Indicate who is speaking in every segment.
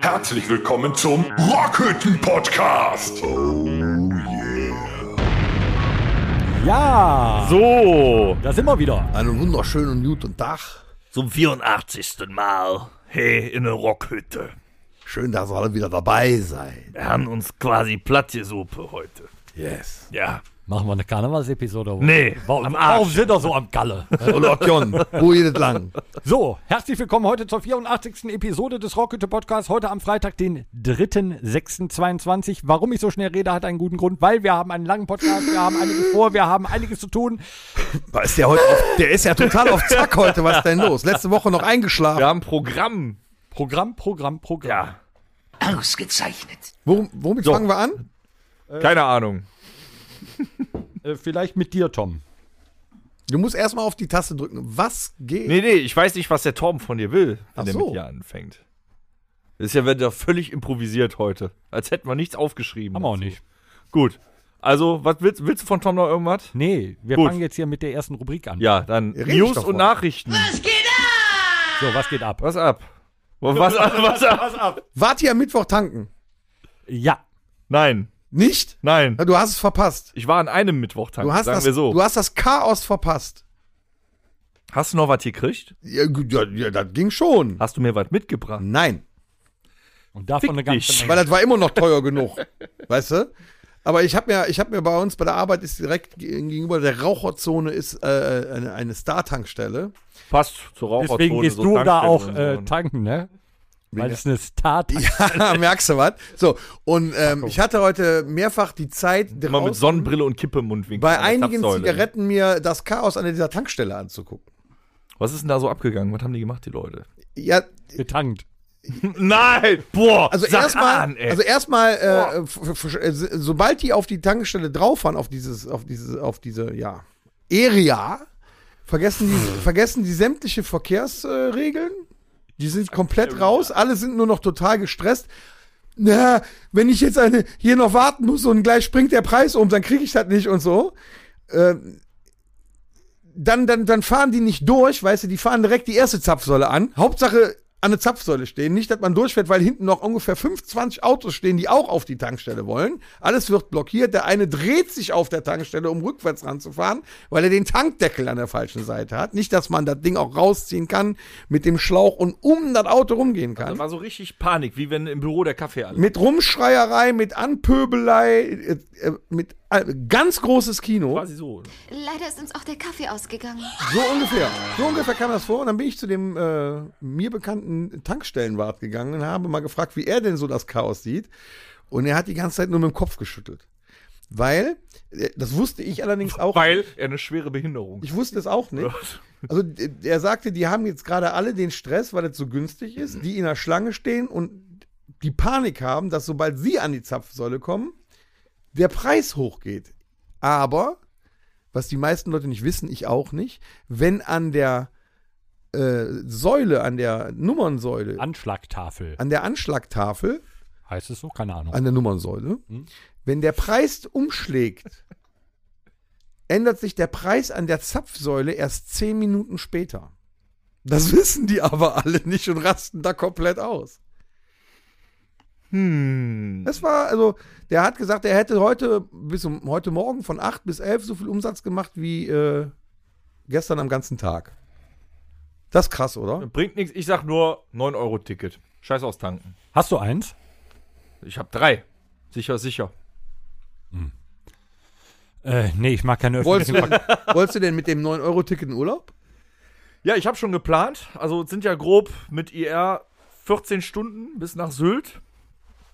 Speaker 1: Herzlich willkommen zum Rockhütten Podcast. Oh
Speaker 2: Ja,
Speaker 3: So,
Speaker 2: da sind wir wieder.
Speaker 4: Einen wunderschönen guten Tag.
Speaker 3: zum 84. Mal. Hey, in der Rockhütte.
Speaker 4: Schön, dass ihr alle wieder dabei seid.
Speaker 3: Wir haben uns quasi Plattjesuppe heute.
Speaker 4: Yes.
Speaker 3: Ja.
Speaker 2: Machen wir eine Karnevalsepisode.
Speaker 3: Nee,
Speaker 2: Warum,
Speaker 3: am
Speaker 2: warum
Speaker 3: Arsch.
Speaker 2: sind wir so am Galle?
Speaker 4: Und Otjon, wo geht es lang?
Speaker 2: so, herzlich willkommen heute zur 84. Episode des Rockhütte Podcasts. Heute am Freitag, den 3.6.22. Warum ich so schnell rede, hat einen guten Grund, weil wir haben einen langen Podcast, wir haben einiges vor, wir haben einiges zu tun.
Speaker 4: Was Ist der, heute auf, der ist ja total auf Zack heute. Was ist denn los? Letzte Woche noch eingeschlafen.
Speaker 3: Wir haben Programm.
Speaker 2: Programm, Programm, Programm.
Speaker 3: Ja.
Speaker 4: Worum, womit fangen wir an?
Speaker 3: Keine Ahnung.
Speaker 2: Äh, vielleicht mit dir, Tom.
Speaker 4: Du musst erstmal auf die Taste drücken. Was geht?
Speaker 3: Nee, nee, ich weiß nicht, was der Torben von dir will, wenn
Speaker 4: Ach
Speaker 3: der
Speaker 4: so.
Speaker 3: mit dir anfängt. Das ist ja wieder völlig improvisiert heute. Als hätten wir nichts aufgeschrieben.
Speaker 2: Haben wir auch
Speaker 3: dazu.
Speaker 2: nicht.
Speaker 3: Gut. Also, was willst, willst du von Tom noch irgendwas?
Speaker 2: Nee, wir
Speaker 3: Gut.
Speaker 2: fangen jetzt hier mit der ersten Rubrik an.
Speaker 3: Ja, dann
Speaker 4: Red ich
Speaker 3: News
Speaker 4: doch
Speaker 3: und
Speaker 4: von.
Speaker 3: Nachrichten.
Speaker 2: So, was geht ab?
Speaker 3: Was ab? Was ab? Was ab?
Speaker 4: Wart ihr am Mittwoch tanken?
Speaker 2: Ja.
Speaker 3: Nein,
Speaker 4: Nicht?
Speaker 3: nein.
Speaker 4: Na, du hast es verpasst.
Speaker 3: Ich war an einem Mittwoch tanken,
Speaker 4: Du hast,
Speaker 3: sagen
Speaker 4: das,
Speaker 3: wir so.
Speaker 4: du hast das Chaos verpasst.
Speaker 3: Hast du noch was gekriegt?
Speaker 4: Ja, gut, ja, ja, das ging schon.
Speaker 3: Hast du mir was mitgebracht?
Speaker 4: Nein,
Speaker 2: Und davon
Speaker 3: Fick
Speaker 2: eine
Speaker 3: dich.
Speaker 2: ganze
Speaker 4: weil
Speaker 2: Menge.
Speaker 4: das war immer noch teuer genug. weißt du? Aber ich habe mir, ich hab mir bei uns bei der Arbeit ist direkt ge- gegenüber der Raucherzone ist äh, eine, eine Star-Tankstelle.
Speaker 3: Passt zur Raucherzone.
Speaker 2: Deswegen gehst
Speaker 3: so
Speaker 2: du da
Speaker 3: Tankstellen
Speaker 2: auch
Speaker 3: und
Speaker 2: äh,
Speaker 3: so.
Speaker 2: tanken, ne? Weil es eine Start
Speaker 4: Ja, merkst du was? So, und ähm, ich hatte heute mehrfach die Zeit,
Speaker 3: Immer mit
Speaker 4: draußen
Speaker 3: Sonnenbrille und Kippe im Mundwinkel.
Speaker 4: bei
Speaker 3: an der
Speaker 4: einigen
Speaker 3: Zapfsäule.
Speaker 4: Zigaretten mir das Chaos an dieser Tankstelle anzugucken.
Speaker 3: Was ist denn da so abgegangen? Was haben die gemacht, die Leute?
Speaker 4: Ja,
Speaker 2: getankt.
Speaker 3: Nein! Boah!
Speaker 4: also
Speaker 3: sag
Speaker 4: erstmal,
Speaker 3: an, ey.
Speaker 4: also erstmal, äh, f- f- f- äh, so- sobald die auf die Tankstelle drauf waren, auf dieses, auf dieses, auf diese, ja, Area, vergessen die, vergessen die sämtliche Verkehrsregeln. Die sind komplett raus, alle sind nur noch total gestresst. Na, wenn ich jetzt eine hier noch warten muss und gleich springt der Preis um, dann kriege ich das nicht und so. Ähm, dann, dann, dann fahren die nicht durch, weißt du, die fahren direkt die erste Zapfsäule an. Hauptsache an der Zapfsäule stehen, nicht, dass man durchfährt, weil hinten noch ungefähr 25 Autos stehen, die auch auf die Tankstelle wollen. Alles wird blockiert, der eine dreht sich auf der Tankstelle, um rückwärts ranzufahren, weil er den Tankdeckel an der falschen Seite hat. Nicht, dass man das Ding auch rausziehen kann mit dem Schlauch und um das Auto rumgehen kann.
Speaker 3: da war so richtig Panik, wie wenn im Büro der Kaffee alle.
Speaker 4: Mit Rumschreierei, mit Anpöbelei, äh, äh, mit äh, ganz großes Kino.
Speaker 3: Quasi so.
Speaker 5: Leider ist uns auch der Kaffee ausgegangen.
Speaker 4: So ungefähr. So ungefähr kam das vor. Und dann bin ich zu dem äh, mir bekannten Tankstellenwart gegangen und habe mal gefragt, wie er denn so das Chaos sieht. Und er hat die ganze Zeit nur mit dem Kopf geschüttelt. Weil, äh, das wusste ich allerdings auch.
Speaker 3: Weil er eine schwere Behinderung
Speaker 4: Ich wusste es auch nicht. Also d- er sagte, die haben jetzt gerade alle den Stress, weil es so günstig ist, die in der Schlange stehen und die Panik haben, dass sobald sie an die Zapfsäule kommen, der Preis hochgeht. Aber, was die meisten Leute nicht wissen, ich auch nicht, wenn an der äh, Säule, an der Nummernsäule,
Speaker 2: Anschlagtafel.
Speaker 4: an der Anschlagtafel
Speaker 2: Heißt es so? Keine Ahnung.
Speaker 4: an der Nummernsäule. Wenn der Preis umschlägt, ändert sich der Preis an der Zapfsäule erst 10 Minuten später. Das wissen die aber alle nicht und rasten da komplett aus.
Speaker 3: Hm.
Speaker 4: Das war, also, der hat gesagt, er hätte heute bis um, heute Morgen von 8 bis 11 so viel Umsatz gemacht wie äh, gestern am ganzen Tag. Das ist krass, oder?
Speaker 3: Bringt nichts, ich sag nur 9-Euro-Ticket. Scheiß aus tanken.
Speaker 2: Hast du eins?
Speaker 3: Ich hab drei. Sicher, sicher.
Speaker 2: Äh, nee, ich mag keine
Speaker 4: Wolltest
Speaker 2: öffentlichen
Speaker 4: du, wolltest du denn mit dem 9-Euro-Ticket in Urlaub?
Speaker 3: Ja, ich habe schon geplant. Also es sind ja grob mit IR 14 Stunden bis nach Sylt.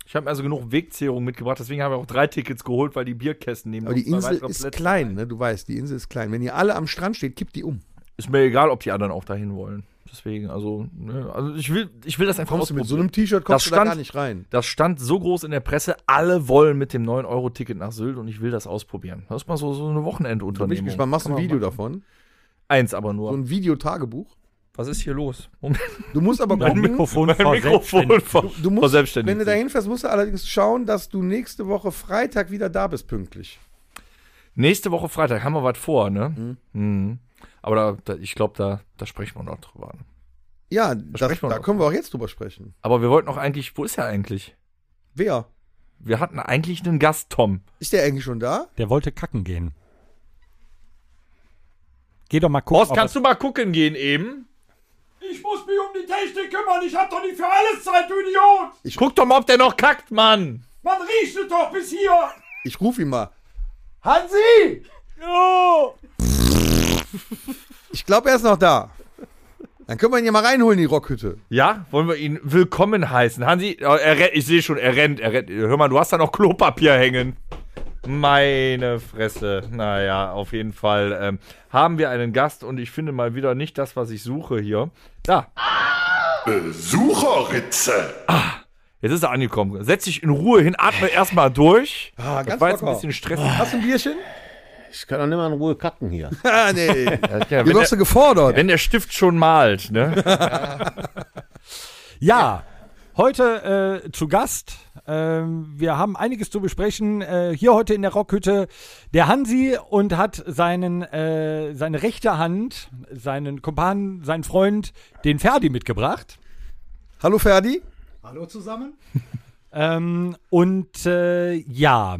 Speaker 3: Ich habe mir also genug Wegzehrung mitgebracht, deswegen haben wir auch drei Tickets geholt, weil die Bierkästen nehmen.
Speaker 4: Aber
Speaker 3: noch
Speaker 4: die
Speaker 3: zwei
Speaker 4: Insel
Speaker 3: weitere
Speaker 4: ist
Speaker 3: Plätze.
Speaker 4: klein, ne? Du weißt, die Insel ist klein. Wenn ihr alle am Strand steht, kippt die um.
Speaker 3: Ist mir egal, ob die anderen auch dahin wollen. Deswegen, also, ne, also ich will, ich will das einfach
Speaker 4: kommst du mit so
Speaker 3: ausprobieren.
Speaker 4: einem T-Shirt
Speaker 3: Das
Speaker 4: kommst du da
Speaker 3: stand-
Speaker 4: gar nicht rein.
Speaker 3: Das stand so groß in der Presse, alle wollen mit dem 9-Euro-Ticket nach Sylt und ich will das ausprobieren. Das ist mal so, so eine
Speaker 4: Da bin ich
Speaker 3: Wochenendunternehmung.
Speaker 4: gespannt, machst du ein
Speaker 3: Kann man
Speaker 4: Video
Speaker 3: machen.
Speaker 4: davon?
Speaker 3: Eins aber nur.
Speaker 4: So ein Videotagebuch?
Speaker 3: Was ist hier los? Moment,
Speaker 4: Du musst aber
Speaker 2: Dein
Speaker 4: gucken,
Speaker 2: Mikrofon versenkt.
Speaker 3: ver,
Speaker 4: du musst, wenn
Speaker 3: verselbstständigt
Speaker 4: du
Speaker 3: sich.
Speaker 4: da hinfährst, musst du allerdings schauen, dass du nächste Woche Freitag wieder da bist, pünktlich.
Speaker 3: Nächste Woche Freitag haben wir was vor, ne? Mhm. Aber da, da, ich glaube, da, da sprechen wir noch drüber.
Speaker 4: Ja, das,
Speaker 3: sprechen wir
Speaker 4: da
Speaker 3: noch.
Speaker 4: können wir auch jetzt drüber sprechen.
Speaker 3: Aber wir wollten auch eigentlich, wo ist er eigentlich?
Speaker 4: Wer?
Speaker 3: Wir hatten eigentlich einen Gast, Tom.
Speaker 4: Ist der eigentlich schon da?
Speaker 2: Der wollte kacken gehen. Geh doch mal gucken.
Speaker 3: Horst, kannst du mal gucken gehen eben?
Speaker 2: ich muss mich um die Technik kümmern. Ich hab doch nicht für alles Zeit, du Idiot.
Speaker 3: Ich Guck doch mal, ob der noch kackt, Mann.
Speaker 2: Man riecht es doch bis hier.
Speaker 4: Ich rufe ihn mal.
Speaker 2: Hansi! Ja.
Speaker 4: Ich glaube, er ist noch da. Dann können wir ihn ja mal reinholen, in die Rockhütte.
Speaker 3: Ja, wollen wir ihn willkommen heißen. Hansi, äh, er rennt, ich sehe schon, er rennt, er rennt. Hör mal, du hast da noch Klopapier hängen. Meine Fresse. Naja, auf jeden Fall ähm, haben wir einen Gast und ich finde mal wieder nicht das, was ich suche hier. Da,
Speaker 1: Besucherritze.
Speaker 3: jetzt ist er angekommen. Setz dich in Ruhe hin, atme erstmal durch.
Speaker 4: Ah, ganz
Speaker 3: das war jetzt ein
Speaker 4: locker.
Speaker 3: bisschen stressig.
Speaker 4: Hast du ein Bierchen?
Speaker 6: Ich kann doch nicht mal in Ruhe kacken hier.
Speaker 4: Ah, nee.
Speaker 3: Ja,
Speaker 4: Wie
Speaker 3: wenn,
Speaker 4: wirst
Speaker 3: der,
Speaker 4: du gefordert?
Speaker 3: wenn der Stift schon malt, ne?
Speaker 2: Ja, heute äh, zu Gast. Ähm, wir haben einiges zu besprechen. Äh, hier heute in der Rockhütte der Hansi und hat seinen, äh, seine rechte Hand, seinen Kumpan, seinen Freund, den Ferdi mitgebracht.
Speaker 4: Hallo, Ferdi?
Speaker 7: Hallo zusammen.
Speaker 2: Ähm, und äh, ja,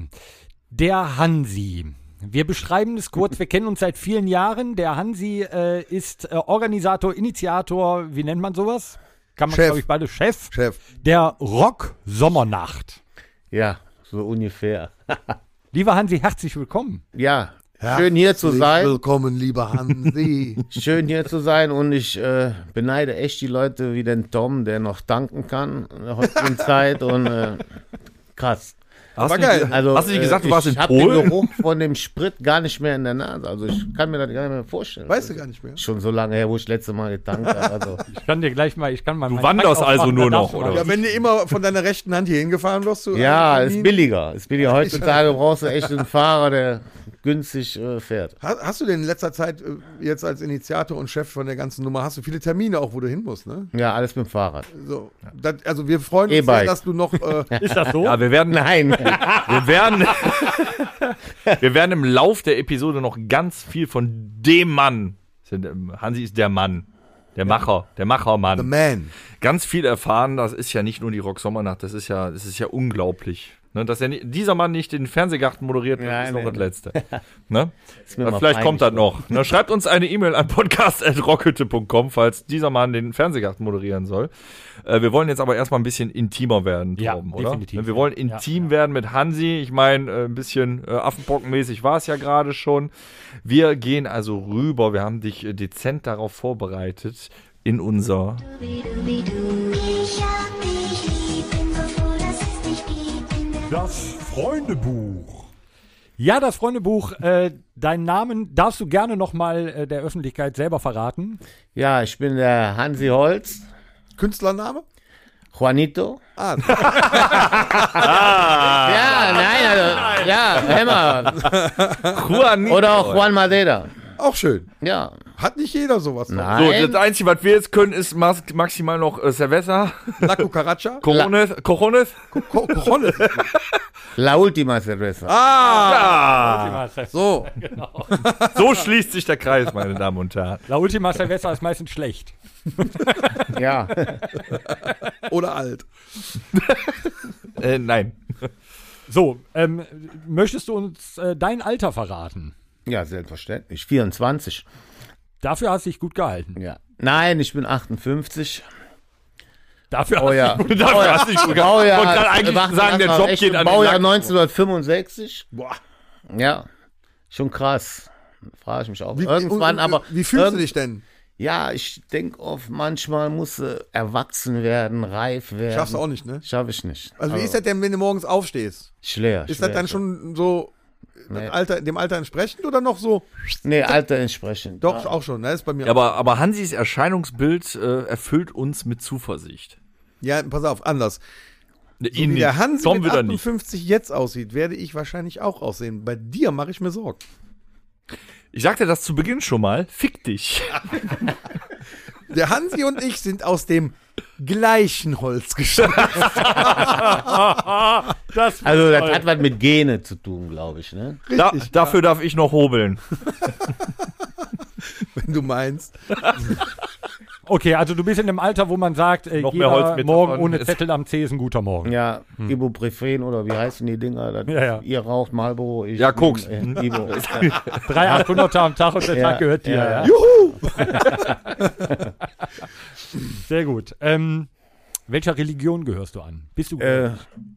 Speaker 2: der Hansi. Wir beschreiben es kurz, wir kennen uns seit vielen Jahren. Der Hansi äh, ist äh, Organisator, Initiator, wie nennt man sowas? Kann man,
Speaker 4: Chef.
Speaker 2: glaube ich, beide Chef.
Speaker 4: Chef.
Speaker 2: Der Rock-Sommernacht.
Speaker 6: Ja, so ungefähr.
Speaker 2: Lieber Hansi, herzlich willkommen.
Speaker 6: Ja, schön hier zu
Speaker 4: Herzlich
Speaker 6: sein.
Speaker 4: Willkommen, lieber Hansi.
Speaker 6: Schön hier zu sein und ich äh, beneide echt die Leute wie den Tom, der noch danken kann in der heutigen Zeit und äh, krass.
Speaker 3: Hast
Speaker 4: War
Speaker 3: du nicht
Speaker 4: geil.
Speaker 3: ge-
Speaker 6: Also,
Speaker 3: hast du nicht gesagt,
Speaker 6: äh,
Speaker 3: du warst in
Speaker 6: Ich habe den
Speaker 3: Polen?
Speaker 6: Geruch von dem Sprit gar nicht mehr in der Nase. Also ich kann mir das gar nicht mehr vorstellen.
Speaker 4: Weißt du gar nicht mehr?
Speaker 6: Schon so lange her, wo ich das letzte Mal getankt habe. Also,
Speaker 2: Ich kann dir gleich mal, ich kann mal.
Speaker 3: Du
Speaker 2: meinen
Speaker 3: wanderst
Speaker 2: Sack
Speaker 3: also
Speaker 2: aufmachen,
Speaker 3: nur
Speaker 2: da
Speaker 3: noch,
Speaker 2: darfst du
Speaker 3: oder?
Speaker 2: mal.
Speaker 4: Ja, wenn du immer von deiner rechten Hand hier hingefahren wirst, du. äh,
Speaker 6: ja,
Speaker 4: Termin.
Speaker 6: ist billiger. Ist billiger. Heutzutage brauchst du echt einen Fahrer, der günstig äh, fährt.
Speaker 4: Ha- Hast du denn in letzter Zeit äh, jetzt als Initiator und Chef von der ganzen Nummer, hast du viele Termine auch, wo du hin musst, ne?
Speaker 6: Ja, alles mit dem Fahrrad.
Speaker 4: So, das, also wir freuen uns sehr,
Speaker 6: E-Bike.
Speaker 4: dass du noch äh,
Speaker 2: Ist das so?
Speaker 3: Ja, wir werden
Speaker 6: Nein.
Speaker 3: Wir werden, wir werden im Lauf der Episode noch ganz viel von dem Mann, ähm, Hansi ist der Mann, der Macher, der
Speaker 4: The
Speaker 3: Machermann,
Speaker 4: Man.
Speaker 3: ganz viel erfahren. Das ist ja nicht nur die Rock Sommernacht, das ist ja, das ist ja unglaublich. Ne, dass er nicht, dieser Mann nicht den Fernsehgarten moderiert, das
Speaker 6: Nein,
Speaker 3: ist noch
Speaker 6: nein.
Speaker 3: das Letzte. Ne?
Speaker 6: mir
Speaker 3: Aber
Speaker 6: mal
Speaker 3: Vielleicht kommt das
Speaker 6: peinlich,
Speaker 3: noch. Ne? Schreibt uns eine E-Mail an podcast.rockhütte.com, falls dieser Mann den Fernsehgarten moderieren soll. Äh, wir wollen jetzt aber erstmal ein bisschen intimer werden,
Speaker 2: Ja,
Speaker 3: Torben, oder?
Speaker 2: definitiv.
Speaker 3: Wir wollen
Speaker 2: Ja,
Speaker 3: intim werden mit Hansi. Ich meine, äh, ein bisschen äh, Affenbrockenmäßig war es ja gerade schon. Wir gehen also rüber. Wir haben dich äh, dezent darauf vorbereitet in unser
Speaker 8: Ich hab dich lieb, bin so froh, dass es dich gibt. In der
Speaker 1: Das Freundebuch.
Speaker 2: Ja, das Freundebuch, äh, deinen Namen darfst du gerne nochmal äh, der Öffentlichkeit selber verraten.
Speaker 6: Ja, ich bin der Hansi Holz,
Speaker 4: Künstlername?
Speaker 6: Juanito.
Speaker 4: Ah,
Speaker 3: Ah.
Speaker 6: ja, nein, also, ja, Hämmer.
Speaker 3: Juan.
Speaker 6: Oder auch Juan Madeira.
Speaker 4: auch schön.
Speaker 6: Ja,
Speaker 4: Hat nicht jeder sowas. noch.
Speaker 3: So,
Speaker 6: nein.
Speaker 3: das Einzige, was wir jetzt können, ist mas- maximal noch äh, Cerveza,
Speaker 4: La Cucaracha?
Speaker 3: Corones, Corones.
Speaker 4: Co Corolle.
Speaker 6: La Ultima Cerveza.
Speaker 3: Ah,
Speaker 4: So,
Speaker 3: so schließt sich der Kreis, meine Damen und Herren.
Speaker 2: La Ultima Cerveza ist meistens schlecht.
Speaker 6: Ja,
Speaker 4: oder alt.
Speaker 3: Äh, nein.
Speaker 2: So, ähm, möchtest du uns äh, dein Alter verraten?
Speaker 6: ja, selbstverständlich. 24.
Speaker 2: Dafür hast du dich gut gehalten.
Speaker 6: Ja. Nein, ich bin 58.
Speaker 2: Dafür hast
Speaker 6: Euer.
Speaker 3: Dafür hast du dich gut gehalten. Ich wollte gerade eigentlich sagen, der Job geht an den
Speaker 6: Baujahr
Speaker 3: Sack.
Speaker 6: 1965. Boah. Ja, schon krass. Frage ich mich auch. Irgendwann
Speaker 4: und-
Speaker 6: aber.
Speaker 4: Wie fühlst du
Speaker 6: irgend-
Speaker 4: dich denn?
Speaker 6: Ja, ich denke oft, manchmal musst du erwachsen werden, reif werden.
Speaker 4: Schaffst du auch nicht, ne?
Speaker 6: Schaffe ich nicht.
Speaker 4: Also, wie ist das denn, wenn du morgens aufstehst?
Speaker 6: Schwer.
Speaker 4: Ist
Speaker 6: schwer,
Speaker 4: das dann
Speaker 6: schwer.
Speaker 4: schon so das
Speaker 6: Nee.
Speaker 4: Alter, dem Alter entsprechend oder noch so?
Speaker 6: Nee, Alter entsprechend.
Speaker 4: Doch, auch schon. Das ist bei mir
Speaker 3: Ja, aber, aber Hansis Erscheinungsbild äh, erfüllt uns mit Zuversicht.
Speaker 4: Ja, pass auf, anders.
Speaker 3: Ne,
Speaker 4: So
Speaker 3: ihn
Speaker 4: wie der
Speaker 3: nicht.
Speaker 4: Hans
Speaker 3: Tom
Speaker 4: mit
Speaker 3: wieder nicht.
Speaker 4: 58 jetzt aussieht, werde ich wahrscheinlich auch aussehen. Bei dir mache ich mir Sorgen.
Speaker 3: Ich sagte das zu Beginn schon mal. Fick dich.
Speaker 4: Der Hansi und ich sind aus dem gleichen Holz geschnitten.
Speaker 2: du. Das
Speaker 6: Also, das hat was mit Gene zu tun, glaube ich, ne?
Speaker 3: Da, dafür darf ich noch hobeln.
Speaker 4: wenn du meinst.
Speaker 2: Okay, also du bist in einem Alter, wo man sagt, äh,
Speaker 3: Noch mehr
Speaker 2: jeder
Speaker 3: Holzmetapher
Speaker 2: Morgen ohne
Speaker 3: ist-
Speaker 2: Zettel am Zeh ist ein guter Morgen.
Speaker 6: Ja, Ibuprofen oder wie heißen die Dinger? Das-
Speaker 2: Hm. Ja, ja.
Speaker 6: Ihr raucht Marlboro, ich
Speaker 3: Ja, Koks.
Speaker 6: nehm, äh, Ibo.
Speaker 2: Drei 800er am Tag und der Tag gehört dir. Ja,
Speaker 6: ja, ja.
Speaker 2: Sehr gut. Ähm, welcher Religion gehörst du an? Bist du
Speaker 6: Äh,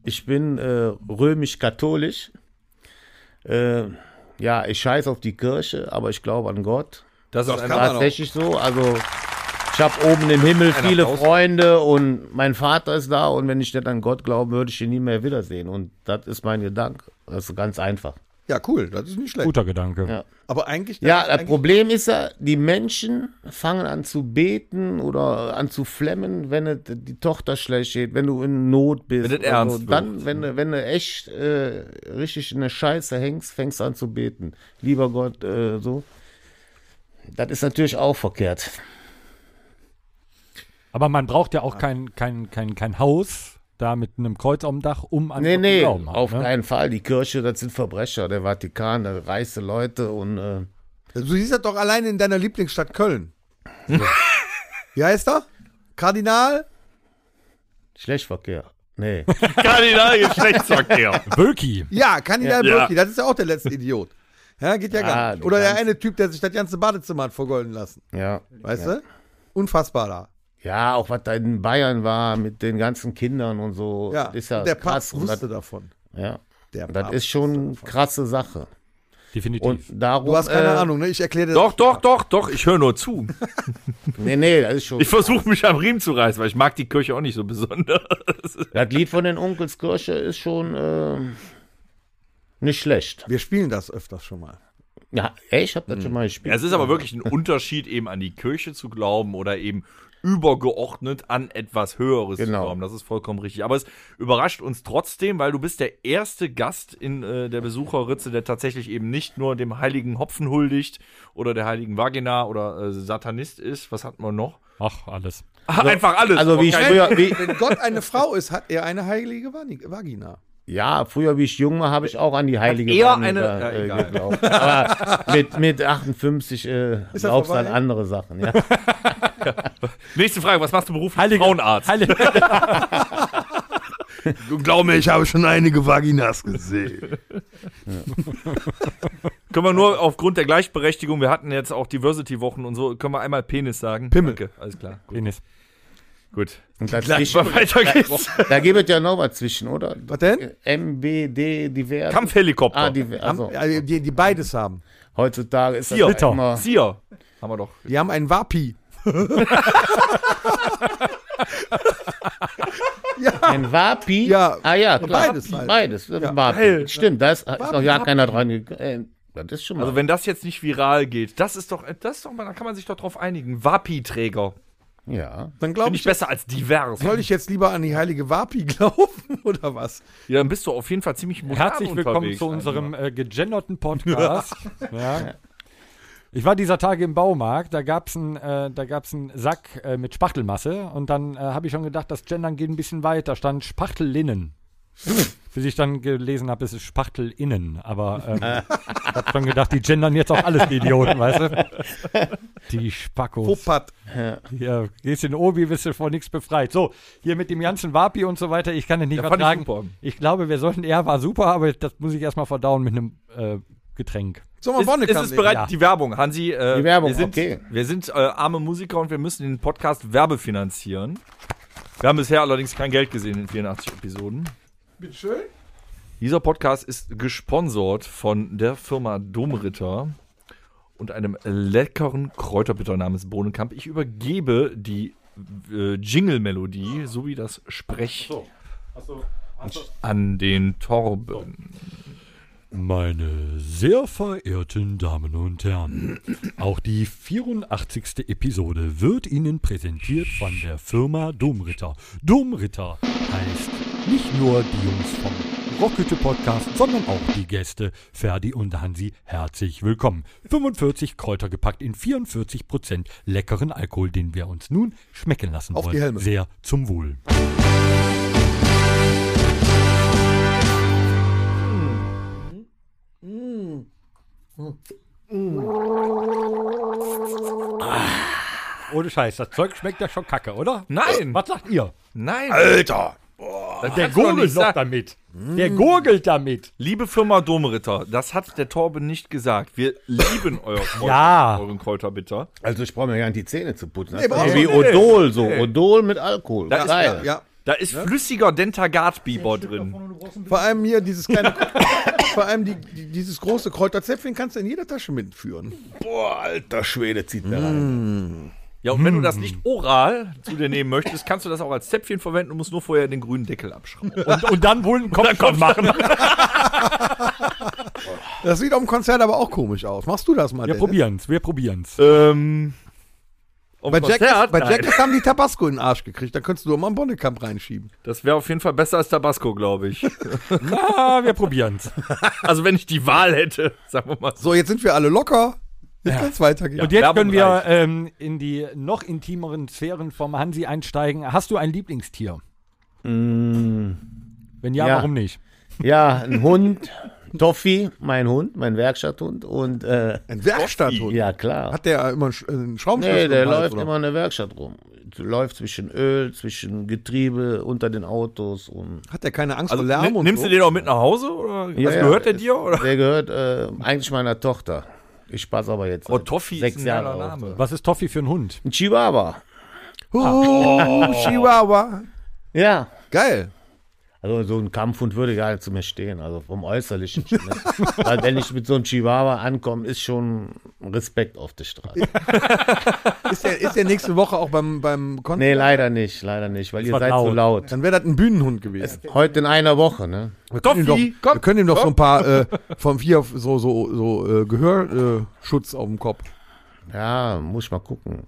Speaker 6: ich bin äh, römisch-katholisch. Äh, ja, ich scheiß auf die Kirche, aber ich glaube an Gott.
Speaker 3: Das ist
Speaker 4: kann man-
Speaker 3: ein
Speaker 4: auch.
Speaker 6: Tatsächlich so. Also ich habe oben im Himmel viele
Speaker 3: Applaus.
Speaker 6: Freunde und mein Vater ist da und wenn ich nicht an Gott glaube, würde ich ihn nie mehr wiedersehen. Und das ist mein Gedanke. Das ist ganz einfach.
Speaker 4: Ja, cool, das ist nicht schlecht.
Speaker 2: guter Gedanke.
Speaker 6: Ja.
Speaker 4: Aber eigentlich.
Speaker 6: Ja, das
Speaker 4: eigentlich-
Speaker 6: Problem ist ja, die Menschen fangen an zu beten oder an zu flemmen, wenn es die Tochter schlecht geht, wenn du in Not bist.
Speaker 3: Wenn es
Speaker 6: oder
Speaker 3: ernst
Speaker 6: so.
Speaker 3: wird.
Speaker 6: Dann, wenn, du- wenn du echt äh, richtig in der Scheiße hängst, fängst du an zu beten. Lieber Gott, äh, so. Das ist natürlich auch verkehrt.
Speaker 2: Aber man braucht ja auch kein, kein, kein, kein Haus da mit einem Kreuz auf dem Dach, um an
Speaker 6: Nee,
Speaker 2: Gott zu
Speaker 6: nee,
Speaker 2: glauben.
Speaker 6: auf
Speaker 2: ne?
Speaker 6: keinen Fall. Die Kirche, das sind Verbrecher. Der Vatikan, da reichste Leute und äh,
Speaker 4: Du siehst das doch alleine in deiner Lieblingsstadt Köln. Wie heißt er? Kardinal?
Speaker 6: Schlechtverkehr. Nee.
Speaker 3: Kardinal Geschlechtsverkehr.
Speaker 2: Böki.
Speaker 4: Ja, Kardinal
Speaker 3: Ja.
Speaker 4: Birki, das ist ja auch der letzte Idiot. Ja, geht ja
Speaker 6: Ja,
Speaker 4: gar nicht.
Speaker 6: die
Speaker 4: Oder der
Speaker 6: ganze-
Speaker 4: eine Typ, der sich das ganze Badezimmer hat vergolden lassen.
Speaker 6: ja.
Speaker 4: Weißt du? Unfassbar da.
Speaker 6: Ja, auch was da in Bayern war mit den ganzen Kindern und so,
Speaker 4: Ja,
Speaker 6: ist ja
Speaker 4: und der
Speaker 6: krass.
Speaker 4: Papst
Speaker 6: Und
Speaker 4: wusste
Speaker 6: das,
Speaker 4: davon.
Speaker 6: ja,
Speaker 4: Der
Speaker 6: das ist schon krasse Sache.
Speaker 2: Definitiv.
Speaker 6: Und darum.
Speaker 4: Du hast keine
Speaker 6: äh,
Speaker 4: Ahnung, ne? Ich erkläre dir
Speaker 3: Doch, doch, doch, doch. Ich höre nur zu.
Speaker 6: Nee, nee, das ist schon.
Speaker 3: Ich versuche mich am Riemen zu reißen, weil ich mag die Kirche auch nicht so besonders.
Speaker 6: das Lied von den Onkelskirche ist schon äh, nicht schlecht.
Speaker 4: Wir spielen das öfters schon mal.
Speaker 6: Ja, ey, ich hab das schon mal
Speaker 3: Hm. Ja,
Speaker 6: gespielt.
Speaker 3: Es ist aber wirklich ein Unterschied, eben an die Kirche zu glauben oder eben übergeordnet an etwas Höheres
Speaker 6: Genau.
Speaker 3: zu glauben. Das ist vollkommen richtig. Aber es überrascht uns trotzdem, weil du bist der erste Gast in äh, der Besucherritze, der tatsächlich eben nicht nur dem heiligen Hopfen huldigt oder der heiligen Vagina oder äh, Satanist ist. Was hatten wir noch?
Speaker 2: Ach, alles.
Speaker 3: Einfach alles. Oh,
Speaker 6: also wie ich
Speaker 3: Okay.
Speaker 6: früher, wie,
Speaker 4: Wenn Gott eine Frau ist, hat er eine heilige Vani- Vagina.
Speaker 6: ja, früher wie ich jung war, habe ich auch an die heilige
Speaker 3: eher
Speaker 6: Wanne
Speaker 3: eine-
Speaker 6: ge-
Speaker 3: Ja,
Speaker 6: äh,
Speaker 3: egal.
Speaker 6: geglaubt. Aber mit, mit 58 äh,
Speaker 4: das
Speaker 6: glaubst du an
Speaker 4: vorbei?
Speaker 6: andere Sachen. Ja.
Speaker 3: Nächste Frage, was machst du beruflich?
Speaker 2: Heilige-
Speaker 3: Frauenarzt.
Speaker 2: Heilige,
Speaker 1: Glaub mir, ich habe schon einige Vaginas gesehen.
Speaker 3: Können wir nur aufgrund der Gleichberechtigung, wir hatten jetzt auch Diversity-Wochen und so, können wir einmal Penis sagen?
Speaker 4: Pimmel.
Speaker 3: Danke, alles klar.
Speaker 2: Penis.
Speaker 3: Gut.
Speaker 6: Und das
Speaker 3: Gleich mal weiter geht's.
Speaker 6: Da gibt es ja noch was zwischen, oder?
Speaker 4: Was denn?
Speaker 6: MBD, diverse.
Speaker 3: Kampfhelikopter.
Speaker 6: Ah, die, also,
Speaker 4: Also, die, die beides haben.
Speaker 6: heutzutage ist das
Speaker 3: Zier.
Speaker 6: ja immer.
Speaker 3: Zier. Haben wir doch.
Speaker 4: Die haben einen Wapi.
Speaker 6: Ein Wapi.
Speaker 4: Ja,
Speaker 6: ah ja, klar.
Speaker 4: beides halt.
Speaker 6: Beides. ein Wapi.
Speaker 3: Geil.
Speaker 6: Stimmt, da ist, ist noch ja
Speaker 4: Wapi.
Speaker 6: keiner dran gegangen. Das ist schon mal.
Speaker 3: Also wenn das jetzt nicht viral geht, das ist doch, das ist doch mal, da kann man sich doch drauf einigen. Wapi-Träger.
Speaker 6: ja.
Speaker 4: Dann
Speaker 3: Bin
Speaker 4: glaube
Speaker 3: ich
Speaker 4: ich,
Speaker 3: besser als divers.
Speaker 4: soll ich jetzt lieber an die heilige Wapi glauben oder was?
Speaker 3: Ja, dann bist du auf jeden Fall ziemlich modern
Speaker 2: Herzlich willkommen
Speaker 3: unterwegs.
Speaker 2: zu unserem äh, gegenderten Podcast. ja. Ich war dieser Tage im Baumarkt, da gab es einen äh, da gab's einen Sack äh, mit Spachtelmasse und dann äh, habe ich schon gedacht, das Gendern geht ein bisschen weiter. Stand Spachtellinnen. Bis ich dann gelesen habe, es ist Spachtelinnen. Aber ähm, ich habe schon gedacht, die gendern jetzt auch alles die Idioten, weißt du? Die Spackos.
Speaker 4: Popat.
Speaker 2: Hier, gehst in den Obi, bist du vor nichts befreit. So, hier mit dem ganzen Wapi und so weiter, ich kann das nicht
Speaker 3: Ja, fand ich
Speaker 2: vertragen.
Speaker 3: super.
Speaker 2: Ich, glaube, wir sollten, er war super, aber das muss ich erstmal verdauen mit einem äh, Getränk.
Speaker 4: Sollen wir
Speaker 3: Ist,
Speaker 4: Wonne
Speaker 3: ist es bereit,
Speaker 2: Ja.
Speaker 3: die Werbung, Hansi? Äh,
Speaker 6: Die Werbung,
Speaker 3: wir sind,
Speaker 6: okay.
Speaker 3: Wir sind äh, arme Musiker und wir müssen den Podcast werbefinanzieren. Wir haben bisher allerdings kein Geld gesehen in 84 Episoden.
Speaker 4: Bitteschön.
Speaker 3: Dieser Podcast ist gesponsort von der Firma Domritter und einem leckeren Kräuterbitter namens Bohnenkamp. Ich übergebe die äh, Jingle-Melodie sowie das Sprech an den Torben.
Speaker 2: Meine sehr verehrten Damen und Herren, auch die 84. Episode wird Ihnen präsentiert von der Firma Domritter. Domritter heißt nicht nur die Jungs vom Rockhütte Podcast, sondern auch die Gäste Ferdi und Hansi herzlich willkommen. 45 Kräuter gepackt in 44 Prozent leckeren Alkohol, den wir uns nun schmecken lassen
Speaker 4: Auf die
Speaker 2: wollen.
Speaker 4: Helme.
Speaker 2: Sehr zum Wohl. Ohne Scheiß, das Zeug schmeckt ja schon kacke, oder? Hm.
Speaker 3: Nein.
Speaker 2: Was sagt ihr?
Speaker 3: Nein.
Speaker 4: Alter!
Speaker 2: Der gurgelt noch damit. Der gurgelt damit.
Speaker 3: Liebe Firma Domritter, das hat der Torben nicht gesagt. Wir lieben euer Kräuter,
Speaker 2: Ja.
Speaker 3: euren Kräuterbitter.
Speaker 6: Also ich brauche mir gar nicht die Zähne zu putzen. Das
Speaker 4: Nee,
Speaker 6: ist so
Speaker 4: brauchst
Speaker 6: wie
Speaker 4: du
Speaker 3: nicht.
Speaker 6: Odol, so Odol mit Alkohol.
Speaker 3: Das ist-
Speaker 6: Geil.
Speaker 4: Ja, ja.
Speaker 3: Da ist flüssiger Dentagatbiber drin.
Speaker 4: Vor allem hier dieses kleine, vor allem die, die, dieses große Kräuterzäpfchen kannst du in jeder Tasche mitführen.
Speaker 6: Boah, alter Schwede zieht da rein.
Speaker 3: Ja, und wenn
Speaker 2: Mm.
Speaker 3: du das nicht oral zu dir nehmen möchtest, kannst du das auch als Zäpfchen verwenden und musst nur vorher den grünen Deckel abschrauben.
Speaker 2: Und, und dann wohl einen Kopf dran machen.
Speaker 4: Das sieht auf dem Konzert aber auch komisch aus. Machst du das mal,
Speaker 2: Wir
Speaker 4: Dennis?
Speaker 2: probieren's, wir probieren's.
Speaker 3: ähm, auf
Speaker 4: Bei
Speaker 3: Konzert?
Speaker 4: Jack, bei
Speaker 3: Nein.
Speaker 4: Jack haben die Tabasco in den Arsch gekriegt. Da könntest du doch mal einen Bonnekamp reinschieben.
Speaker 3: Das wäre auf jeden Fall besser als Tabasco, glaube ich.
Speaker 2: Na, wir probieren's.
Speaker 3: Also wenn ich die Wahl hätte, sagen wir mal so.
Speaker 4: So, jetzt sind wir alle locker. Jetzt kann's weitergehen.
Speaker 2: Und jetzt
Speaker 3: Werbung
Speaker 2: können wir
Speaker 3: reicht.
Speaker 2: ähm, in die noch intimeren Sphären vom Hansi einsteigen. Hast du ein Lieblingstier? Wenn ja,
Speaker 6: Ja.
Speaker 2: warum nicht?
Speaker 6: Ja, ein Hund. Toffi, mein Hund, mein Werkstatthund. Und äh,
Speaker 4: Ein Werkstatthund.
Speaker 6: ja, klar.
Speaker 4: Hat der immer einen Sch- äh, einen Schraubenschlüssel?
Speaker 6: Nee, der
Speaker 4: im Hals,
Speaker 6: läuft
Speaker 4: oder?
Speaker 6: immer in der Werkstatt rum. Läuft zwischen Öl, zwischen Getriebe, unter den Autos und.
Speaker 4: Hat der keine Angst
Speaker 3: Also
Speaker 4: vor Lärm
Speaker 3: nimm-
Speaker 4: und
Speaker 3: nimmst
Speaker 4: so?
Speaker 3: du den auch mit nach Hause? Oder?
Speaker 6: Ja,
Speaker 3: Was
Speaker 6: ja,
Speaker 3: gehört der
Speaker 6: es-
Speaker 3: dir? Oder?
Speaker 6: Der gehört äh, eigentlich meiner Tochter. Ich passe aber jetzt.
Speaker 3: Oh,
Speaker 6: seit
Speaker 3: Toffi
Speaker 6: sechs
Speaker 3: ist ein
Speaker 6: Jahre
Speaker 3: geiler
Speaker 6: auf.
Speaker 3: Name.
Speaker 2: Was ist Toffee für ein Hund?
Speaker 6: Ein Chihuahua. Ah.
Speaker 4: Oh, Chihuahua.
Speaker 6: Ja.
Speaker 4: Geil.
Speaker 6: Also so ein Kampfhund würde gar nicht zu mir stehen, also vom Äußerlichen. schon, ne? Weil wenn ich mit so einem Chihuahua ankomme, ist schon Respekt auf der Straße.
Speaker 4: Ist der, ist der nächste Woche auch beim, beim Konzert?
Speaker 6: Nee, leider nicht, leider nicht, weil ihr
Speaker 2: war
Speaker 6: seid so laut.
Speaker 4: Dann wäre das ein Bühnenhund gewesen.
Speaker 6: Heute in einer Woche, ne?
Speaker 4: Wir können, ihm doch,
Speaker 3: Toffi, komm,
Speaker 4: wir können ihm doch so ein paar äh, vom Vier auf so, so, so äh, Gehörschutz auf dem Kopf.
Speaker 6: Ja, muss ich mal gucken.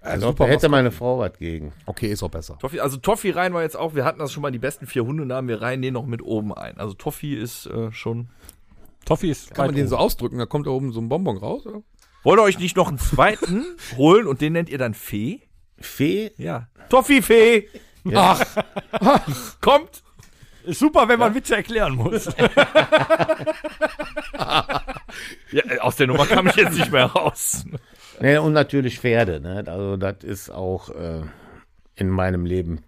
Speaker 4: Äh,
Speaker 6: Super, hätte meine Frau was gegen.
Speaker 4: Okay, ist auch besser.
Speaker 3: Toffi, also Toffi rein war jetzt auch, wir hatten das schon mal, die besten vier Hundenamen, wir reihen den noch mit oben ein. Also Toffi ist äh, schon.
Speaker 2: Toffee ist
Speaker 4: Kann man
Speaker 2: weit
Speaker 4: den so
Speaker 2: oben.
Speaker 4: ausdrücken, da kommt da oben so ein Bonbon raus? Oder?
Speaker 3: Wollt ihr euch nicht noch einen zweiten holen und den nennt ihr dann Fee?
Speaker 6: Fee?
Speaker 3: Ja. Toffi Fee! Ach. Kommt!
Speaker 2: Ist super, wenn man Witze erklären muss.
Speaker 3: Ja, äh, aus der Nummer kam ich jetzt nicht mehr raus.
Speaker 6: Ne, und natürlich Pferde, ne? Also das ist auch äh, in meinem Leben.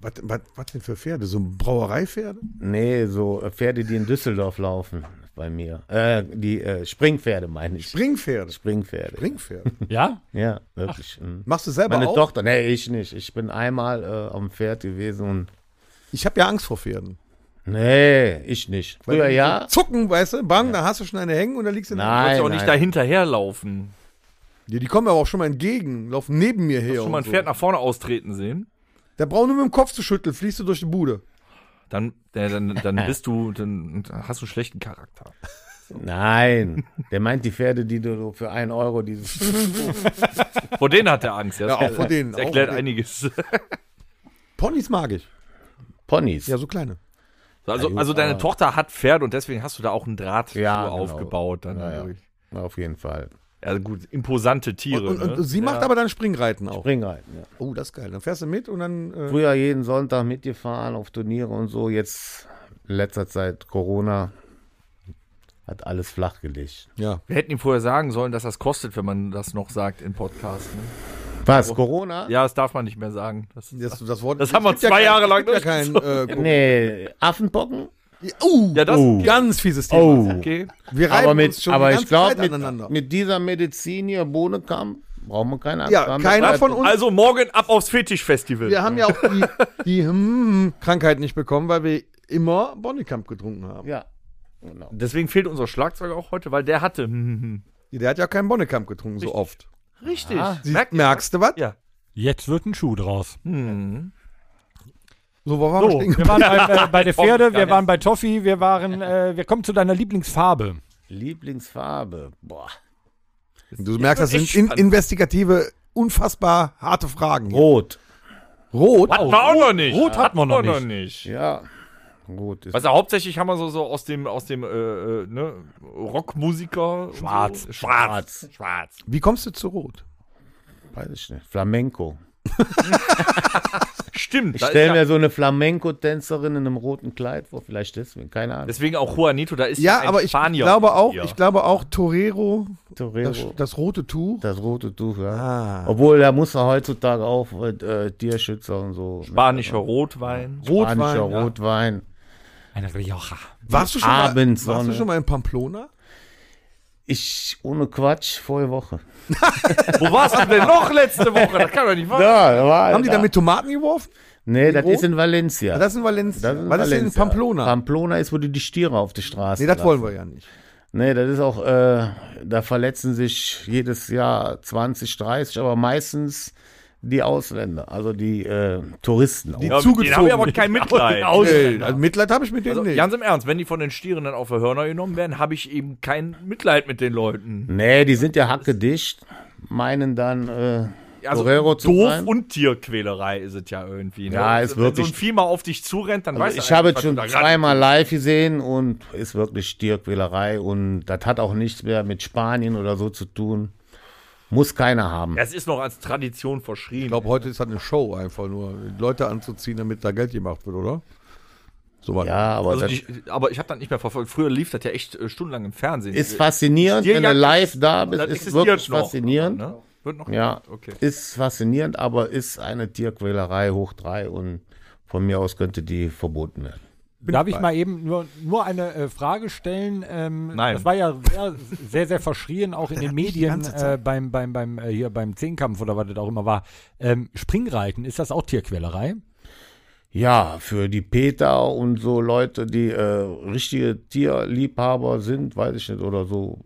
Speaker 4: Was, was, was denn für Pferde? So ein Brauereipferde?
Speaker 6: Nee, so äh, Pferde, die in Düsseldorf laufen bei mir. Äh, die äh, Springpferde meine ich.
Speaker 4: Springpferde.
Speaker 6: Springpferde.
Speaker 4: Springpferde.
Speaker 2: ja?
Speaker 6: Ja, wirklich. mhm.
Speaker 4: Machst du selber
Speaker 6: Meine
Speaker 4: auch?
Speaker 6: Tochter, nee, ich nicht. Ich bin einmal äh, am Pferd gewesen und
Speaker 4: Ich habe ja Angst vor Pferden.
Speaker 6: nee, ich nicht.
Speaker 4: Weil
Speaker 6: Früher
Speaker 4: die
Speaker 6: ja.
Speaker 4: So zucken, weißt du? Bang, da hast du schon eine hängen und da liegst du in der-
Speaker 3: Du sollst
Speaker 6: Nein,
Speaker 3: ja auch nicht da
Speaker 6: nein.
Speaker 3: hinterherlaufen.
Speaker 4: Die, die kommen mir aber auch schon mal entgegen, laufen neben mir her.
Speaker 3: Hast du schon mal ein
Speaker 4: und so.
Speaker 3: Pferd nach vorne austreten sehen?
Speaker 4: Der braucht nur mit dem Kopf zu schütteln, fließt du durch die Bude.
Speaker 3: Dann, äh, dann, dann bist du, dann hast du einen schlechten Charakter.
Speaker 6: Nein. Der meint die Pferde, die du so für einen Euro dieses.
Speaker 3: Vor denen hat er Angst. Das,
Speaker 4: Ja, auch vor denen.
Speaker 3: das
Speaker 4: auch
Speaker 3: erklärt
Speaker 4: vor denen.
Speaker 3: einiges.
Speaker 4: Ponys mag ich.
Speaker 6: Ponys.
Speaker 4: Ja, so kleine.
Speaker 3: Also,
Speaker 6: gut,
Speaker 3: also deine
Speaker 6: aber-
Speaker 3: Tochter hat Pferd und deswegen hast du da auch einen Draht zu
Speaker 6: Ja, genau.
Speaker 3: aufgebaut. Dann
Speaker 6: Ja, ja.
Speaker 3: dadurch.
Speaker 6: Auf jeden Fall.
Speaker 3: Also gut, imposante Tiere.
Speaker 4: Und, und,
Speaker 3: ne?
Speaker 4: und sie macht aber dann Springreiten auch.
Speaker 6: Bring rein. Ja.
Speaker 4: Oh, das ist geil. Dann fährst du mit und dann. Äh,
Speaker 6: Früher jeden Sonntag mitgefahren auf Turniere und so. Jetzt in letzter Zeit Corona hat alles flachgelegt.
Speaker 4: ja.
Speaker 3: Wir hätten ihm vorher sagen sollen, dass das kostet, wenn man das noch sagt im Podcast. Ne?
Speaker 6: Was? Corona?
Speaker 3: Ja, das darf man nicht mehr sagen. Das ist,
Speaker 4: Das, das, Wort,
Speaker 3: Das haben wir
Speaker 4: es gibt
Speaker 3: zwei
Speaker 4: kein-
Speaker 3: Jahre
Speaker 4: es
Speaker 3: lang
Speaker 4: gibt ja kein, äh, Ko-
Speaker 6: Nee, Affenpocken?
Speaker 4: Oh,
Speaker 3: ja, das
Speaker 6: Oh.
Speaker 4: ganz fieses Thema.
Speaker 6: Oh.
Speaker 3: okay.
Speaker 4: Wir reiben
Speaker 6: Aber,
Speaker 4: uns
Speaker 6: mit,
Speaker 4: schon
Speaker 6: aber
Speaker 4: die
Speaker 6: ich
Speaker 4: ganze Zeit
Speaker 6: glaube,
Speaker 4: aneinander.
Speaker 6: mit, mit dieser Medizin hier, Bohnenkamp, brauchen wir keine Angst
Speaker 4: Ja,
Speaker 6: haben.
Speaker 4: keiner
Speaker 6: Das-
Speaker 4: von uns-
Speaker 3: Also morgen ab aufs Fetischfestival.
Speaker 4: wir haben ja auch die, die hm, Krankheit nicht bekommen, weil wir immer Bonnekamp getrunken haben.
Speaker 6: Ja.
Speaker 3: Deswegen fehlt unser Schlagzeuger auch heute, weil der hatte. hm, hm,
Speaker 4: Der hat ja keinen Bonnekamp getrunken so oft.
Speaker 3: hm. Richtig.
Speaker 4: Sie,
Speaker 3: Merkt ihr?
Speaker 4: merkst du was?
Speaker 3: Ja.
Speaker 2: Jetzt wird ein Schuh draus.
Speaker 3: Hm.
Speaker 4: So, wo waren wir
Speaker 2: So,
Speaker 4: stehen
Speaker 2: wir waren bei, äh, bei der Pferde, wir
Speaker 3: Gerne.
Speaker 2: waren bei Toffee, wir waren, äh, wir kommen zu deiner Lieblingsfarbe.
Speaker 6: Lieblingsfarbe. Boah.
Speaker 4: Du merkst, das
Speaker 3: wird
Speaker 4: sind
Speaker 3: echt
Speaker 4: in,
Speaker 3: spannend.
Speaker 4: investigative, unfassbar harte Fragen. hier.
Speaker 6: Rot.
Speaker 4: Rot.
Speaker 3: Hatten wir auch noch nicht.
Speaker 2: Rot hatten wir noch nicht.
Speaker 6: Ja. Gut. Ist
Speaker 3: Was hauptsächlich haben wir so, so aus dem, aus dem äh, äh, ne, Rockmusiker. und
Speaker 2: Schwarz.
Speaker 3: So. Schwarz. Schwarz.
Speaker 4: Wie kommst du zu Rot?
Speaker 6: weiß ich nicht. Flamenco.
Speaker 3: Stimmt.
Speaker 6: Ich
Speaker 3: da ist
Speaker 6: stelle
Speaker 3: ja-
Speaker 6: mir so eine Flamenco-Tänzerin in einem roten Kleid vor, vielleicht deswegen, keine Ahnung.
Speaker 3: Deswegen auch Juanito, da ist
Speaker 4: Ja,
Speaker 3: ein
Speaker 4: aber ich
Speaker 3: Spanier.
Speaker 4: glaube auch,
Speaker 3: hier.
Speaker 4: ich glaube auch Torero,
Speaker 6: Torero,
Speaker 4: das,
Speaker 6: das,
Speaker 4: das rote Tuch.
Speaker 6: rote Tuch, ja.
Speaker 4: Ah.
Speaker 6: Obwohl, da muss er heutzutage auch äh, Tierschützer und so. ne?
Speaker 3: Spanischer Rotwein.
Speaker 4: Rotwein,
Speaker 6: Spanischer
Speaker 4: ja.
Speaker 6: Rotwein.
Speaker 2: Eine Rioja.
Speaker 4: Warst du schon
Speaker 6: Abendsonne.
Speaker 4: mal, warst du schon mal in Pamplona?
Speaker 6: Ich, ohne Quatsch, vorige Woche.
Speaker 3: Wo warst du denn noch letzte Woche? Das kann doch nicht wahr sein.
Speaker 6: Da, da war
Speaker 4: Ah. Haben die da mit Tomaten geworfen?
Speaker 6: Nee, das
Speaker 4: Wo? Ah,
Speaker 6: ist in Valencia.
Speaker 4: Das ist in Valencia.
Speaker 6: Das ist in
Speaker 4: Was ist denn in
Speaker 6: Valencia.
Speaker 4: Pamplona?
Speaker 6: Pamplona ist, wo die die Stiere auf die Straße
Speaker 4: nee, das wollen wir ja nicht.
Speaker 6: Nee, das ist auch, äh, da verletzen sich jedes Jahr 20, 30, aber meistens die Ausländer, also die äh, Touristen. auch.
Speaker 3: Ja,
Speaker 4: zugezogen.
Speaker 3: Den haben wir aber kein Mitleid.
Speaker 4: Nee, also Mitleid habe ich mit denen
Speaker 3: Oh, Also,
Speaker 4: nicht.
Speaker 3: ganz im Ernst, wenn die von den Stieren dann auf die Hörner genommen werden, habe ich eben kein Mitleid mit den Leuten.
Speaker 6: Nee, die sind ja hackedicht, meinen dann äh,
Speaker 3: Also
Speaker 6: Torero zu
Speaker 3: doof
Speaker 6: sein.
Speaker 3: und Tierquälerei ist es ja irgendwie. Ne?
Speaker 6: Ja, ist
Speaker 3: wenn
Speaker 6: wirklich-
Speaker 3: so ein Vieh mal auf dich zurennt, dann weißt
Speaker 6: Also
Speaker 3: du
Speaker 6: ich habe
Speaker 3: eigentlich, was
Speaker 6: es schon
Speaker 3: du da gerade-
Speaker 6: zweimal live gesehen und ist wirklich Stierquälerei und das hat auch nichts mehr mit Spanien oder so zu tun. Muss keiner haben.
Speaker 3: Das ist noch als Tradition verschrien.
Speaker 4: Ich glaube, heute ist halt eine Show einfach nur, Leute anzuziehen, damit da Geld gemacht wird, oder? So war
Speaker 6: Ja, aber
Speaker 3: also
Speaker 6: das
Speaker 3: die, aber ich habe das nicht mehr verfolgt. Früher lief das ja echt äh, stundenlang im Fernsehen.
Speaker 6: ist faszinierend, wenn du
Speaker 3: Stierjagd
Speaker 6: live da
Speaker 3: Das
Speaker 6: bist, ist
Speaker 3: existiert
Speaker 6: wirklich
Speaker 3: noch,
Speaker 6: faszinierend.
Speaker 3: Ne? Wird noch
Speaker 6: Ja,
Speaker 3: okay.
Speaker 6: ist faszinierend, aber ist eine Tierquälerei hoch drei und von mir aus könnte die verboten werden.
Speaker 2: Darf ich mal eben nur, nur eine äh, Frage stellen? Ähm,
Speaker 3: Nein.
Speaker 2: Das war ja sehr, sehr, sehr verschrien, auch in den Medien äh, beim, beim, beim, äh, hier beim Zehnkampf oder was das auch immer war. Ähm, Springreiten, ist das auch Tierquälerei?
Speaker 6: Ja, für die Peter und so Leute, die äh, richtige Tierliebhaber sind, weiß ich nicht, oder so.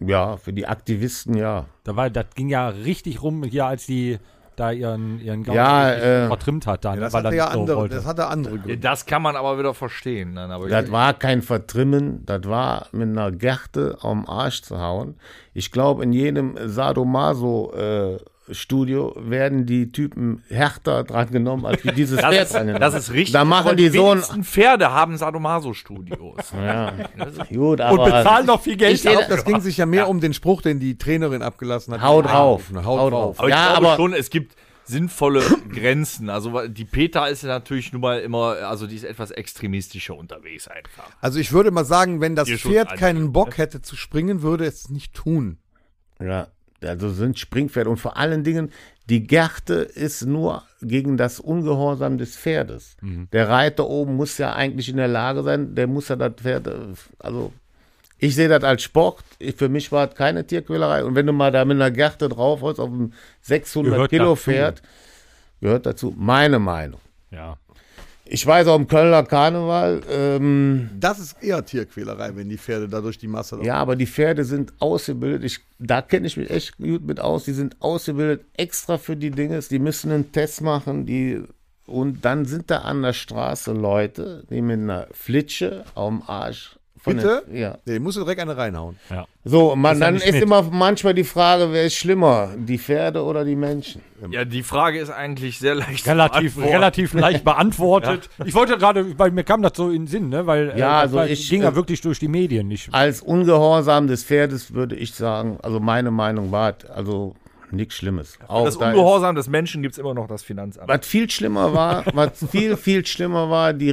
Speaker 6: Ja, für die Aktivisten, ja.
Speaker 2: Da war, das ging ja richtig rum hier, als die da ihren, ihren Gaumen
Speaker 6: Ja,
Speaker 2: richtig
Speaker 6: äh,
Speaker 2: vertrimmt hat dann,
Speaker 4: Ja, das
Speaker 2: weil
Speaker 4: hatte
Speaker 2: er
Speaker 4: ja
Speaker 2: nicht so
Speaker 4: andere,
Speaker 2: wollte.
Speaker 4: das hatte andere
Speaker 3: Ja,
Speaker 4: Gründe.
Speaker 3: Das kann man aber wieder verstehen. Dann, aber
Speaker 6: Das war kein Vertrimmen, das war mit einer Gerte am Arsch zu hauen. Ich glaube, in jedem Sadomaso-Studio werden die Typen härter dran genommen, als wie dieses
Speaker 3: das,
Speaker 6: Pferd
Speaker 3: ist,
Speaker 6: dran genommen.
Speaker 3: das ist richtig.
Speaker 6: Da machen die so ein...
Speaker 3: wenigsten Pferde haben Sadomaso-Studios.
Speaker 6: Ja, gut, aber...
Speaker 2: Und bezahlen noch viel Geld.
Speaker 6: Ich
Speaker 4: Ich
Speaker 6: sehe
Speaker 2: dafür.
Speaker 4: glaub, das ging sich ja mehr um den Spruch, den die Trainerin abgelassen hat.
Speaker 6: Hau
Speaker 4: Ja,
Speaker 6: drauf,
Speaker 4: ne,
Speaker 6: hau
Speaker 4: Hau drauf.
Speaker 6: drauf.
Speaker 3: Aber
Speaker 6: Ja,
Speaker 3: ich glaube
Speaker 6: aber-
Speaker 3: schon, es gibt sinnvolle Grenzen. Also wa- die PETA ist ja natürlich nun mal immer, also die ist etwas extremistischer unterwegs einfach.
Speaker 4: Also ich würde mal sagen, wenn das
Speaker 3: Ihr Schutz
Speaker 4: Pferd
Speaker 3: an-
Speaker 4: keinen Bock hätte zu springen, würde es nicht tun.
Speaker 6: Ja, also sind Springpferde. Und vor allen Dingen, die Gerte ist nur gegen das Ungehorsam des Pferdes.
Speaker 2: Mhm.
Speaker 6: Der Reiter oben muss ja eigentlich in der Lage sein, der muss ja das Pferd, äh, also ich sehe das als Sport. Ich, für mich war das keine Tierquälerei. Und wenn du mal da mit einer Gerte drauf holst, auf einem 600
Speaker 2: Gehört
Speaker 6: Kilo
Speaker 2: dazu.
Speaker 6: Pferd, gehört dazu, meine Meinung.
Speaker 2: Ja.
Speaker 6: Ich weiß auch im Kölner Karneval, ähm,
Speaker 4: Das ist eher Tierquälerei, wenn die Pferde da durch die Masse laufen.
Speaker 6: Ja, aber die Pferde sind ausgebildet. Ich, da kenne ich mich echt gut mit aus. Die sind ausgebildet extra für die Dinge. Die müssen einen Test machen. Die, und dann sind da an der Straße Leute, die mit einer Flitsche auf dem Arsch. von
Speaker 4: Bitte?
Speaker 6: Den, ja.
Speaker 4: Nee, musst du direkt eine reinhauen.
Speaker 6: So, man,
Speaker 2: Ist ja
Speaker 6: dann
Speaker 2: nicht
Speaker 6: ist
Speaker 2: mit.
Speaker 6: immer manchmal die Frage, wer ist schlimmer, die Pferde oder die Menschen?
Speaker 3: Ja, die Frage ist eigentlich sehr leicht. zu
Speaker 2: Relativ,
Speaker 3: beantworten.
Speaker 2: relativ leicht beantwortet. Ich wollte gerade, weil mir kam das so in den Sinn, ne? weil äh,
Speaker 6: Ja,
Speaker 2: das
Speaker 6: also
Speaker 2: war-
Speaker 6: ich,
Speaker 2: ging
Speaker 6: äh,
Speaker 2: ja wirklich durch die Medien. Ich
Speaker 6: Als Ungehorsam des Pferdes würde ich sagen, also meine Meinung war, also nichts Schlimmes. Auch
Speaker 3: Das
Speaker 6: da ist-
Speaker 3: Ungehorsam des Menschen gibt es immer noch das Finanzamt.
Speaker 6: Was viel schlimmer war, was viel, viel schlimmer war, die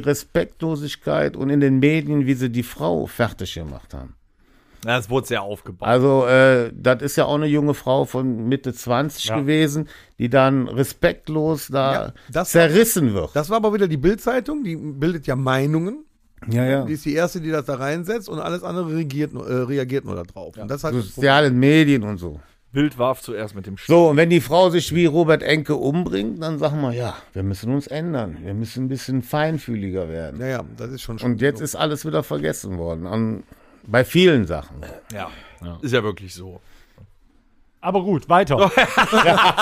Speaker 6: Respektlosigkeit und in den Medien, wie sie die Frau fertig gemacht haben.
Speaker 3: Ja, Das wurde sehr aufgebaut.
Speaker 6: Also, äh, das ist ja auch eine junge Frau von Mitte 20 gewesen, die dann respektlos da
Speaker 4: Ja, das-
Speaker 6: zerrissen wird.
Speaker 4: Das war aber wieder die Bildzeitung, die bildet ja Meinungen.
Speaker 6: ja, ja.
Speaker 4: Die ist die erste, die das da reinsetzt und alles andere reagiert, nur- äh, reagiert nur darauf. Und das hat
Speaker 6: Sozialen Medien und so.
Speaker 3: Bild warf zuerst mit dem Sch
Speaker 6: So, und wenn die Frau sich wie Robert Enke umbringt, dann sagen wir, ja, wir müssen uns ändern. Wir müssen ein bisschen feinfühliger werden.
Speaker 4: Naja, das ist schon schlimm.
Speaker 6: Und jetzt ist alles wieder vergessen worden. An, bei vielen Sachen.
Speaker 3: Ja. Ist ja wirklich so.
Speaker 2: Aber gut, weiter.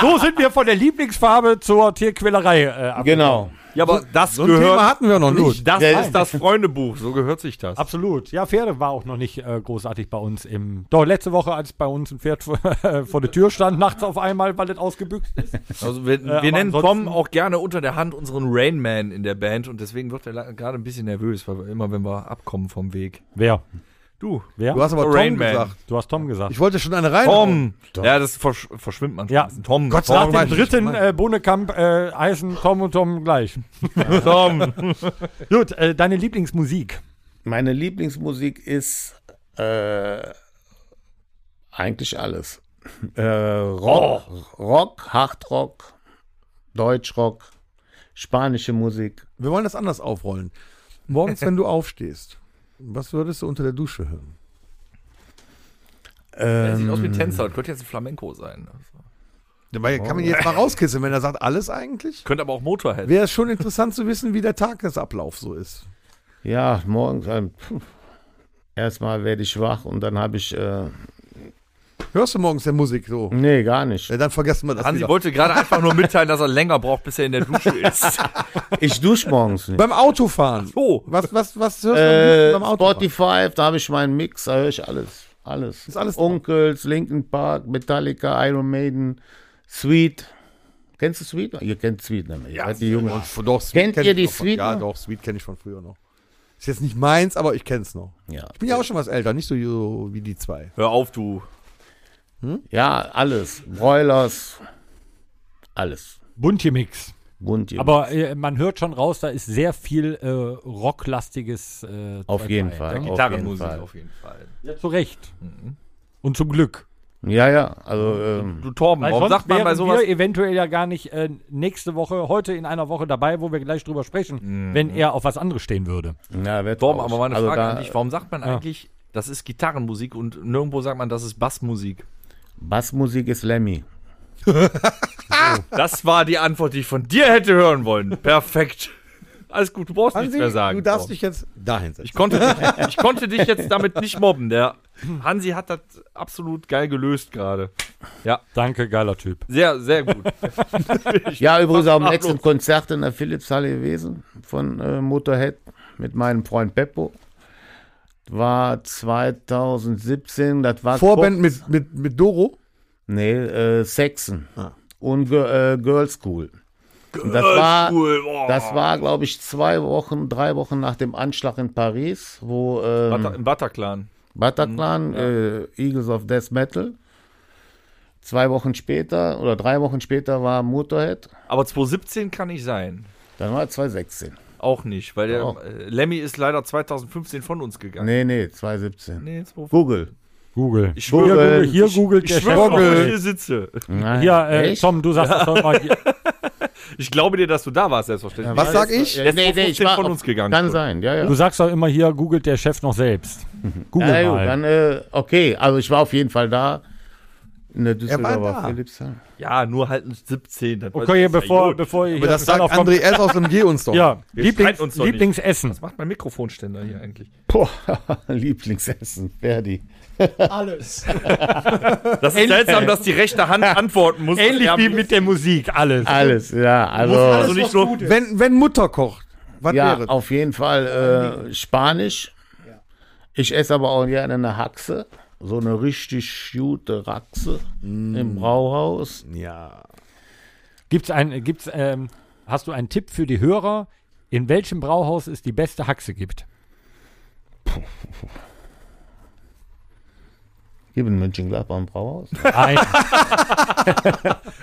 Speaker 2: So sind wir von der Lieblingsfarbe zur Tierquälerei äh, ab.
Speaker 6: Genau.
Speaker 3: Ja, aber das
Speaker 4: so ein
Speaker 3: gehört.
Speaker 4: Thema hatten wir noch nicht.
Speaker 3: das
Speaker 6: Der-
Speaker 3: ist das Freundebuch. So gehört sich das.
Speaker 2: Absolut. Ja, Pferde war auch noch nicht äh, großartig bei uns im. Doch, letzte Woche, als bei uns ein Pferd vor, vor der Tür stand, nachts auf einmal, weil das ausgebüxt ist.
Speaker 3: Also wir,
Speaker 2: aber
Speaker 3: wir nennen
Speaker 2: ansonsten-
Speaker 3: Tom auch gerne unter der Hand unseren Rainman in der Band und deswegen wird er la- gerade ein bisschen nervös, weil wir immer, wenn wir abkommen vom Weg.
Speaker 2: Wer?
Speaker 3: Du,
Speaker 2: Wer?
Speaker 4: Du hast aber
Speaker 3: Rain
Speaker 4: Tom
Speaker 3: Man.
Speaker 4: gesagt.
Speaker 2: Du hast Tom gesagt.
Speaker 4: Ich wollte schon eine rein.
Speaker 3: Tom. Ja, das versch verschwimmt man. schon
Speaker 2: Ja.
Speaker 3: ein bisschen. Tom.
Speaker 2: Gott, nach
Speaker 3: Tom,
Speaker 2: dem dritten äh, Bohnekamp äh, heißen Tom und Tom gleich.
Speaker 6: Ähm.
Speaker 3: Tom.
Speaker 2: Gut, äh, deine Lieblingsmusik.
Speaker 6: Meine Lieblingsmusik ist äh, eigentlich alles. Äh, Rock, Rock, Hardrock, Deutschrock, spanische Musik.
Speaker 4: Wir wollen das anders aufrollen. Morgens, wenn du aufstehst, was würdest du unter der Dusche hören?
Speaker 3: Der sieht aus wie ein Tänzer. Das könnte jetzt ein Flamenco sein.
Speaker 4: Dabei kann man jetzt mal rauskitzeln, wenn er sagt, alles eigentlich.
Speaker 3: Könnte aber auch Motorhead.
Speaker 4: Wäre es schon interessant zu wissen, wie der Tagesablauf so ist.
Speaker 6: Ja, morgens ähm, puh. erstmal werde ich wach und dann habe ich äh,
Speaker 4: Hörst du morgens der Musik so?
Speaker 6: nee gar nicht.
Speaker 4: Ja, dann vergessen wir das.
Speaker 3: Hansi
Speaker 4: wieder.
Speaker 3: wollte gerade einfach nur mitteilen, dass er länger braucht, bis er in der Dusche ist.
Speaker 6: Ich dusche morgens nicht.
Speaker 4: Beim Autofahren.
Speaker 3: So.
Speaker 4: Was, was, was hörst du am liebsten
Speaker 6: Äh,
Speaker 4: beim Autofahren?
Speaker 6: Spotify, da habe ich meinen Mix, da höre ich alles. Alles.
Speaker 4: Ist alles drauf.
Speaker 6: Onkels, Linkin Park, Metallica, Iron Maiden, Sweet. Kennst du Sweet? noch? Ihr kennt Sweet, ne? Ihr seid die Jungen.
Speaker 4: Und doch, Sweet
Speaker 6: Kennt
Speaker 4: kenn
Speaker 6: ihr
Speaker 4: ich
Speaker 6: die
Speaker 4: noch von-
Speaker 6: Sweet
Speaker 4: Ja,
Speaker 6: noch?
Speaker 4: doch, Sweet kenne ich von früher noch. Ist jetzt nicht meins, aber ich kenne es noch.
Speaker 6: Ja.
Speaker 4: Ich bin ja auch schon was älter, nicht so ju- wie die zwei.
Speaker 3: Hör auf, du.
Speaker 6: ja, alles. Broilers, alles.
Speaker 2: Buntje-Mix.
Speaker 6: Bunt, Jungs.
Speaker 2: Aber äh, man hört schon raus, da ist sehr viel äh, rocklastiges. Äh,
Speaker 6: auf
Speaker 2: Zeug
Speaker 6: jeden
Speaker 2: bei.
Speaker 6: Fall. Auf jeden
Speaker 3: Gitarrenmusik
Speaker 6: Fall.
Speaker 3: auf jeden Fall.
Speaker 2: Ja, zu Recht. Und zum Glück.
Speaker 6: Ja, ja. Also, ähm,
Speaker 3: Du Torben,
Speaker 2: Weil
Speaker 3: warum
Speaker 2: sonst
Speaker 3: sagt man bei
Speaker 2: wären
Speaker 3: sowas?
Speaker 2: wir eventuell ja gar nicht äh, nächste Woche, heute in einer Woche dabei, wo wir gleich drüber
Speaker 3: Mhm.
Speaker 2: sprechen, wenn er auf was anderes stehen würde.
Speaker 6: na, wer
Speaker 3: Torben,
Speaker 6: traurig.
Speaker 3: aber meine
Speaker 6: also
Speaker 3: Frage
Speaker 6: da,
Speaker 3: an dich, warum sagt man eigentlich, das ist Gitarrenmusik und nirgendwo sagt man, das ist Bassmusik?
Speaker 6: Bassmusik ist Lemmy.
Speaker 3: Das war die Antwort, die ich von dir hätte hören wollen. Perfekt. Alles gut, du brauchst nichts mehr sagen.
Speaker 4: du darfst
Speaker 3: Torben.
Speaker 4: dich jetzt dahin setzen.
Speaker 3: Ich konnte, dich, ich konnte dich jetzt damit nicht mobben. Der Hansi hat das absolut geil gelöst gerade.
Speaker 2: Danke, geiler Typ.
Speaker 3: Sehr, sehr gut.
Speaker 6: Ja, übrigens auch im
Speaker 3: Mach's
Speaker 6: letzten Konzert in der Philipshalle gewesen von äh, Motorhead mit meinem Freund Beppo. War 2017, das war
Speaker 4: Vorband
Speaker 6: kurz-
Speaker 4: mit, mit, mit Doro.
Speaker 6: Nee, äh, Saxon
Speaker 4: Ah.
Speaker 6: und Gir- äh, Girls School. Und das war, das war, glaube ich, zwei Wochen, drei Wochen nach dem Anschlag in Paris, wo ähm,
Speaker 3: Butter, Im Bataclan.
Speaker 6: Bataclan, äh, Eagles of Death Metal. Zwei Wochen später oder drei Wochen später war Motorhead.
Speaker 3: Aber 2017 kann nicht sein.
Speaker 6: Dann war 2016.
Speaker 3: Auch nicht, weil der
Speaker 6: Doch.
Speaker 3: äh, Lemmy ist leider 2015 von uns gegangen.
Speaker 6: Nee, nee, 2017.
Speaker 3: Nee, 2015.
Speaker 6: Google.
Speaker 2: Google.
Speaker 3: Ich
Speaker 2: hier,
Speaker 3: schwöre,
Speaker 2: Google, hier googelt
Speaker 3: ich
Speaker 2: der
Speaker 3: schwöre,
Speaker 2: Chef.
Speaker 3: wo ich hier sitze.
Speaker 6: Nein,
Speaker 2: Hier, äh,
Speaker 6: echt?
Speaker 2: Tom, du sagst das doch mal. Hier.
Speaker 3: Ich glaube dir, dass du da warst, selbstverständlich.
Speaker 4: Was sag ich?
Speaker 6: Ja,
Speaker 3: Der ist
Speaker 6: nee,
Speaker 3: 2015
Speaker 6: nee, ich war
Speaker 3: von
Speaker 6: auf-
Speaker 3: uns gegangen.
Speaker 6: Kann sein, ja, ja.
Speaker 2: Du sagst doch immer hier, googelt der Chef noch selbst. Google
Speaker 6: ja, gut,
Speaker 2: mal.
Speaker 6: dann, äh, okay, also ich war auf jeden Fall da. In der
Speaker 4: da.
Speaker 6: Düsseldorfer Philipshalle.
Speaker 3: Ja, nur halt nicht 17. das weiß
Speaker 2: okay,
Speaker 3: ich, ja,
Speaker 2: bevor,
Speaker 3: gut.
Speaker 2: bevor ihr
Speaker 4: Aber
Speaker 2: hier
Speaker 4: das sagt
Speaker 2: total aufkommt.
Speaker 4: André S. aus dem G uns doch.
Speaker 2: Ja,
Speaker 3: Wir
Speaker 2: Lieblings,
Speaker 3: streiten uns doch nicht.
Speaker 2: Lieblingsessen.
Speaker 3: Was macht mein Mikrofonständer hier eigentlich?
Speaker 6: Boah, Lieblingsessen, Ferdi.
Speaker 3: Das ist seltsam, dass die rechte Hand antworten muss.
Speaker 2: Ähnlich
Speaker 3: Ja, Ah.
Speaker 2: wie mit der Musik, alles.
Speaker 6: Alles, ja,
Speaker 3: Also
Speaker 6: also.
Speaker 3: nicht nur.
Speaker 4: Wenn, wenn Mutter kocht, was
Speaker 6: Ja,
Speaker 4: wäre?
Speaker 6: auf jeden Fall äh, Spanisch. Ich esse aber auch gerne eine Haxe. So eine richtig gute Raxe im Brauhaus.
Speaker 4: Ja.
Speaker 2: Gibt's ein, gibt's, ähm, hast du einen Tipp für die Hörer, in welchem Brauhaus es die beste Haxe gibt?
Speaker 6: Hier in Mönchengladbach ein Brauhaus.
Speaker 2: Nein.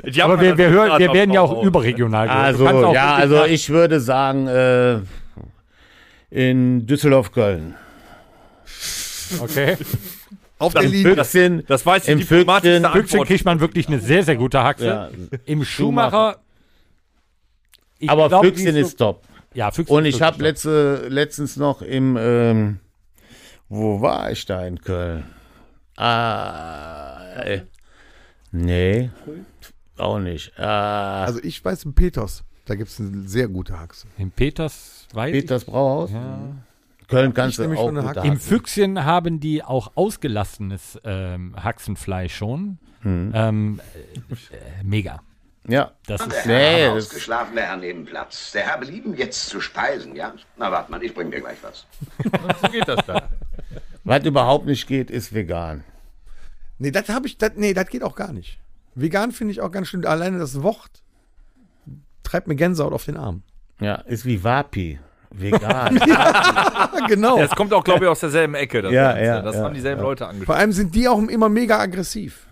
Speaker 3: Die haben
Speaker 2: Aber wir, wir,
Speaker 3: einen
Speaker 2: hören, wir
Speaker 3: Rückgrat
Speaker 2: werden ja
Speaker 3: auf-
Speaker 2: auch überregional gehört. Du
Speaker 6: Also,
Speaker 2: kannst auch
Speaker 6: ja,
Speaker 2: wirklich
Speaker 6: also
Speaker 2: nach-
Speaker 6: ich würde sagen, äh, in Düsseldorf-Köln.
Speaker 2: Okay.
Speaker 4: Auf der Linie.
Speaker 6: Füchschen,
Speaker 3: Das weiß
Speaker 6: Im
Speaker 3: die diplomatischste
Speaker 6: Füchschen-
Speaker 2: Füchschen
Speaker 3: Antwort.
Speaker 2: kriegt man wirklich eine sehr, sehr gute Haxe.
Speaker 6: ja.
Speaker 2: Im Schuhmacher. ich
Speaker 6: aber
Speaker 2: glaub, die
Speaker 6: Füchschen
Speaker 2: so-
Speaker 6: ist top.
Speaker 2: Ja, Füchschen
Speaker 6: Und ich
Speaker 2: ist
Speaker 6: habe
Speaker 2: wirklich
Speaker 6: letzte, letztens noch im, ähm, wo war ich da in Köln? Ah, äh, nee, auch nicht. Ah,
Speaker 4: Also ich weiß im Peters, da gibt es eine sehr gute Haxe.
Speaker 2: top. Im Peters weiß
Speaker 6: Peters Brauhaus. Köln kannst du
Speaker 4: nehme
Speaker 6: auch
Speaker 4: schon eine
Speaker 6: gute
Speaker 2: ich. Im
Speaker 6: Haxe.
Speaker 2: Füchschen haben die auch ausgelassenes ähm, Haxenfleisch schon.
Speaker 6: Hm.
Speaker 2: Ähm, äh, mega.
Speaker 6: Ja,
Speaker 2: Das ist
Speaker 6: nee, das,
Speaker 7: Ausgeschlafene Herr neben Platz. Der Herr belieben jetzt zu speisen, ja? Na, warte mal, ich bring dir gleich was.
Speaker 3: So geht das da.
Speaker 6: was überhaupt nicht geht, ist vegan.
Speaker 4: Nee, das habe ich, das, nee, das geht auch gar nicht. Vegan finde ich auch ganz schön. Alleine das Wort treibt mir Gänsehaut auf den Arm.
Speaker 6: Ja, ist wie Wapi. Vegan.
Speaker 4: genau.
Speaker 3: Das kommt auch, glaube ich, aus derselben Ecke. Das
Speaker 6: Ja,
Speaker 3: Ganze.
Speaker 6: ja,
Speaker 3: Das
Speaker 6: ja,
Speaker 3: haben dieselben Leute
Speaker 4: Vor
Speaker 3: angeschaut.
Speaker 4: allem sind die auch immer mega aggressiv.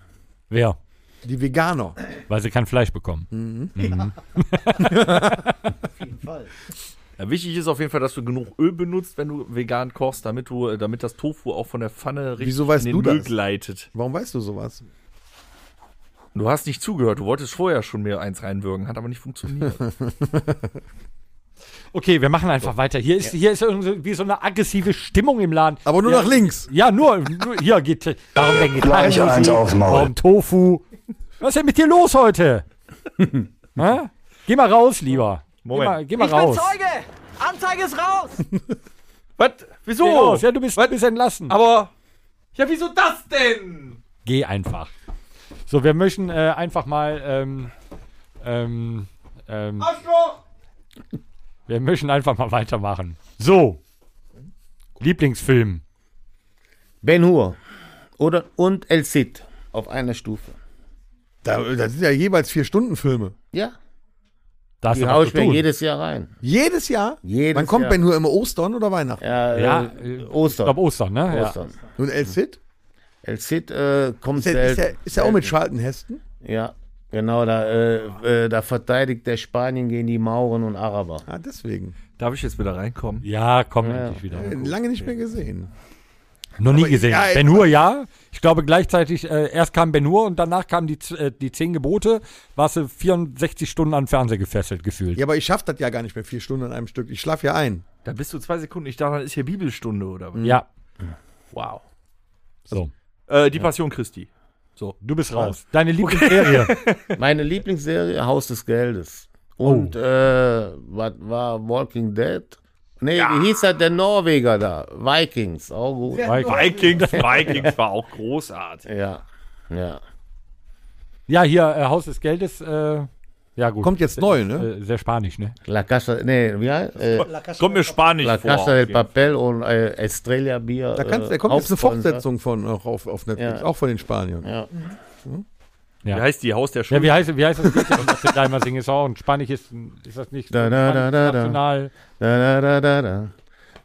Speaker 2: Wer?
Speaker 4: Die Veganer.
Speaker 2: Weil sie kein Fleisch bekommen.
Speaker 6: Hm.
Speaker 3: Ja, wichtig ist auf jeden Fall, dass du genug Öl benutzt, wenn du vegan kochst, damit, du, äh, damit das Tofu auch von der Pfanne richtig
Speaker 4: Wieso weißt
Speaker 3: in
Speaker 4: du
Speaker 3: den Müll
Speaker 4: das?
Speaker 3: gleitet.
Speaker 4: Warum weißt du sowas?
Speaker 3: Du hast nicht zugehört. Du wolltest vorher schon mir eins reinwürgen, hat aber nicht funktioniert.
Speaker 2: Okay, wir machen einfach weiter. Hier ist, hier ist irgendwie so eine aggressive Stimmung im Laden.
Speaker 4: Aber nur
Speaker 2: ja,
Speaker 4: nach links.
Speaker 2: Ja, nur, nur hier geht. Warum denn
Speaker 9: Gleich eins aufs Maul.
Speaker 2: Warum Tofu? Was ist denn mit dir los heute? Hä? Geh mal raus, lieber.
Speaker 3: Moment.
Speaker 2: Geh mal, geh mal raus.
Speaker 10: Zeuge! Anzeige ist raus!
Speaker 3: Was?
Speaker 2: Geh
Speaker 3: Wieso?
Speaker 2: raus. Ja, du bist, du bist entlassen.
Speaker 3: Aber. Ja, wieso das denn?
Speaker 2: Geh einfach. So, wir möchten äh, einfach mal. Ähm, ähm, ähm, wir möchten einfach mal weitermachen. So. Lieblingsfilm.
Speaker 6: ben Hur oder, und El Cid auf einer Stufe.
Speaker 4: Da, das sind ja jeweils vier Stunden Filme.
Speaker 6: Ja,
Speaker 2: Das
Speaker 6: die haue ich mir jedes Jahr rein.
Speaker 4: Jedes Jahr?
Speaker 6: Jedes
Speaker 4: Man kommt
Speaker 6: Jahr.
Speaker 4: Ben nur immer Ostern oder Weihnachten.
Speaker 6: Ja,
Speaker 2: Ja,
Speaker 6: äh,
Speaker 2: äh,
Speaker 6: Ostern.
Speaker 2: Ich glaube Ostern, ne? Ja.
Speaker 6: Ostern.
Speaker 4: Und El Cid?
Speaker 6: El Cid äh, kommt
Speaker 4: Ist der, ist
Speaker 6: selten.
Speaker 4: der, ist der auch mit Charlton Heston?
Speaker 6: Ja, genau, da, äh, äh, da verteidigt der Spanien gegen die Mauren und Araber.
Speaker 4: Ah, deswegen.
Speaker 3: Darf ich jetzt wieder reinkommen?
Speaker 2: Ja, komm endlich wieder.
Speaker 4: Lange nicht mehr gesehen.
Speaker 2: Noch nie gesehen.
Speaker 4: ja,
Speaker 2: ben Hur, ja. Ich glaube gleichzeitig, äh, erst kam Ben Hur und danach kamen die, Z- äh, die zehn Gebote. Warst du 64 Stunden an den Fernseher gefesselt gefühlt.
Speaker 4: Ja, aber ich schaff das ja gar nicht mehr vier Stunden an einem Stück. Ich schlaf ja ein.
Speaker 3: Da bist du zwei Sekunden nicht da, dann ist hier Bibelstunde oder was?
Speaker 2: Ja.
Speaker 3: Wow.
Speaker 2: So.
Speaker 3: Äh, die Passion Christi. So.
Speaker 2: Du bist raus. Deine Lieblingsserie.
Speaker 6: Meine Lieblingsserie, Haus des Geldes. Und äh, was war Walking Dead? Nee, wie hieß das der Norweger da? Vikings, auch gut. Ja,
Speaker 3: Vikings, Vikings war auch großartig.
Speaker 6: ja. ja.
Speaker 2: ja, hier, äh, Haus des Geldes. Äh, ja, gut.
Speaker 4: Kommt jetzt neu, ne?
Speaker 2: äh, sehr spanisch, ne?
Speaker 6: La Casa, nee, wie heißt? Äh,
Speaker 3: Kommt mir spanisch
Speaker 6: La
Speaker 3: vor.
Speaker 6: Casa del Papel und äh, Estrella Bier.
Speaker 4: Da, kannst, da
Speaker 6: äh,
Speaker 4: kommt jetzt eine
Speaker 6: Hauptsponsor.
Speaker 4: Fortsetzung von auch auf, auf Netflix,
Speaker 6: Ja.
Speaker 4: auch von den Spaniern.
Speaker 6: Ja.
Speaker 3: Wie heißt die Haus der
Speaker 2: Ja,
Speaker 3: Schule?
Speaker 2: wie heißt, wie heißt das Lied, was wir da immer singen? Ist auch ein Spanisch, ist, ein- ist das nicht
Speaker 6: Da, da, da, da, da.
Speaker 2: national?
Speaker 6: Da, da, da, da, da.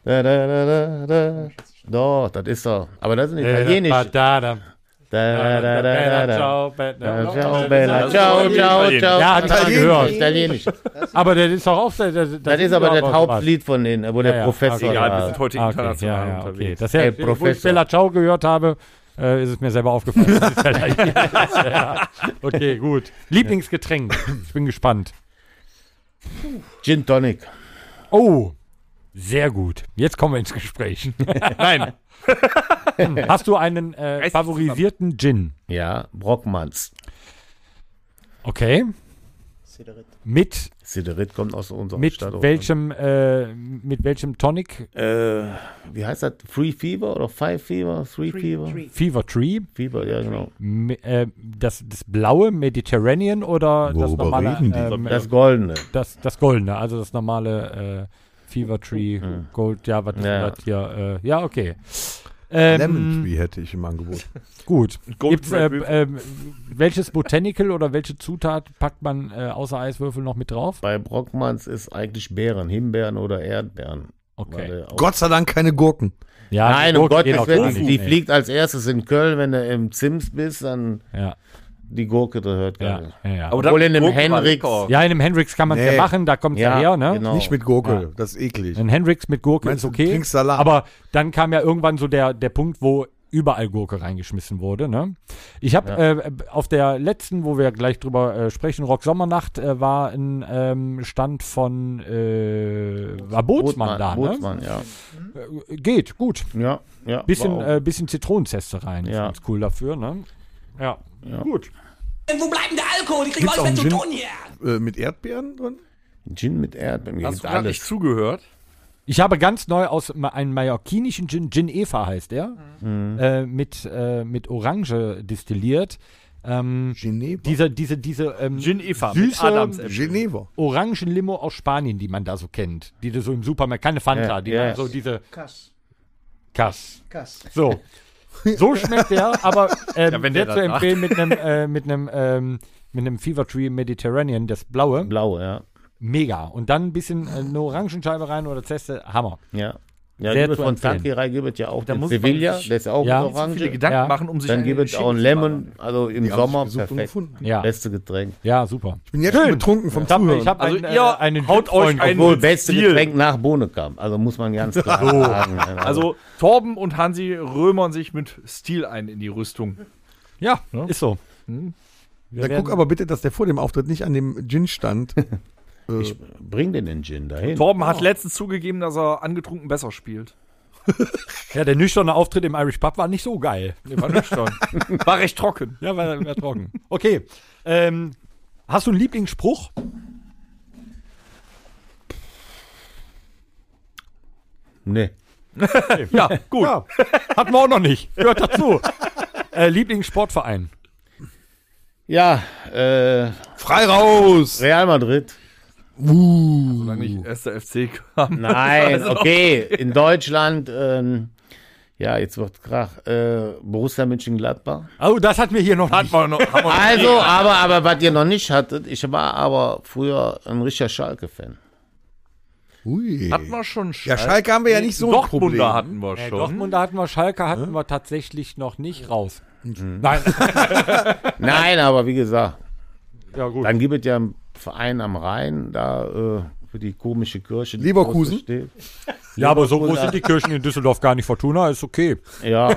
Speaker 6: Da, da, da, da, da. Doch, das ist doch. Aber das ist ein italienisch.
Speaker 2: Äh, da, da,
Speaker 6: Da, da, da, da, da.
Speaker 2: Ciao, Bella.
Speaker 6: Ja, Ciao, Bella. Ciao, ciao, ciao.
Speaker 2: Ja, hab ich mal gehört.
Speaker 6: Italienisch.
Speaker 2: Aber das ist doch auch. Das,
Speaker 6: Das ist aber das Hauptlied von denen, wo der
Speaker 2: Ja, ja,
Speaker 6: Professor
Speaker 2: okay.
Speaker 3: Egal, wir
Speaker 6: da.
Speaker 3: sind heute
Speaker 2: Ah, okay,
Speaker 3: international
Speaker 2: ja, ja, okay.
Speaker 3: unterwegs.
Speaker 2: Das ja,
Speaker 6: Ey,
Speaker 2: wo ich
Speaker 6: Professor.
Speaker 2: Bella Ciao gehört habe, äh, ist es mir selber aufgefallen. Das ist ja da- ja. okay, gut. Lieblingsgetränk. Ich bin gespannt.
Speaker 6: Gin Tonic.
Speaker 2: Oh, sehr gut. Jetzt kommen wir ins Gespräch.
Speaker 3: Nein,
Speaker 2: Hast du einen äh,
Speaker 3: Reiß
Speaker 2: favorisierten Gin?
Speaker 6: Ja, Brockmanns.
Speaker 2: Okay. Mit,
Speaker 6: Siderit kommt aus unserer
Speaker 2: mit,
Speaker 6: Stadt.
Speaker 2: welchem, äh, mit welchem Tonic?
Speaker 6: Äh, wie heißt das? Free Fever oder Five Fever? Three Fever?
Speaker 2: Fever Tree?
Speaker 6: Fever, ja, genau.
Speaker 2: M- äh, das, das blaue Mediterranean oder das
Speaker 9: Worüber
Speaker 2: normale?
Speaker 9: reden die?
Speaker 2: ähm,
Speaker 6: Das Goldene.
Speaker 2: das, das goldene, also das normale äh, Fever Tree Gold, ja, was ist
Speaker 6: Hm. Ja.
Speaker 2: das hier? Äh, ja, okay. Ähm,
Speaker 4: Lemon Tree hätte ich im Angebot.
Speaker 6: Oh.
Speaker 2: Gut.
Speaker 3: Gold
Speaker 2: Gibt's, äh,
Speaker 3: Red Bull.
Speaker 2: ähm, welches Botanical oder welche Zutat packt man äh, außer Eiswürfel noch mit drauf?
Speaker 6: Bei Brockmanns ist eigentlich Beeren, Himbeeren oder Erdbeeren. Weil
Speaker 2: Okay.
Speaker 6: der auch-
Speaker 4: Gott sei Dank keine Gurken.
Speaker 2: Ja,
Speaker 6: Nein,
Speaker 2: die
Speaker 6: um
Speaker 2: Gurke geht
Speaker 6: Gottes
Speaker 2: auch gar
Speaker 6: Willen, die,
Speaker 2: nicht.
Speaker 6: die
Speaker 2: Nee.
Speaker 6: fliegt als erstes in Köln, wenn du im Zims bist, dann
Speaker 2: Ja,
Speaker 6: die Gurke, da hört gar
Speaker 2: ja,
Speaker 6: nicht.
Speaker 2: ja. ja.
Speaker 3: Aber
Speaker 6: Obwohl
Speaker 3: da-
Speaker 6: in dem
Speaker 3: Gurken war
Speaker 6: Henriks-
Speaker 3: lecker.
Speaker 2: ja, in einem Hendrix kann man es ja
Speaker 4: Nee.
Speaker 2: machen, da kommt es ja, her, ne?
Speaker 6: genau.
Speaker 4: Nicht mit Gurke, das ist eklig.
Speaker 2: Ein Hendrix mit Gurke
Speaker 4: Meinst
Speaker 2: ist
Speaker 4: du,
Speaker 2: okay.
Speaker 4: du trinkst Salat?
Speaker 2: Aber dann kam ja irgendwann so der, der Punkt, wo überall Gurke reingeschmissen wurde. Ne? Ich habe äh, auf der letzten, wo wir gleich drüber äh, sprechen, Rock Sommernacht, äh, war ein ähm, Stand von äh, war Bootsmann, da. Ne?
Speaker 6: Bootsmann, ja.
Speaker 2: Geht, gut.
Speaker 6: Ja, ja.
Speaker 2: Bisschen,
Speaker 6: war auch-
Speaker 2: äh, bisschen Zitronenzeste rein. Ist
Speaker 6: Ja.
Speaker 2: ganz cool dafür. Ne? Ja. gut.
Speaker 10: Wo bleibt denn der Alkohol? Die kriegen
Speaker 4: Gibt's
Speaker 10: euch
Speaker 4: auch einen
Speaker 10: mit zu
Speaker 4: Gin?
Speaker 10: tun hier!
Speaker 4: Äh, mit Erdbeeren drin?
Speaker 6: Gin mit Erdbeeren.
Speaker 3: hast
Speaker 6: Geht
Speaker 3: du gerade nicht
Speaker 6: alles.
Speaker 3: zugehört?
Speaker 2: Ich habe ganz neu aus ma- einem mallorquinischen Gin, Gin Eva heißt der, äh, mit, äh, mit Orange destilliert.
Speaker 6: Hm.
Speaker 2: Ähm,
Speaker 4: Geneva.
Speaker 2: Diese, diese, diese ähm,
Speaker 3: Gin Eva mit Adams-
Speaker 2: süße
Speaker 4: Geneva.
Speaker 2: Orangenlimo aus Spanien, die man da so kennt. Die du so im Supermarkt, keine Fanta,
Speaker 6: Ja,
Speaker 2: die
Speaker 6: ja.
Speaker 2: man so diese
Speaker 10: Kass.
Speaker 2: Kass.
Speaker 10: Kass.
Speaker 2: So. So schmeckt der, aber ähm,
Speaker 3: Ja, wenn der
Speaker 2: sehr zu
Speaker 3: das macht.
Speaker 2: empfehlen mit einem äh, mit einem ähm, mit einem Fever Tree Mediterranean, das blaue.
Speaker 6: Blau, ja.
Speaker 2: Mega. Und dann ein bisschen äh, eine Orangenscheibe rein oder Zeste. Hammer.
Speaker 6: Ja. Ja,
Speaker 2: Sehr
Speaker 6: gibt es
Speaker 2: zu
Speaker 6: von
Speaker 2: empfehlen.
Speaker 6: Tankirai gibt es ja auch den
Speaker 3: muss man
Speaker 6: Sevilla,
Speaker 3: sich-
Speaker 6: der ist auch
Speaker 2: Ja.
Speaker 6: ja,
Speaker 3: Viele
Speaker 6: orange.
Speaker 3: Gedanken
Speaker 2: Ja.
Speaker 3: machen, um sich
Speaker 6: Dann
Speaker 3: eine
Speaker 6: gibt es auch einen
Speaker 3: Geschichte zu
Speaker 6: Lemon, also im
Speaker 4: Die hab ich
Speaker 6: Sommer
Speaker 4: gesucht und
Speaker 6: perfekt.
Speaker 4: gefunden.
Speaker 2: Ja,
Speaker 6: Beste Getränk.
Speaker 2: ja, super.
Speaker 4: Ich bin jetzt schon betrunken vom
Speaker 2: Ich habe
Speaker 4: Zuhören.
Speaker 2: hab äh,
Speaker 3: Also
Speaker 2: einen,
Speaker 3: ihr
Speaker 2: einen
Speaker 3: haut euch
Speaker 2: Typfreund
Speaker 3: einen-
Speaker 2: geholt.
Speaker 6: Wohl beste
Speaker 3: Stil.
Speaker 6: Getränk nach Bohnenkamp. Also muss man ganz klar sagen.
Speaker 3: Also Torben und Hansi römern sich mit Stil ein in die Rüstung.
Speaker 2: Ja, ist so. Wir
Speaker 4: Dann
Speaker 2: werden-
Speaker 4: guck aber bitte, dass der vor dem Auftritt nicht an dem Gin stand.
Speaker 6: ich bring den in Gin dahin.
Speaker 3: Torben hat letztens zugegeben, dass er angetrunken besser spielt.
Speaker 2: Ja, der nüchterne Auftritt im Irish Pub war nicht so geil.
Speaker 3: Nee, war nüchtern. War recht trocken.
Speaker 2: Ja, war, war trocken. Okay. Ähm, hast du einen Lieblingsspruch?
Speaker 6: Nee.
Speaker 2: Ja, gut. Hatten wir auch noch nicht. Gehört dazu. äh, Lieblingssportverein.
Speaker 6: Ja, äh,
Speaker 4: Frei raus!
Speaker 6: Real Madrid.
Speaker 3: Solange nicht erster FC kam.
Speaker 6: Nein,
Speaker 2: Also.
Speaker 6: okay. In Deutschland, ähm, ja, jetzt wird Krach. Äh, Borussia Mönchengladbach.
Speaker 2: Oh, das hatten wir hier noch nicht.
Speaker 3: wir noch, haben wir noch-
Speaker 6: Also, aber, aber was ihr noch nicht hattet, ich war aber früher ein richtiger Schalke-Fan.
Speaker 4: Ui.
Speaker 3: hatten wir schon
Speaker 4: Ja, Schalke haben wir ja nicht so ein
Speaker 3: Dortmunder
Speaker 4: Problem.
Speaker 3: hatten wir
Speaker 2: Äh,
Speaker 3: schon.
Speaker 2: Dortmund hatten wir, Schalke hatten wir tatsächlich noch nicht raus. Nein.
Speaker 6: Nein, aber wie gesagt,
Speaker 2: ja, gut.
Speaker 6: dann gibt es ja einen Verein am Rhein, da äh, für die komische Kirche. Die
Speaker 4: Leverkusen?
Speaker 6: groß steht.
Speaker 2: Ja, aber so groß sind die Kirchen in Düsseldorf gar nicht. Fortuna ist okay.
Speaker 6: Ja.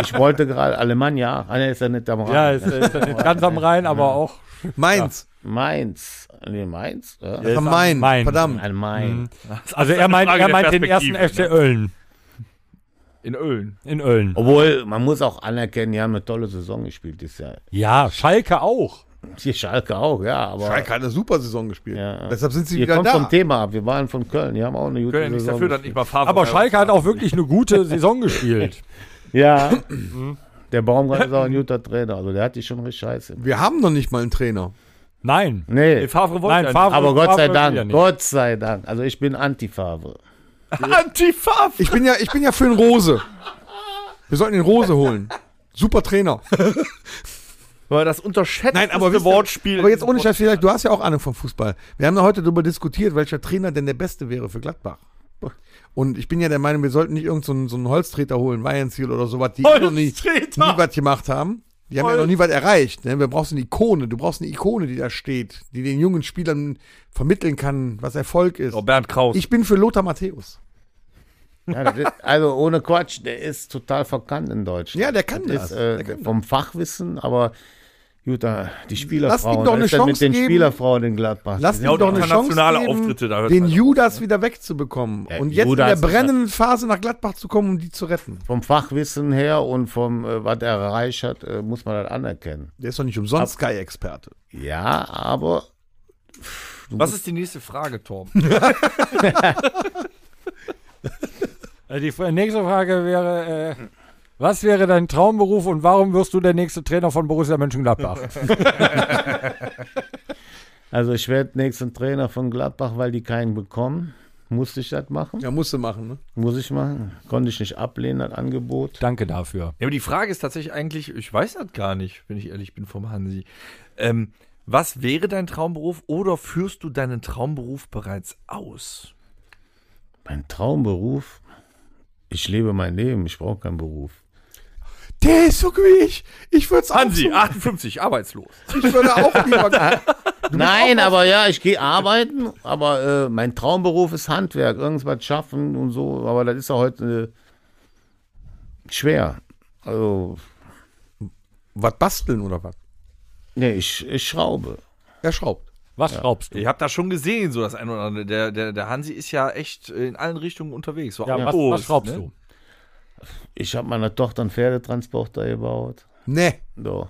Speaker 6: ich wollte gerade Alemannia. Ah, ne, ist ja nicht am Rhein.
Speaker 2: Ja, ist, ist nicht ganz am Rhein, aber auch
Speaker 4: Mainz.
Speaker 6: Mainz. Nee, Mainz? Ja.
Speaker 4: Ach, Main.
Speaker 2: Main.
Speaker 4: Verdammt.
Speaker 6: Ein Main.
Speaker 2: Also er meint,
Speaker 3: Frage
Speaker 2: er
Speaker 3: der
Speaker 2: meint den ersten
Speaker 3: Perspektive,
Speaker 2: FC
Speaker 3: ne?
Speaker 2: Ölln.
Speaker 3: In Ölen.
Speaker 2: In Ölln.
Speaker 6: Obwohl, man muss auch anerkennen, die haben eine tolle Saison gespielt dieses Jahr.
Speaker 2: Ja, Schalke auch.
Speaker 6: Hier Schalke auch, ja, aber.
Speaker 4: Schalke hat eine super Saison gespielt.
Speaker 6: Ja.
Speaker 4: Deshalb sind sie
Speaker 6: Ihr
Speaker 4: wieder
Speaker 6: kommt vom
Speaker 4: da.
Speaker 6: Thema ab. Wir waren von Köln. Die haben auch eine gute
Speaker 3: Können ja nichts
Speaker 6: Saison
Speaker 3: dafür, dass
Speaker 6: gespielt.
Speaker 3: ich mal ne? Farbe
Speaker 2: Aber Schalke hat auch wirklich eine gute Saison gespielt.
Speaker 6: Ja.
Speaker 2: Mhm.
Speaker 6: der Baumgart ist auch ein guter Trainer. Also der hat die schon richtig scheiße.
Speaker 4: Wir haben noch nicht mal einen Trainer.
Speaker 2: Nein.
Speaker 6: Nee.
Speaker 3: Nee, Favre wollte
Speaker 2: Nein,
Speaker 3: ja
Speaker 2: Favre-
Speaker 6: aber Gott sei
Speaker 2: Favre will ja
Speaker 6: Dank.
Speaker 2: nicht.
Speaker 6: Gott sei Dank. Also ich bin Antifavre.
Speaker 3: nicht. Antifa!
Speaker 4: Ich bin ja, ich bin ja für den Rose. Wir sollten den Rose holen. Super Trainer.
Speaker 3: Weil das unterschätzt
Speaker 4: Nein, aber wisst ihr-
Speaker 3: Wortspiel.
Speaker 4: Aber jetzt ohne Scheiß, vielleicht, du hast ja auch Ahnung vom Fußball. Wir haben ja heute darüber diskutiert, welcher Trainer denn der Beste wäre für Gladbach. Und ich bin ja der Meinung, wir sollten nicht irgendeinen so einen- so einen Holztreter holen, Weihenziel oder sowas, die eh noch nie, nie
Speaker 3: Holztreter!
Speaker 4: was gemacht haben. Die haben ja noch nie was erreicht. Ne? Wir brauchen eine Ikone. Du brauchst eine Ikone, die da steht, die den jungen Spielern vermitteln kann, was Erfolg ist.
Speaker 3: Oh, Bernd Kraus.
Speaker 4: Ich bin für Lothar Matthäus.
Speaker 6: Ja, das ist, also ohne Quatsch, der ist total verkannt in Deutschland.
Speaker 4: Ja, der kann das.
Speaker 6: Ist, äh,
Speaker 4: Der kann
Speaker 6: vom Fachwissen, aber gut, da, die Spielerfrauen.
Speaker 4: ihm doch
Speaker 6: was
Speaker 4: eine
Speaker 6: ist denn mit
Speaker 4: Chance
Speaker 6: den
Speaker 4: geben.
Speaker 6: Spielerfrauen in Gladbach.
Speaker 4: Lass
Speaker 6: Die
Speaker 4: ihm
Speaker 6: sind
Speaker 4: doch eine Chance
Speaker 3: internationale
Speaker 4: geben,
Speaker 3: Auftritte, da hört
Speaker 4: den
Speaker 3: man.
Speaker 4: Judas wieder wegzubekommen.
Speaker 6: Ja,
Speaker 4: und jetzt
Speaker 6: Judas
Speaker 4: in
Speaker 6: ist
Speaker 4: der brennenden Phase nach Gladbach zu kommen, um die zu retten.
Speaker 6: vom Fachwissen her und vom, äh, was er erreicht hat, äh, muss man das anerkennen.
Speaker 4: Der ist doch nicht umsonst Sky-Experte.
Speaker 6: Ja, aber
Speaker 3: Was ist die nächste Frage, Torben?
Speaker 2: Äh, Die fr- nächste Frage wäre, äh, was wäre dein Traumberuf und warum wirst du der nächste Trainer von Borussia Mönchengladbach?
Speaker 6: also ich werde nächsten Trainer von Gladbach, weil die keinen bekommen. Musste ich das machen?
Speaker 4: Ja, musste machen, ne?
Speaker 6: Muss ich machen? Konnte ich nicht ablehnen, das Angebot.
Speaker 2: Danke dafür.
Speaker 3: Ja, aber die Frage ist tatsächlich eigentlich, ich weiß das gar nicht, wenn ich ehrlich bin vom Hansi. Ähm, was wäre dein Traumberuf oder führst du deinen Traumberuf bereits aus?
Speaker 6: Mein Traumberuf? Ich lebe mein Leben, ich brauche keinen Beruf.
Speaker 4: Der ist so wie ich. Ich würde es auch,
Speaker 3: Hansi, 58, arbeitslos.
Speaker 4: so- ich würde auch lieber.
Speaker 6: Nein, aber ja, ich gehe arbeiten, aber äh, mein Traumberuf ist Handwerk, irgendwas schaffen und so, aber das ist ja heute äh, schwer. Also,
Speaker 4: was basteln oder was?
Speaker 6: nee, ich, ich schraube.
Speaker 4: Er schraubt.
Speaker 2: Was schraubst du?
Speaker 3: Ich habe das schon gesehen, so das ein oder andere. Der, der, der Hansi ist ja echt in allen Richtungen unterwegs. So
Speaker 2: Ja, was,
Speaker 3: Autos,
Speaker 2: was schraubst
Speaker 3: ne?
Speaker 2: du?
Speaker 6: Ich habe meiner Tochter einen Pferdetransporter gebaut.
Speaker 4: Ne.
Speaker 6: So.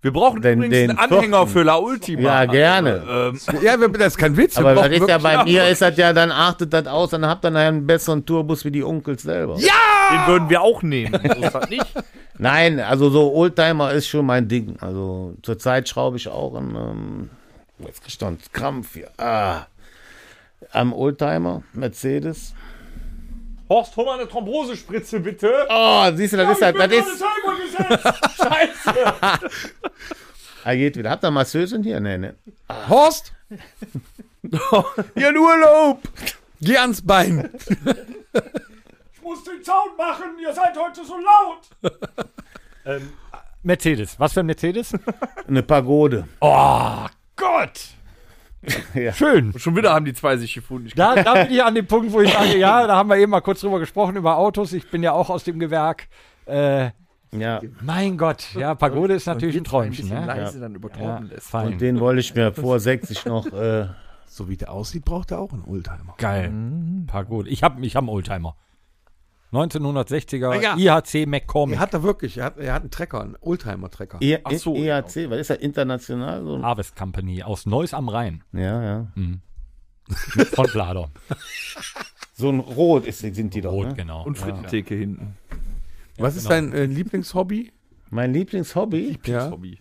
Speaker 3: Wir brauchen
Speaker 6: Den-
Speaker 3: übrigens
Speaker 6: den
Speaker 3: einen Anhänger
Speaker 6: vierten.
Speaker 3: für La Ultima.
Speaker 6: Ja, gerne.
Speaker 3: Ähm,
Speaker 4: Ja, wir- das ist kein Witz. wir
Speaker 6: Aber das
Speaker 4: brauchen
Speaker 6: ist
Speaker 4: wirklich-
Speaker 6: ja bei mir, ist das ja, dann achtet das aus, dann habt ihr nachher einen besseren Tourbus wie die Onkels selber. Ja!
Speaker 3: den würden wir auch nehmen. So ist das nicht.
Speaker 6: Nein, also so Oldtimer ist schon mein Ding. Also zurzeit schraube ich auch an, ähm, jetzt krieg ich noch einen Krampf hier. Ah. Am Oldtimer, Mercedes.
Speaker 3: Horst, hol mal eine Thrombosespritze, bitte.
Speaker 6: Oh, siehst du, das ist halt, das ist.
Speaker 3: Scheiße.
Speaker 6: Ah, Er geht wieder. Habt ihr Masseusen hier? Nee, ne.
Speaker 4: Horst, Ihren Urlaub! Geh ans Bein.
Speaker 2: Ich muss den Sound machen, ihr seid heute so laut. Ähm, Mercedes, was für ein Mercedes?
Speaker 6: Eine Pagode.
Speaker 2: Oh Gott.
Speaker 6: Ja.
Speaker 2: Schön.
Speaker 3: Schon wieder haben die zwei sich gefunden. Ich
Speaker 2: Da, da bin ich an dem Punkt, wo ich sage, ja, da haben wir eben mal kurz drüber gesprochen, über Autos. Ich bin ja auch aus dem Gewerk. Äh,
Speaker 6: Ja.
Speaker 2: mein Gott, ja, Pagode ist natürlich ein Träumchen.
Speaker 3: bisschen
Speaker 2: Ne?
Speaker 3: leise dann übertreiben lässt.
Speaker 2: Fein.
Speaker 6: Den wollte ich mir vor 60 noch. Äh,
Speaker 9: So wie der aussieht, braucht er auch einen Oldtimer.
Speaker 2: Geil. Pagode. Ich habe ich hab einen Oldtimer. 1960er
Speaker 4: Ja.
Speaker 2: IHC McCormick.
Speaker 4: Er hat da wirklich, er hat, er hat einen Trecker, einen Oldtimer-Trecker.
Speaker 6: E
Speaker 3: Ach so,
Speaker 6: EAC, was ist das? International? So ein,
Speaker 2: Harvest Company aus Neuss am Rhein.
Speaker 6: ja, ja.
Speaker 2: Mit Frontlader.
Speaker 6: So ein Rot ist, sind die doch.
Speaker 2: Rot,
Speaker 6: ne?
Speaker 2: genau.
Speaker 3: Und Frittentheke hinten.
Speaker 4: Was ist dein äh, Lieblingshobby?
Speaker 6: Mein Lieblingshobby?
Speaker 4: Ja.
Speaker 3: Hobby.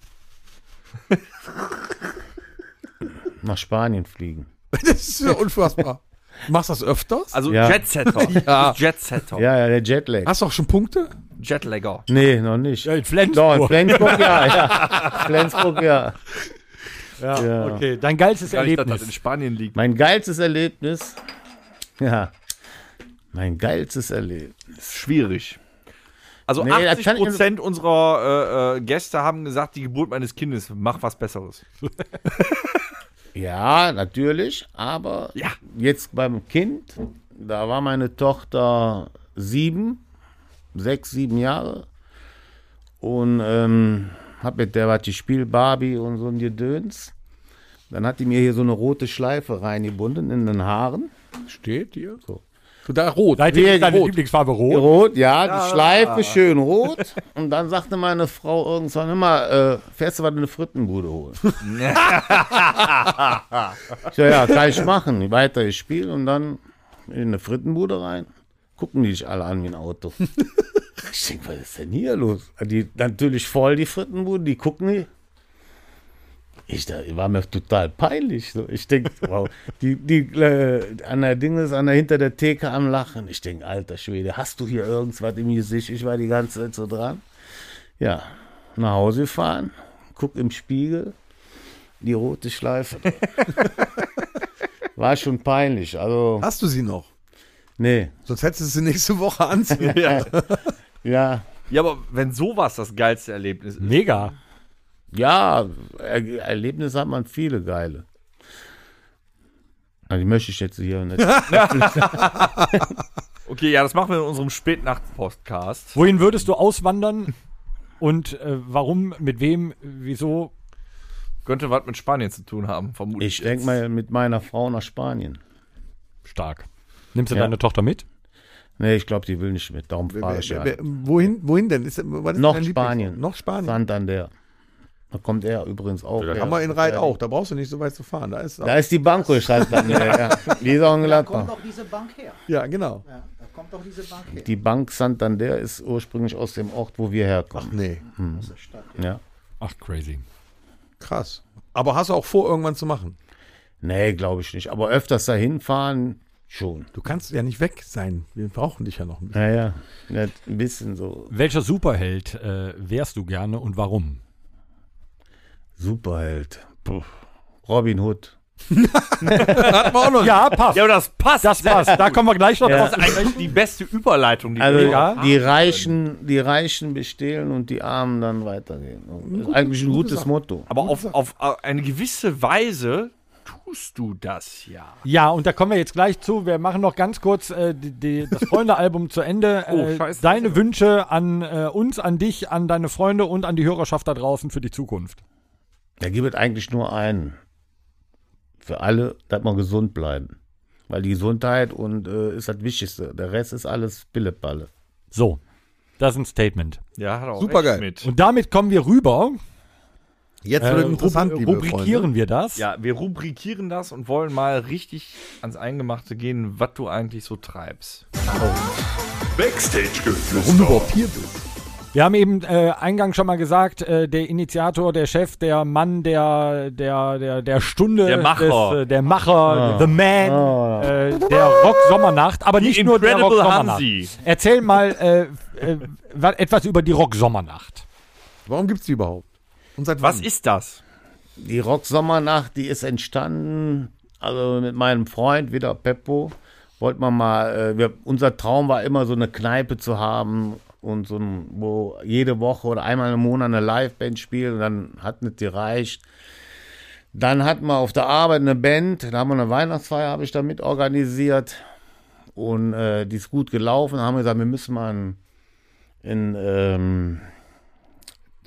Speaker 6: Nach Spanien fliegen.
Speaker 4: Das ist ja unfassbar. Machst du das öfters?
Speaker 3: Also
Speaker 6: Ja.
Speaker 3: Jetsetter.
Speaker 4: Ja.
Speaker 3: Jetsetter.
Speaker 6: Ja, ja, der Jetlag.
Speaker 4: Hast du auch schon Punkte?
Speaker 3: Jetlagger.
Speaker 6: Nee, noch nicht.
Speaker 2: Ja, in Flensburg.
Speaker 6: Doch, in Flensburg, ja, ja. Flensburg, ja.
Speaker 2: Ja,
Speaker 6: Ja.
Speaker 3: äh,
Speaker 2: Okay, dein geilstes
Speaker 3: Gar nicht, dass das in
Speaker 2: Erlebnis.
Speaker 3: Spanien liegt.
Speaker 6: Mein geilstes Erlebnis. Ja. Mein geilstes Erlebnis.
Speaker 3: Schwierig. Also
Speaker 6: Nee, das kann
Speaker 3: 80
Speaker 6: ich-
Speaker 3: Prozent unserer äh, äh, Gäste haben gesagt, die Geburt meines Kindes, mach was Besseres.
Speaker 6: Ja, natürlich, aber
Speaker 3: Ja.
Speaker 6: jetzt beim Kind, da war meine Tochter sieben, sechs, sieben Jahre und ähm, hab mit der was gespielt, Barbie und so ein Gedöns. Dann hat die mir hier so eine rote Schleife reingebunden in den Haaren.
Speaker 4: Steht hier.
Speaker 6: So.
Speaker 4: So, da rot.
Speaker 2: Seitdem
Speaker 6: Nee,
Speaker 2: ist deine
Speaker 6: rot.
Speaker 2: Lieblingsfarbe
Speaker 6: Rot,
Speaker 2: rot.
Speaker 6: ja, die Schleife schön rot. Und dann sagte meine Frau irgendwann immer, äh, fährst du was in eine Frittenbude holen? ich so, ja, kann ich machen. Weiter ich Spiel und dann in eine Frittenbude rein. Gucken die dich alle an wie ein Auto. ich denke, was ist denn hier los? Die natürlich voll die Frittenbude, die gucken die. Ich da, war mir total peinlich. So. Ich denke, wow, die, die äh, an der Ding ist an der hinter der Theke am Lachen. Ich denke, alter Schwede, hast du hier irgendwas im Gesicht? Ich war die ganze Zeit so dran. Ja, nach Hause fahren, guck im Spiegel, die rote Schleife. war schon peinlich. Also,
Speaker 4: Hast du sie noch?
Speaker 6: nee,
Speaker 4: Sonst hättest du sie nächste Woche anziehen.
Speaker 3: ja.
Speaker 6: ja.
Speaker 3: ja, aber wenn sowas das geilste Erlebnis ist.
Speaker 2: Mega.
Speaker 6: Ja, er Erlebnisse hat man viele geile. Also, die möchte ich jetzt hier nicht.
Speaker 3: Okay, ja, das machen wir in unserem Spätnacht-Podcast.
Speaker 2: Wohin würdest du auswandern? Und äh, warum, mit wem, wieso?
Speaker 3: Könnte was mit Spanien zu tun haben, vermutlich.
Speaker 6: Ich denke mal mit meiner Frau nach Spanien.
Speaker 2: Stark. Nimmst du
Speaker 6: Ja.
Speaker 2: deine Tochter mit?
Speaker 6: Nee, ich glaube, die will nicht mit. Darum fahre ich ja.
Speaker 4: Wer- Wohin, wohin denn? Ist, was ist
Speaker 6: Noch
Speaker 4: dein Lieblings-
Speaker 6: Spanien.
Speaker 4: Noch Spanien.
Speaker 6: Santander. Da kommt er übrigens auch.
Speaker 4: Haben wir in Reit auch. Da brauchst du nicht so weit zu fahren. Da ist
Speaker 6: Da ist die Banco Santander. ja. Die ist auch in Gladbach.
Speaker 10: doch diese Bank her.
Speaker 4: ja genau.
Speaker 10: Ja, da kommt doch diese Bank her.
Speaker 6: Die Bank Santander ist ursprünglich aus dem Ort, wo wir herkommen.
Speaker 4: Nee,
Speaker 10: Aus der Stadt.
Speaker 6: Ja.
Speaker 2: Ach, crazy.
Speaker 4: krass. Aber hast du auch vor, irgendwann zu machen?
Speaker 6: Nee, glaube ich nicht. Aber öfters dahin fahren, schon.
Speaker 4: Du kannst ja nicht weg sein. Wir brauchen dich ja noch ein bisschen.
Speaker 6: Naja, ja, ein bisschen so
Speaker 2: Welcher Superheld äh, wärst du gerne und warum?
Speaker 6: Superheld. Puh. Robin Hood.
Speaker 2: Ja, passt.
Speaker 3: Ja, aber das passt.
Speaker 2: das passt. Da kommen wir gleich noch
Speaker 6: Ja.
Speaker 2: drauf.
Speaker 3: eigentlich die beste Überleitung, die
Speaker 6: Also
Speaker 3: wir
Speaker 2: Ja.
Speaker 6: die Reichen, die Reichen bestehlen und die Armen dann weitergehen. Ist eigentlich ein gutes Motto.
Speaker 3: Aber auf, auf äh, eine gewisse Weise tust du das ja.
Speaker 2: Ja, und da kommen wir jetzt gleich zu. Wir machen noch ganz kurz äh, die, die, das Freunde-Album zu Ende.
Speaker 3: Oh,
Speaker 2: Äh,
Speaker 3: scheiße.
Speaker 2: Deine Wünsche an äh, uns, an dich, an deine Freunde und an die Hörerschaft da draußen für die Zukunft.
Speaker 6: Da gibt es eigentlich nur einen. Für alle, dass wir gesund bleiben. Weil die Gesundheit und äh, ist das Wichtigste. Der Rest ist alles Pillepalle.
Speaker 2: So, das ist ein Statement.
Speaker 3: Ja, hat auch
Speaker 4: Supergeil.
Speaker 3: recht mit.
Speaker 2: Und damit kommen wir rüber.
Speaker 4: Jetzt
Speaker 2: Äh,
Speaker 4: wird interessant,
Speaker 2: rub-
Speaker 4: liebe
Speaker 2: rubrikieren
Speaker 4: Freunde.
Speaker 2: wir das.
Speaker 3: Ja, wir rubrikieren das und wollen mal richtig ans Eingemachte gehen, was du eigentlich so treibst.
Speaker 4: Warum du
Speaker 1: Backstage-Geflüster.
Speaker 4: überhaupt hier bist.
Speaker 2: Wir haben eben äh, eingangs schon mal gesagt, äh, der Initiator, der Chef, der Mann, der der der der Stunde,
Speaker 3: Der Macher.
Speaker 2: des, äh, der Macher, the Man, äh, der Rock Sommernacht, aber nicht nur der Rock
Speaker 3: Incredible
Speaker 2: Sommernacht.
Speaker 3: Hansi.
Speaker 2: Erzähl mal äh, äh, wa- etwas über die Rock Sommernacht.
Speaker 4: Warum gibt's die überhaupt? Und seit
Speaker 3: Was
Speaker 4: wann?
Speaker 3: ist das?
Speaker 6: Die Rocksommernacht, die ist entstanden also mit meinem Freund, wieder Peppo, wollten wir mal, äh, wir, unser Traum war immer so eine Kneipe zu haben und so ein, wo jede Woche oder einmal im Monat eine Liveband spielt und dann hat nicht gereicht. Dann hatten wir auf der Arbeit eine Band, da haben wir eine Weihnachtsfeier, habe ich da mit organisiert und äh, die ist gut gelaufen. Da haben wir gesagt, wir müssen mal ein, ein ähm,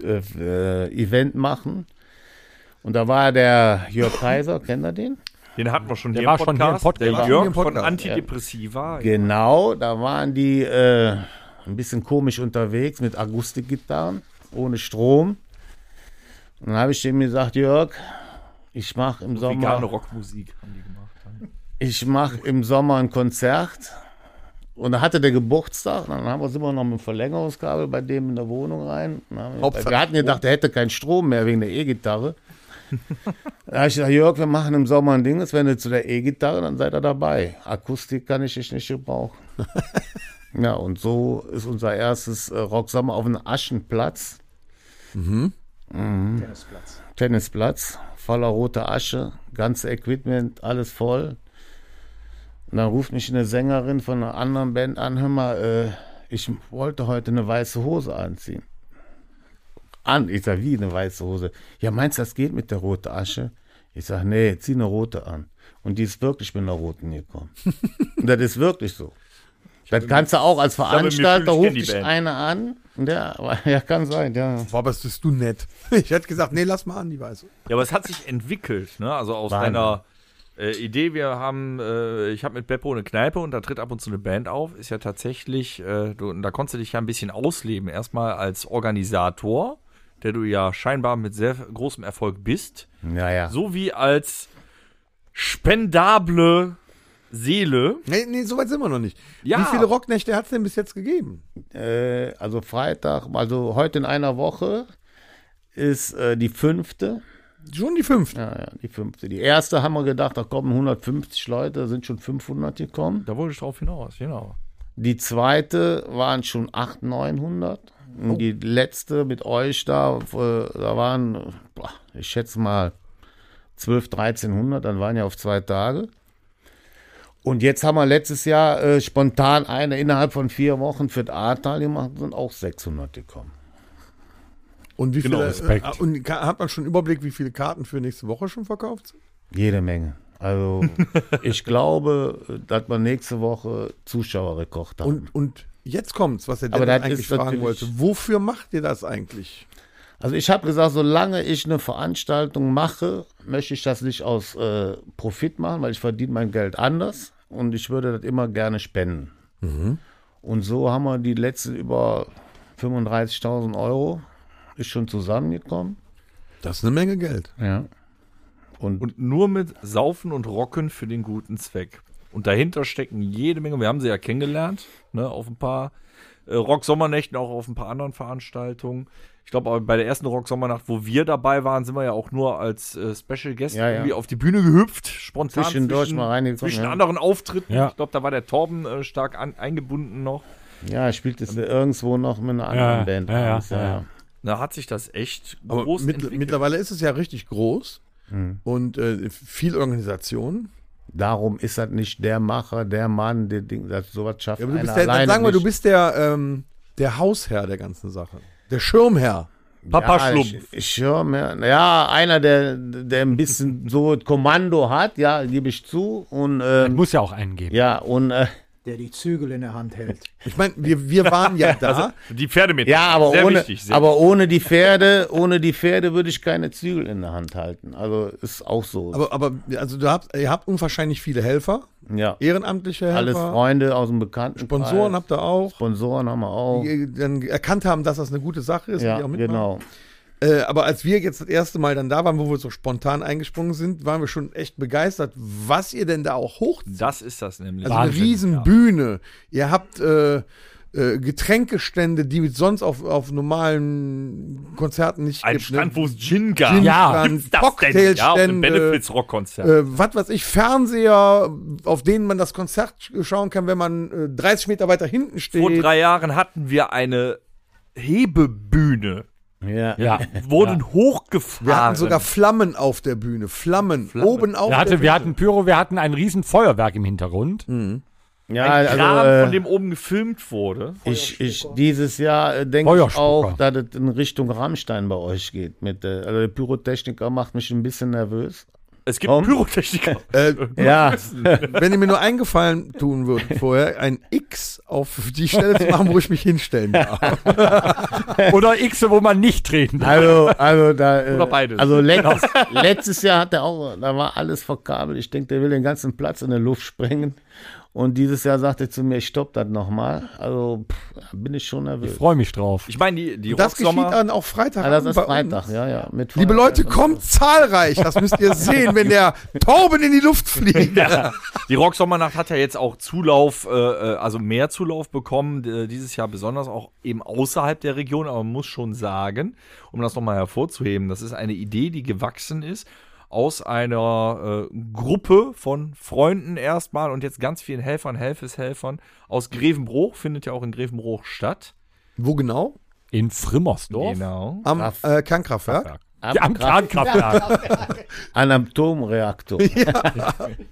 Speaker 6: äh, äh, Event machen. Und da war der Jörg Kaiser, kennt ihr den?
Speaker 3: Den hatten wir schon
Speaker 2: Der
Speaker 3: hier
Speaker 2: war schon hier im Podcast.
Speaker 3: Der
Speaker 2: Der war
Speaker 3: Jörg
Speaker 4: schon hier im
Speaker 3: von
Speaker 4: Podcast,
Speaker 3: Antidepressiva.
Speaker 6: Genau, da waren die äh, ein bisschen komisch unterwegs mit Akustikgitarren, ohne Strom. Und dann habe ich dem gesagt, Jörg, ich mache im
Speaker 3: Vegane
Speaker 6: Sommer,
Speaker 3: Rockmusik haben die gemacht.
Speaker 6: ich mach im Sommer ein Konzert. Und da hatte der Geburtstag, dann haben wir sind wir noch mit dem Verlängerungskabel bei dem in der Wohnung rein. Dann haben Wir
Speaker 4: Hauptsache
Speaker 6: wir hatten gedacht, der hätte keinen Strom mehr wegen der E-Gitarre. Da habe ich gesagt, Jörg, wir machen im Sommer ein Ding, das wenn du zu der E-Gitarre, dann seid ihr dabei. Akustik kann ich dich nicht gebrauchen. ja, und so ist unser erstes äh, Rocksommer auf dem Aschenplatz,
Speaker 10: Tennisplatz.
Speaker 6: Tennisplatz, voller roter Asche, ganze Equipment, alles voll. Und dann ruft mich eine Sängerin von einer anderen Band an, hör mal, äh, ich wollte heute eine weiße Hose anziehen. An, ich sag, wie eine weiße Hose? Ja, meinst du, das geht mit der roten Asche? Ich sag, nee, zieh eine rote an. Und die ist wirklich mit einer roten gekommen. und das ist wirklich so. Das kannst du auch als
Speaker 3: habe mir
Speaker 6: Veranstalter,
Speaker 3: gefühlt, ich
Speaker 6: ruft
Speaker 3: kenn die
Speaker 6: dich
Speaker 3: Band.
Speaker 6: einer an. Ja, ja, kann sein, ja.
Speaker 4: Boah, aber bist du nett. Ich hätte gesagt, nee, lass mal an, die Weiße.
Speaker 3: Ja, aber es hat sich entwickelt, ne? Also aus
Speaker 6: Wahnsinn.
Speaker 3: deiner äh, Idee, wir haben, äh, ich habe mit Beppo eine Kneipe und da tritt ab und zu eine Band auf, ist ja tatsächlich, äh, du, und da konntest du dich ja ein bisschen ausleben. Erstmal als Organisator, der du ja scheinbar mit sehr großem Erfolg bist,
Speaker 6: Naja.
Speaker 3: sowie als spendable Seele.
Speaker 4: Nee, nee, so weit sind wir noch nicht.
Speaker 3: Ja.
Speaker 4: Wie viele Rocknächte hat es denn bis jetzt gegeben?
Speaker 6: äh, also Freitag, also heute in einer Woche ist äh, die fünfte.
Speaker 4: Schon die fünfte.
Speaker 6: Ja, ja, die fünfte. Die erste haben wir gedacht, da kommen 150 Leute, da sind schon 500 gekommen.
Speaker 3: Da wollte ich drauf hinaus, genau.
Speaker 6: Die zweite waren schon 800, 900. Und die letzte mit euch da, äh, da waren, boah, ich schätze mal 12, 1300, dann waren ja auf zwei Tage. Und jetzt haben wir letztes Jahr äh, spontan eine innerhalb von vier Wochen für das Ahrtal gemacht, sind auch 600 gekommen.
Speaker 4: Und wie
Speaker 2: Genau,
Speaker 4: viele?
Speaker 2: Respekt.
Speaker 4: äh, Und ka- hat man schon einen Überblick, wie viele Karten für nächste Woche schon verkauft sind?
Speaker 6: Jede Menge. Also ich glaube, dass wir nächste Woche Zuschauerrekord haben.
Speaker 4: Und, und jetzt kommt's, was der
Speaker 6: Aber
Speaker 4: Dennis
Speaker 6: das
Speaker 4: eigentlich
Speaker 6: ist
Speaker 4: fragen
Speaker 6: natürlich-
Speaker 4: wollte. Wofür macht ihr das eigentlich?
Speaker 6: also ich habe gesagt, solange ich eine Veranstaltung mache, möchte ich das nicht aus äh, Profit machen, weil ich verdiene mein Geld anders und ich würde das immer gerne spenden.
Speaker 2: Mhm.
Speaker 6: Und so haben wir die letzten über 35.000 Euro ist schon zusammengekommen.
Speaker 4: Das ist eine Menge Geld.
Speaker 6: Ja. Und,
Speaker 3: Und nur mit Saufen und Rocken für den guten Zweck. Und dahinter stecken jede Menge, wir haben sie ja kennengelernt, ne, auf ein paar äh, Rock-Sommernächten, auch auf ein paar anderen Veranstaltungen. Ich glaube, aber bei der ersten Rock-Sommernacht, wo wir dabei waren, sind wir ja auch nur als äh, Special Guest
Speaker 6: Ja, ja.
Speaker 3: irgendwie auf die Bühne gehüpft, spontan.
Speaker 6: Zwischendurch mal reingekommen,
Speaker 3: Zwischen
Speaker 6: ja.
Speaker 3: anderen Auftritten.
Speaker 2: Ja.
Speaker 3: Ich glaube, da war der Torben äh, stark an, eingebunden noch.
Speaker 6: ja, spielt es irgendwo noch mit einer anderen
Speaker 2: ja,
Speaker 6: Band.
Speaker 2: ja, ja,
Speaker 6: aus,
Speaker 2: ja, ja.
Speaker 3: Da hat sich das echt
Speaker 4: Aber
Speaker 3: groß
Speaker 4: mit,
Speaker 3: entwickelt.
Speaker 4: mittlerweile ist es ja richtig groß und äh, viel Organisation.
Speaker 6: Darum ist das nicht der Macher, der Mann, der Ding, das sowas schafft.
Speaker 4: Ja, aber du
Speaker 6: einer
Speaker 4: bist der,
Speaker 6: alleine
Speaker 4: sagen wir, du
Speaker 6: nicht.
Speaker 4: bist der, ähm, der Hausherr der ganzen Sache. Der Schirmherr.
Speaker 3: Papa
Speaker 6: ja,
Speaker 3: Schlumpf.
Speaker 6: Ich, ich höre mir, ja, einer, der, der ein bisschen so Kommando hat, ja, gebe ich zu. Und ähm,
Speaker 2: Muss ja auch einen geben.
Speaker 6: ja, und äh,
Speaker 10: Der die Zügel in der Hand hält.
Speaker 4: Ich meine, wir, wir waren ja da.
Speaker 3: Die Pferde mit.
Speaker 6: ja, aber
Speaker 3: sehr
Speaker 6: ohne,
Speaker 3: wichtig, sehr
Speaker 6: aber ohne die Pferde, ohne die Pferde würde ich keine Zügel in der Hand halten. Also ist auch so.
Speaker 4: aber, aber also du habt, ihr habt unwahrscheinlich viele Helfer,
Speaker 6: ja,
Speaker 4: ehrenamtliche Helfer.
Speaker 6: alles Freunde aus dem Bekannten.
Speaker 4: Sponsoren habt ihr auch.
Speaker 6: Sponsoren haben wir
Speaker 3: Oh.
Speaker 6: auch.
Speaker 4: Die dann erkannt haben, dass das eine gute Sache ist. und
Speaker 6: Ja,
Speaker 4: die auch mitmachen.
Speaker 6: genau.
Speaker 4: Äh, aber als wir jetzt das erste Mal dann da waren, wo wir so spontan eingesprungen sind, waren wir schon echt begeistert, was ihr denn da auch hochzieht.
Speaker 3: Das ist das nämlich.
Speaker 4: Also eine Riesenbühne. Ihr habt äh, äh, Getränkestände, die sonst auf, auf normalen Konzerten nicht
Speaker 3: Ein
Speaker 4: gibt.
Speaker 3: Stand,
Speaker 4: ne?
Speaker 3: wo es Gin gab.
Speaker 4: Gin
Speaker 2: Ja.
Speaker 4: gab,
Speaker 3: Gibt's das denn? Ja, auf einem
Speaker 4: Cocktailstände,
Speaker 3: Benefits-Rock-Konzert.
Speaker 4: äh, was weiß ich, Fernseher, auf denen man das Konzert sch- schauen kann, wenn man äh, 30 Meter weiter hinten steht.
Speaker 3: Vor drei Jahren hatten wir eine Hebebühne
Speaker 6: Ja.
Speaker 2: Ja.
Speaker 3: wurden hochgefahren.
Speaker 4: Wir hatten sogar Flammen auf der Bühne. Flammen. Oben auf
Speaker 2: Wir,
Speaker 4: der
Speaker 2: hatte,
Speaker 4: Bühne.
Speaker 2: wir hatten Pyro, wir hatten ein riesen Feuerwerk im Hintergrund.
Speaker 6: Ja,
Speaker 3: ein Kram,
Speaker 6: also,
Speaker 3: von
Speaker 6: äh,
Speaker 3: dem oben gefilmt wurde.
Speaker 6: ich, ich, dieses Jahr äh, denke ich
Speaker 2: Feuerspucker.
Speaker 6: auch, dass es in Richtung Rammstein bei euch geht. Mit, äh, also der Pyrotechniker macht mich ein bisschen nervös.
Speaker 3: Es gibt
Speaker 6: Komm.
Speaker 3: Pyrotechniker.
Speaker 4: Äh,
Speaker 6: Ja,
Speaker 4: Wenn ihr mir nur eingefallen tun würdet vorher, ein X auf die Stelle zu machen, wo ich mich hinstellen darf.
Speaker 2: Oder X, wo man nicht treten darf.
Speaker 6: also, also da. äh,
Speaker 3: Oder beides.
Speaker 6: Also letztes,
Speaker 4: Genau.
Speaker 6: letztes Jahr hat er auch, da war alles verkabelt. Ich denke, der will den ganzen Platz in der Luft sprengen. Und dieses Jahr sagt er zu mir, ich stopp das nochmal. Also pff, bin ich schon nervös.
Speaker 2: Freue mich drauf.
Speaker 3: Ich meine, die, die
Speaker 4: Das geschieht
Speaker 3: Rocksommer-
Speaker 4: dann auch Freitag.
Speaker 6: Ah, das ist
Speaker 4: bei uns.
Speaker 6: Freitag, ja, ja. Mit
Speaker 4: Liebe
Speaker 6: Feuerwerk.
Speaker 4: Leute, kommt zahlreich. Das müsst ihr sehen, wenn der Tauben in die Luft fliegt.
Speaker 3: Die Rocksommernacht hat ja jetzt auch Zulauf, äh, äh, also mehr Zulauf bekommen, äh, dieses Jahr besonders auch eben außerhalb der Region, aber man muss schon sagen, um das nochmal hervorzuheben, das ist eine Idee, die gewachsen ist aus einer äh, Gruppe von Freunden erstmal und jetzt ganz vielen Helfern, Helfeshelfern aus Grevenbruch, findet ja auch in Grevenbruch statt.
Speaker 4: Wo genau?
Speaker 2: In Frimmersdorf.
Speaker 3: Genau.
Speaker 4: Am äh, Kernkraftwerk.
Speaker 2: Ja, am Kernkraftwerk.
Speaker 6: An einem Atomreaktor.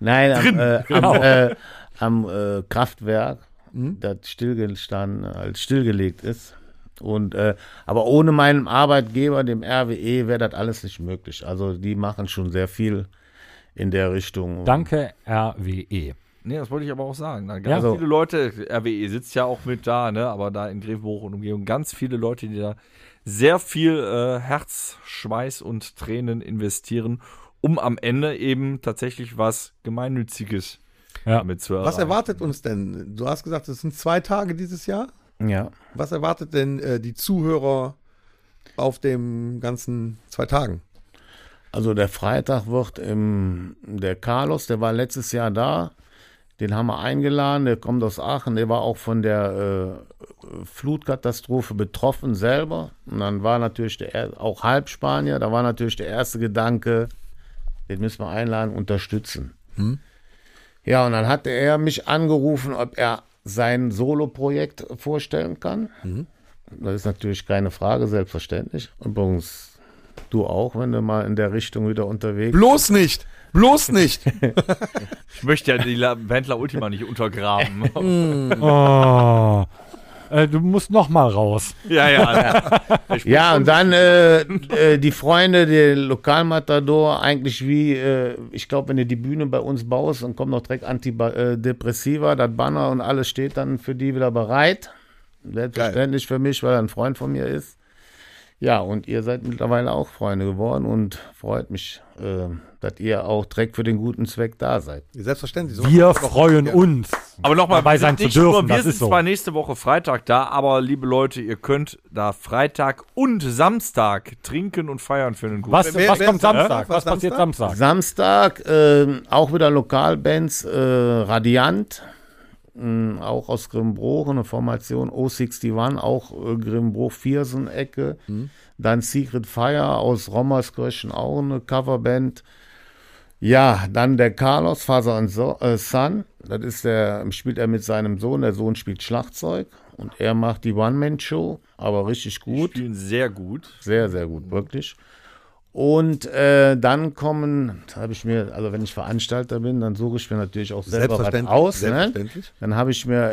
Speaker 6: Nein, am, äh, am, äh, am äh, Kraftwerk, das stillgestanden, als stillgelegt ist. Und äh, aber ohne meinen Arbeitgeber, dem RWE, wäre das alles nicht möglich. Also die machen schon sehr viel in der Richtung.
Speaker 2: Danke, E. RWE.
Speaker 3: Nee, das wollte ich aber auch sagen. Da
Speaker 2: Ja.
Speaker 3: ganz
Speaker 6: Also-
Speaker 3: viele Leute, RWE sitzt ja auch mit da, ne? aber da in Grevenbruch und Umgebung, ganz viele Leute, die da sehr viel äh, Herz, Schweiß und Tränen investieren, um am Ende eben tatsächlich was Gemeinnütziges
Speaker 2: Ja.
Speaker 3: damit zu erreichen.
Speaker 4: Was erwartet uns denn? Du hast gesagt, es sind zwei Tage dieses Jahr.
Speaker 6: Ja.
Speaker 4: Was erwartet denn äh, die Zuhörer auf dem ganzen zwei Tagen?
Speaker 6: Also der Freitag wird im, der Carlos, der war letztes Jahr da, den haben wir eingeladen, der kommt aus Aachen, der war auch von der äh, Flutkatastrophe betroffen selber. Und dann war natürlich der, er- auch Halbspanier, da war natürlich der erste Gedanke, den müssen wir einladen, unterstützen. Ja, und dann hatte er mich angerufen, ob er sein Solo-Projekt vorstellen kann. Das ist natürlich keine Frage, selbstverständlich. Übrigens, Du auch, wenn du mal in der Richtung wieder unterwegs
Speaker 4: Bloß nicht! Bloß nicht!
Speaker 3: Ich möchte ja die La- Band La Ultima nicht untergraben.
Speaker 2: Oh. Äh, du musst noch mal raus.
Speaker 3: ja, ja. Ich bin
Speaker 6: Ja,
Speaker 3: schon-
Speaker 6: und dann äh, äh, die Freunde, der Lokalmatador, eigentlich wie, äh, ich glaube, wenn du die Bühne bei uns baust und kommt noch direkt Antidepressiva, das Banner und alles steht dann für die wieder bereit. Selbstverständlich für mich, weil er ein Freund von mir ist. Ja, und ihr seid mittlerweile auch Freunde geworden und freut mich, äh, dass ihr auch direkt für den guten Zweck da seid.
Speaker 4: Selbstverständlich. so-
Speaker 2: Wir freuen
Speaker 4: Ja.
Speaker 2: uns.
Speaker 3: Aber nochmal,
Speaker 2: dabei sein zu dürfen,
Speaker 3: wir
Speaker 2: das
Speaker 3: sind
Speaker 2: ist so.
Speaker 3: zwar nächste Woche Freitag da, aber liebe Leute, ihr könnt da Freitag und Samstag trinken und feiern für einen guten
Speaker 2: Was,
Speaker 4: Wer-
Speaker 2: was
Speaker 4: wer
Speaker 2: kommt
Speaker 4: ist Samstag?
Speaker 2: Samstag?
Speaker 4: Was
Speaker 2: Was passiert Samstag?
Speaker 6: Samstag ähm, auch wieder Lokalbands äh, Radiant, ähm, auch aus Grimbruch, eine Formation O61, auch äh, Grimbruch Viersen-Ecke. Dann Secret Fire aus Rommerskirchen, auch eine Coverband. Ja, dann der Carlos, Father and so äh, Son. Das ist der, spielt er mit seinem Sohn. Der Sohn spielt Schlagzeug und er macht die One-Man-Show, aber richtig
Speaker 3: Gut.
Speaker 6: gut.
Speaker 3: Spielen sehr gut.
Speaker 6: Sehr, sehr gut, wirklich. Und äh, dann kommen, da habe ich mir, also wenn ich Veranstalter bin, dann suche ich mir natürlich auch selber was
Speaker 4: Selbstverständlich.
Speaker 6: aus.
Speaker 4: Selbstverständlich.
Speaker 6: Ne? Dann habe ich mir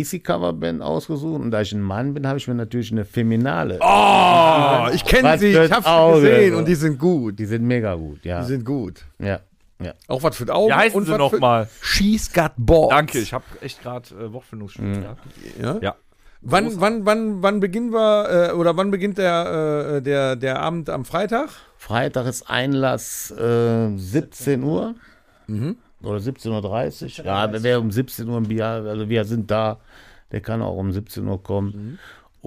Speaker 6: ACDC-Coverband ausgesucht und da ich ein Mann bin, habe ich mir natürlich eine Feminale.
Speaker 4: Oh, ich kenne
Speaker 6: Was
Speaker 4: sie,
Speaker 6: für
Speaker 4: ich
Speaker 6: ein
Speaker 4: habe
Speaker 6: Auge.
Speaker 4: sie
Speaker 3: also.
Speaker 4: gesehen und die sind gut. Die
Speaker 6: Die sind mega gut, ja.
Speaker 4: sind gut.
Speaker 6: ja, ja.
Speaker 4: Auch was für die Augen.
Speaker 3: Wie heißen
Speaker 4: und
Speaker 3: sie
Speaker 4: was für-
Speaker 3: nochmal?
Speaker 4: She's got balls.
Speaker 3: Danke, ich habe echt gerade äh, Wortfindungsschwierigkeiten gehabt.
Speaker 4: Mhm. Ja?
Speaker 3: Ja.
Speaker 4: Wann, wann, wann, wann beginnen wir, äh, oder wann beginnt der, äh, der, der Abend am Freitag?
Speaker 6: Freitag ist Einlass äh, 17 Uhr.
Speaker 4: Mhm.
Speaker 6: Oder 17.30 Uhr. Ja, wer um 17 Uhr im Bier, also wir sind da, der kann auch um 17 Uhr kommen.
Speaker 4: Mhm.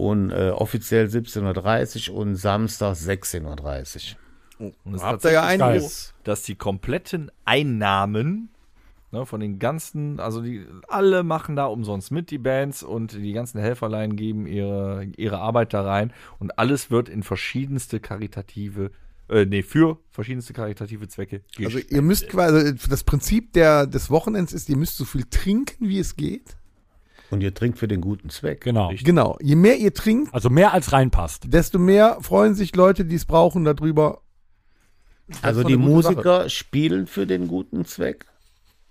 Speaker 6: Und äh, offiziell 17.30 Uhr und Samstag 16.30 Uhr.
Speaker 3: Und es ist
Speaker 4: Habt ihr ja
Speaker 3: tatsächlich
Speaker 4: einiges.
Speaker 3: so, dass die kompletten Einnahmen ne, von den ganzen, also die alle machen da umsonst mit, die Bands und die ganzen Helferlein geben ihre, ihre Arbeit da rein und alles wird in verschiedenste karitative, äh, nee, für verschiedenste karitative Zwecke
Speaker 4: Also
Speaker 3: gespendet.
Speaker 4: ihr also müsst quasi, das Prinzip der, des Wochenends ist, ihr müsst so viel trinken, wie es geht.
Speaker 6: Und ihr trinkt für den guten Zweck.
Speaker 2: Genau.
Speaker 4: Genau. Je mehr ihr trinkt,
Speaker 2: Also mehr als reinpasst.
Speaker 4: desto mehr freuen sich Leute, die es brauchen, darüber.
Speaker 6: Also
Speaker 4: doch
Speaker 6: die
Speaker 4: eine gute Sache.
Speaker 6: Musiker spielen für den guten Zweck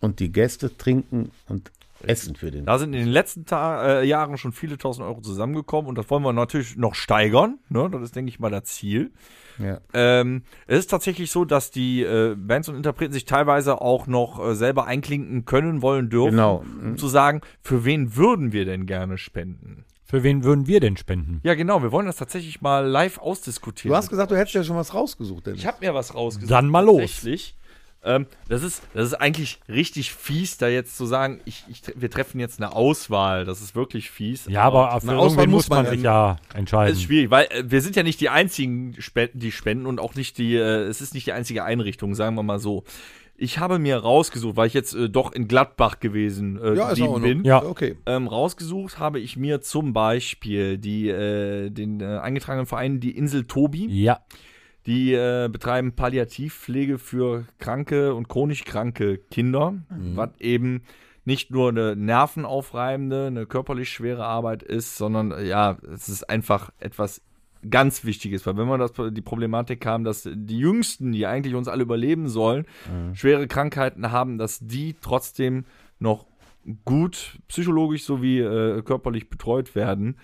Speaker 6: und die Gäste trinken und essen für den.
Speaker 3: Da sind in den letzten Ta äh, Jahren schon viele tausend Euro zusammengekommen und das wollen wir natürlich noch steigern. Ne? Das ist, denke ich mal, das Ziel.
Speaker 6: Ja.
Speaker 3: Ähm, es ist tatsächlich so, dass die äh, Bands und Interpreten sich teilweise auch noch äh, selber einklinken können, wollen, dürfen,
Speaker 6: Genau.
Speaker 3: um zu sagen, für wen würden wir denn gerne spenden?
Speaker 2: Für wen würden wir denn spenden?
Speaker 3: Ja, genau, wir wollen das tatsächlich mal live ausdiskutieren.
Speaker 4: Du hast gesagt, du hättest ja schon was rausgesucht, Dennis.
Speaker 3: Ich habe mir was rausgesucht.
Speaker 2: Dann mal los.
Speaker 3: Tatsächlich. Ähm, das, ist, das ist eigentlich richtig fies, da jetzt zu sagen, ich, ich, tre- wir treffen jetzt eine Auswahl. Das ist wirklich fies.
Speaker 2: Ja, aber für
Speaker 4: eine Auswahl
Speaker 2: irgendwen muss
Speaker 4: muss man
Speaker 2: man sich ja entscheiden.
Speaker 3: Das ist schwierig, weil äh, wir sind ja nicht die einzigen, Spenden, die spenden und auch nicht die, äh, es ist nicht die einzige Einrichtung, sagen wir mal so. Ich habe mir rausgesucht, weil ich jetzt äh, doch in Gladbach gewesen äh,
Speaker 4: ja, ist
Speaker 3: geblieben
Speaker 4: auch noch.
Speaker 3: bin.
Speaker 2: Ja.
Speaker 4: Okay.
Speaker 3: Ähm, rausgesucht habe ich mir zum Beispiel die, äh, den äh, eingetragenen Verein Die Insel Tobi.
Speaker 2: Ja,
Speaker 3: Die äh, betreiben Palliativpflege für kranke und chronisch kranke Kinder, was eben nicht nur eine nervenaufreibende, eine körperlich schwere Arbeit ist, sondern äh, ja, es ist einfach etwas ganz Wichtiges, weil wenn wir das, die Problematik haben, dass die Jüngsten, die eigentlich uns alle überleben sollen, schwere Krankheiten haben, dass die trotzdem noch gut psychologisch sowie äh, körperlich betreut werden.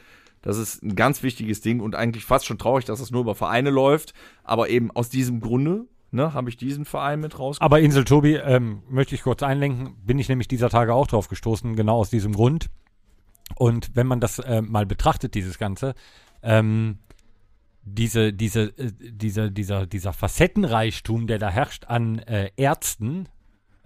Speaker 3: Das ist ein ganz wichtiges Ding und eigentlich fast schon traurig, dass es nur über Vereine läuft. Aber eben aus diesem Grunde ne, habe ich diesen Verein mit rausgebracht.
Speaker 2: aber Insel Tobi, ähm, möchte ich kurz einlenken, bin ich nämlich dieser Tage auch drauf gestoßen, genau aus diesem Grund. Und wenn man das äh, mal betrachtet, dieses Ganze, ähm, diese, diese, äh, dieser, dieser, dieser Facettenreichtum, der da herrscht an äh, Ärzten,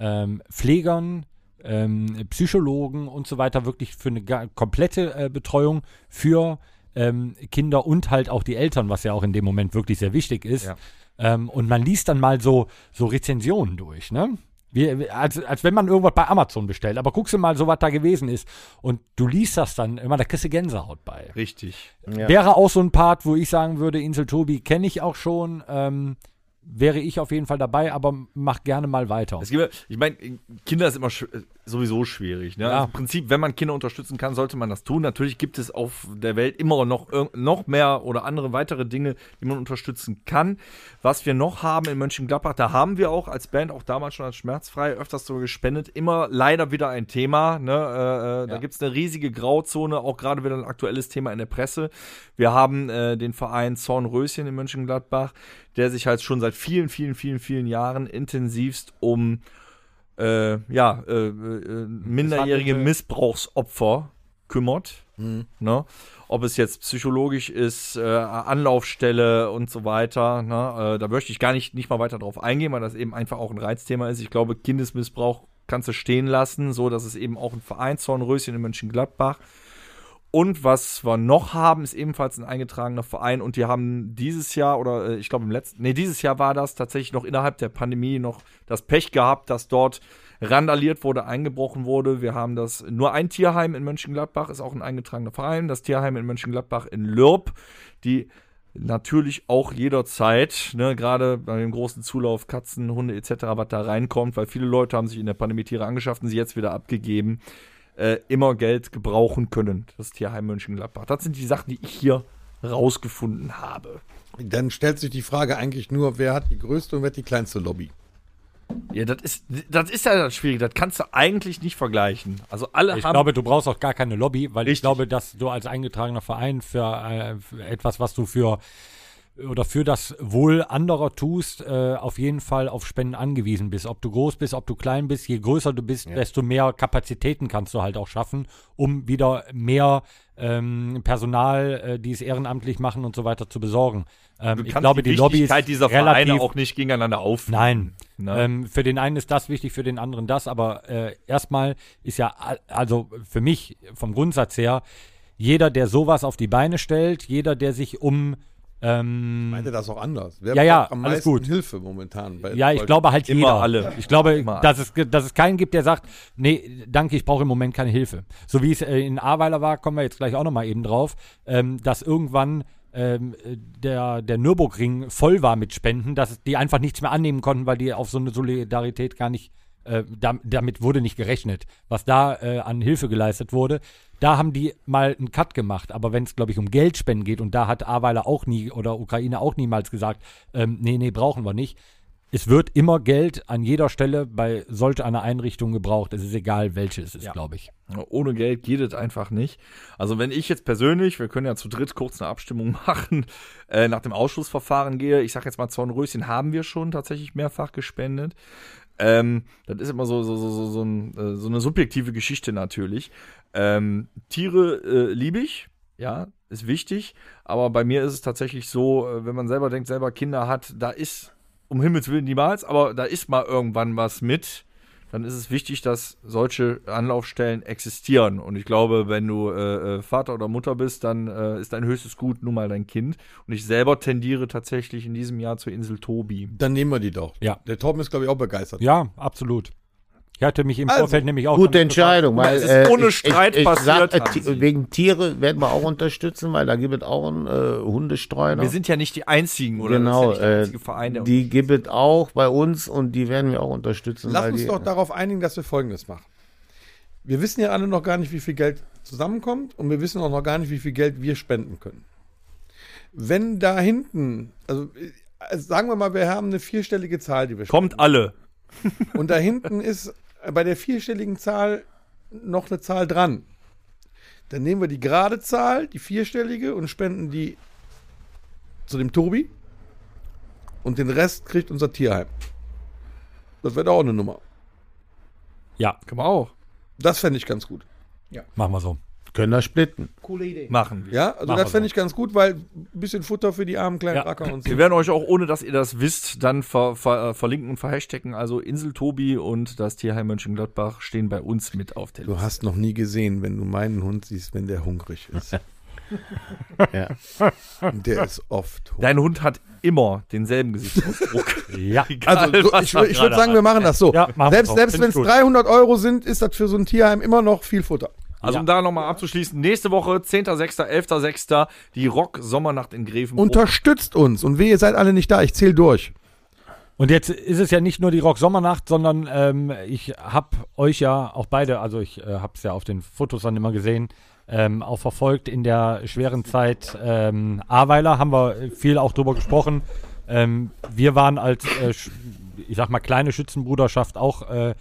Speaker 2: ähm, Pflegern, ähm, Psychologen und so weiter, wirklich für eine ga- komplette äh, Betreuung für ähm, Kinder und halt auch die Eltern, was ja auch in dem Moment wirklich sehr wichtig ist.
Speaker 3: Ja.
Speaker 2: Ähm, und man liest dann mal so, so Rezensionen durch, ne? Wie, als, als wenn man irgendwas bei Amazon bestellt. Aber guckst du mal so, was da gewesen ist. Und du liest das dann immer, da kriegst du Gänsehaut bei.
Speaker 3: Richtig.
Speaker 2: Wäre auch so ein Part, wo ich sagen würde, Insel Tobi kenne ich auch schon, ähm, wäre ich auf jeden Fall dabei, aber mach gerne mal weiter.
Speaker 3: Es gibt, ja- ich meine, Kinder ist immer schw- sowieso schwierig. Ne?
Speaker 2: Ja.
Speaker 3: Also Im Prinzip, wenn man Kinder unterstützen kann, sollte man das tun. Natürlich gibt es auf der Welt immer noch, irg- noch mehr oder andere weitere Dinge, die man unterstützen kann. Was wir noch haben in Mönchengladbach, da haben wir auch als Band, auch damals schon als Schmerzfrei, öfters so gespendet. Immer leider wieder ein Thema. Ne? Äh, äh, Da gibt es eine riesige Grauzone, auch gerade wieder ein aktuelles Thema in der Presse. Wir haben äh, den Verein Zornröschen in Mönchengladbach, der sich halt schon seit vielen, vielen, vielen, vielen Jahren intensivst um äh, ja, äh, äh, minderjährige Missbrauchsopfer kümmert. Ne? Ob es jetzt psychologisch ist, äh, Anlaufstelle und so weiter. Ne? Äh, da möchte ich gar nicht, nicht mal weiter drauf eingehen, weil das eben einfach auch ein Reizthema ist. Ich glaube, Kindesmissbrauch kannst du stehen lassen, so dass es eben auch ein Verein Zornröschen in Mönchengladbach und was wir noch haben, ist ebenfalls ein eingetragener Verein und die haben dieses Jahr oder äh, ich glaube im letzten, nee, dieses Jahr war das tatsächlich noch innerhalb der Pandemie noch das Pech gehabt, dass dort randaliert wurde, eingebrochen wurde. Wir haben das nur ein Tierheim in Mönchengladbach, ist auch ein eingetragener Verein, das Tierheim in Mönchengladbach in Lürb, die natürlich auch jederzeit, ne, gerade bei dem großen Zulauf, Katzen, Hunde etc., was da reinkommt, weil viele Leute haben sich in der Pandemie Tiere angeschafft und sie jetzt wieder abgegeben äh, immer Geld gebrauchen können. Das Tierheim Mönchengladbach. Das sind die Sachen, die ich hier rausgefunden habe.
Speaker 4: Dann stellt sich die Frage eigentlich nur, wer hat die größte und wer hat die kleinste Lobby?
Speaker 3: Ja, das ist, das ist ja das Schwierige. Das kannst du eigentlich nicht vergleichen. Also alle
Speaker 2: ich
Speaker 3: haben.
Speaker 2: glaube, du brauchst auch gar keine Lobby, weil ich
Speaker 3: Richtig.
Speaker 2: glaube, dass du als eingetragener Verein für, äh, für etwas, was du für oder für das Wohl anderer tust, äh, auf jeden Fall auf Spenden angewiesen bist. Ob du groß bist, ob du klein bist, je größer du bist, desto mehr Kapazitäten kannst du halt auch schaffen, um wieder mehr ähm, Personal, äh, die es ehrenamtlich machen und so weiter, zu besorgen. Ähm,
Speaker 3: du
Speaker 2: ich
Speaker 3: kannst
Speaker 2: glaube, die, Lobby ist
Speaker 3: Wichtigkeit dieser
Speaker 2: relativ
Speaker 3: Vereine auch nicht gegeneinander auf.
Speaker 2: Nein.
Speaker 3: Ne?
Speaker 2: Ähm, für den einen ist das wichtig, für den anderen das, aber äh, erstmal ist ja, a- also für mich vom Grundsatz her, jeder, der sowas auf die Beine stellt, jeder, der sich um, ähm,
Speaker 4: Meinte das auch anders. Wer
Speaker 2: Ja, ja,
Speaker 4: braucht am
Speaker 2: alles
Speaker 4: meisten
Speaker 2: gut.
Speaker 4: Hilfe momentan? bei-
Speaker 2: ja, ich
Speaker 4: bei-
Speaker 2: glaube halt
Speaker 3: Immer
Speaker 2: jeder.
Speaker 3: alle.
Speaker 2: Ich glaube,
Speaker 3: Immer alle.
Speaker 2: dass es, ge- dass es keinen gibt, der sagt, nee, danke, ich brauche im Moment keine Hilfe. So wie es äh, in Ahrweiler war, kommen wir jetzt gleich auch nochmal eben drauf, ähm, dass irgendwann ähm, äh, der, der Nürburgring voll war mit Spenden, dass die einfach nichts mehr annehmen konnten, weil die auf so eine Solidarität gar nicht äh, dam- damit wurde nicht gerechnet, was da äh, an Hilfe geleistet wurde. Da haben die mal einen Cut gemacht. Aber wenn es, glaube ich, um Geldspenden geht, und da hat Aweiler auch nie oder Ukraine auch niemals gesagt, ähm, nee, nee, brauchen wir nicht. Es wird immer Geld an jeder Stelle bei solch einer Einrichtung gebraucht. Es ist egal, welche es ist, glaube ich.
Speaker 3: Ohne Geld geht es einfach nicht. Also wenn ich jetzt persönlich, wir können ja zu dritt kurz eine Abstimmung machen, äh, nach dem Ausschlussverfahren gehe, ich sage jetzt mal Zornröschen haben wir schon tatsächlich mehrfach gespendet. Ähm, das ist immer so, so, so, so, so, ein, äh, so eine subjektive Geschichte natürlich. Ähm, Tiere äh, liebe ich, ja, ist wichtig, aber bei mir ist es tatsächlich so, äh, wenn man selber denkt, selber Kinder hat, da ist, um Himmels Willen niemals, aber da ist mal irgendwann was mit dann ist es wichtig, dass solche Anlaufstellen existieren. Und ich glaube, wenn du äh, äh, Vater oder Mutter bist, dann äh, ist dein höchstes Gut nun mal dein Kind. Und ich selber tendiere tatsächlich in diesem Jahr zur Insel Tobi.
Speaker 4: Dann nehmen wir die doch.
Speaker 2: Ja.
Speaker 4: Der Torben ist, glaube ich, auch begeistert.
Speaker 2: Ja, absolut. Ich hatte mich im
Speaker 4: Also,
Speaker 2: Vorfeld nämlich auch.
Speaker 6: Gute
Speaker 2: damit
Speaker 6: Entscheidung, weil
Speaker 3: Es ist ohne Streit passiert,
Speaker 6: äh,
Speaker 3: haben
Speaker 6: Ti-
Speaker 3: sie.
Speaker 6: wegen Tiere werden wir auch unterstützen, weil da gibt es auch einen äh, Hundestreuner.
Speaker 3: Wir sind ja nicht die Einzigen, oder?
Speaker 6: genau,
Speaker 3: Das ist ja nicht der
Speaker 6: äh,
Speaker 3: einzige Verein, der
Speaker 6: die gibt es auch bei uns und die werden wir auch unterstützen.
Speaker 4: Lass
Speaker 6: weil
Speaker 4: uns
Speaker 6: die,
Speaker 4: doch darauf einigen, dass wir Folgendes machen. Wir wissen ja alle noch gar nicht, wie viel Geld zusammenkommt und wir wissen auch noch gar nicht, wie viel Geld wir spenden können. Wenn da hinten, also äh, sagen wir mal, wir haben eine vierstellige Zahl, die wir
Speaker 3: kommt alle.
Speaker 4: spenden. Und da hinten ist bei der vierstelligen Zahl noch eine Zahl dran. Dann nehmen wir die gerade Zahl, die vierstellige, und spenden die zu dem Tobi. Und den Rest kriegt unser Tierheim. Das wäre doch auch eine Nummer.
Speaker 2: Ja,
Speaker 3: Kann man auch
Speaker 4: Das fände ich ganz gut.
Speaker 2: machen wir so.
Speaker 6: können wir splitten.
Speaker 10: Coole Idee.
Speaker 3: machen. Wir.
Speaker 4: Ja, also
Speaker 2: Machen wir
Speaker 4: das fände ich ganz gut, weil ein bisschen Futter für die armen kleinen
Speaker 2: Ja.
Speaker 4: Racker und so.
Speaker 3: Wir werden euch auch, ohne dass ihr das wisst, dann ver, ver, äh, verlinken und verhashtaggen. Also Insel Tobi und das Tierheim Mönchengladbach stehen bei uns mit auf der Liste.
Speaker 4: Du hast noch nie gesehen, wenn du meinen Hund siehst, wenn der hungrig ist.
Speaker 6: Ja.
Speaker 4: Und der ist oft hungrig.
Speaker 3: Dein Hund hat immer denselben Gesichtsausdruck.
Speaker 2: Ja.
Speaker 3: Egal,
Speaker 4: Also so,
Speaker 3: was
Speaker 4: ich,
Speaker 3: er
Speaker 4: ich würde
Speaker 3: gerade
Speaker 4: sagen,
Speaker 3: hat.
Speaker 4: wir machen das so.
Speaker 2: halt. Ja, machen wir
Speaker 4: selbst
Speaker 2: so.
Speaker 4: selbst
Speaker 2: Finde
Speaker 4: wenn
Speaker 2: ich
Speaker 4: es
Speaker 2: gut.
Speaker 4: 300 Euro sind, ist das für so ein Tierheim immer noch viel Futter.
Speaker 3: Also um da nochmal abzuschließen, nächste Woche, 10.6., 11.6., die Rock-Sommernacht
Speaker 2: Oh.
Speaker 3: in Grevenbruch.
Speaker 4: Unterstützt uns und wir, ihr seid alle nicht da. Ich zähle durch.
Speaker 2: Und jetzt ist es ja nicht nur die Rock-Sommernacht, sondern ähm, ich habe euch ja auch beide, also ich äh, habe es ja auf den Fotos dann immer gesehen, ähm, auch verfolgt in der schweren Zeit ähm, Ahrweiler, haben wir viel auch drüber gesprochen. Ähm, wir waren als, äh, sch- ich sag mal, kleine Schützenbruderschaft auch äh,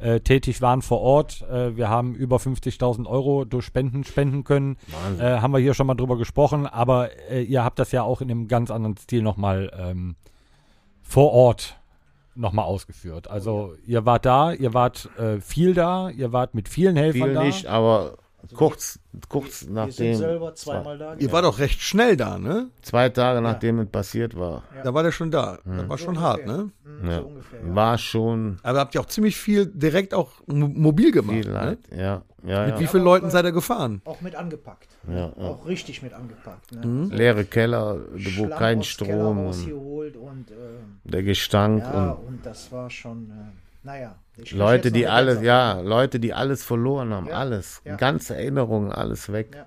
Speaker 2: äh, tätig waren vor Ort. Äh, wir haben über 50.000 Euro durch Spenden spenden können. Äh, haben wir hier schon mal drüber gesprochen, aber äh, ihr habt das ja auch in einem ganz anderen Stil nochmal ähm, vor Ort nochmal ausgeführt.
Speaker 6: Oh
Speaker 2: Also ihr wart da, ihr wart äh, viel da, ihr wart mit vielen Helfern
Speaker 6: Viel
Speaker 2: da.
Speaker 6: nicht, aber kurz, kurz nach
Speaker 10: Also Wir sind
Speaker 6: dem,
Speaker 10: selber zweimal da.
Speaker 4: Ihr wart doch recht schnell da, ne?
Speaker 6: zwei Tage nachdem es passiert war,
Speaker 4: Da war der schon da. Das war schon hart, ne?
Speaker 10: gegangen,
Speaker 6: ja.
Speaker 10: so ungefähr. Ja.
Speaker 6: war schon
Speaker 4: Aber habt ihr auch ziemlich viel direkt auch mo- mobil gemacht.
Speaker 6: viel
Speaker 4: Ne?
Speaker 10: Hm?
Speaker 6: Leid. Ja, ja, ja.
Speaker 4: Wie vielen Leuten seid ihr gefahren?
Speaker 10: Auch mit angepackt. ne?
Speaker 6: Ja, ja.
Speaker 10: Auch richtig mit angepackt. Ne?
Speaker 6: Leere Keller, wo
Speaker 10: Schlamm
Speaker 6: kein
Speaker 10: aus dem Keller
Speaker 6: Strom und
Speaker 10: rausgeholt und, ähm,
Speaker 6: der Gestank
Speaker 10: ja,
Speaker 6: und
Speaker 10: und das war schon, äh, naja. ich krieg
Speaker 6: Leute,
Speaker 10: jetzt noch
Speaker 6: die
Speaker 10: eine
Speaker 6: alles,
Speaker 10: Gänsehaut.
Speaker 6: ja, Leute, die alles verloren haben,
Speaker 10: Ja,
Speaker 6: alles,
Speaker 10: ja.
Speaker 6: ganze Erinnerungen, alles weg.
Speaker 10: Ja.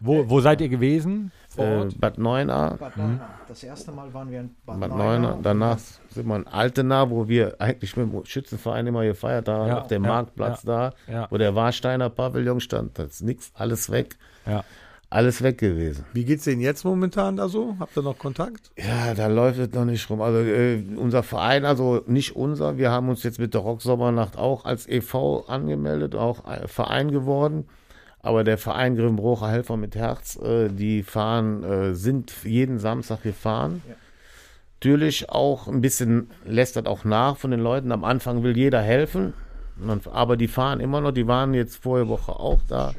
Speaker 2: Wo, wo seid ihr gewesen? Vor
Speaker 6: äh,
Speaker 2: Ort?
Speaker 6: Bad Neuenahr,
Speaker 10: Bad Neuner. Das erste Mal waren wir in Bad,
Speaker 6: Bad Neuenahr, danach sind wir in Altena, wo wir eigentlich mit dem Schützenverein immer gefeiert haben,
Speaker 2: Ja,
Speaker 6: auf dem
Speaker 2: ja,
Speaker 6: Marktplatz da,
Speaker 2: ja.
Speaker 6: wo der Warsteiner Pavillon stand, das ist nix, alles weg,
Speaker 2: Ja.
Speaker 6: alles weg gewesen.
Speaker 4: Wie geht's denen jetzt momentan da so? Habt ihr noch Kontakt?
Speaker 6: Ja, da läuft es noch nicht rum. Also äh, unser Verein, also nicht unser, wir haben uns jetzt mit der Rocksommernacht auch als e.V. angemeldet, auch äh, Verein geworden. Aber der Verein Grimbrocher Helfer mit Herz, äh, die fahren, äh, sind jeden Samstag gefahren. Natürlich auch ein bisschen lässt das auch nach von den Leuten. Am Anfang will jeder helfen, Und dann- aber die fahren immer noch. Die waren jetzt vorige Woche auch da.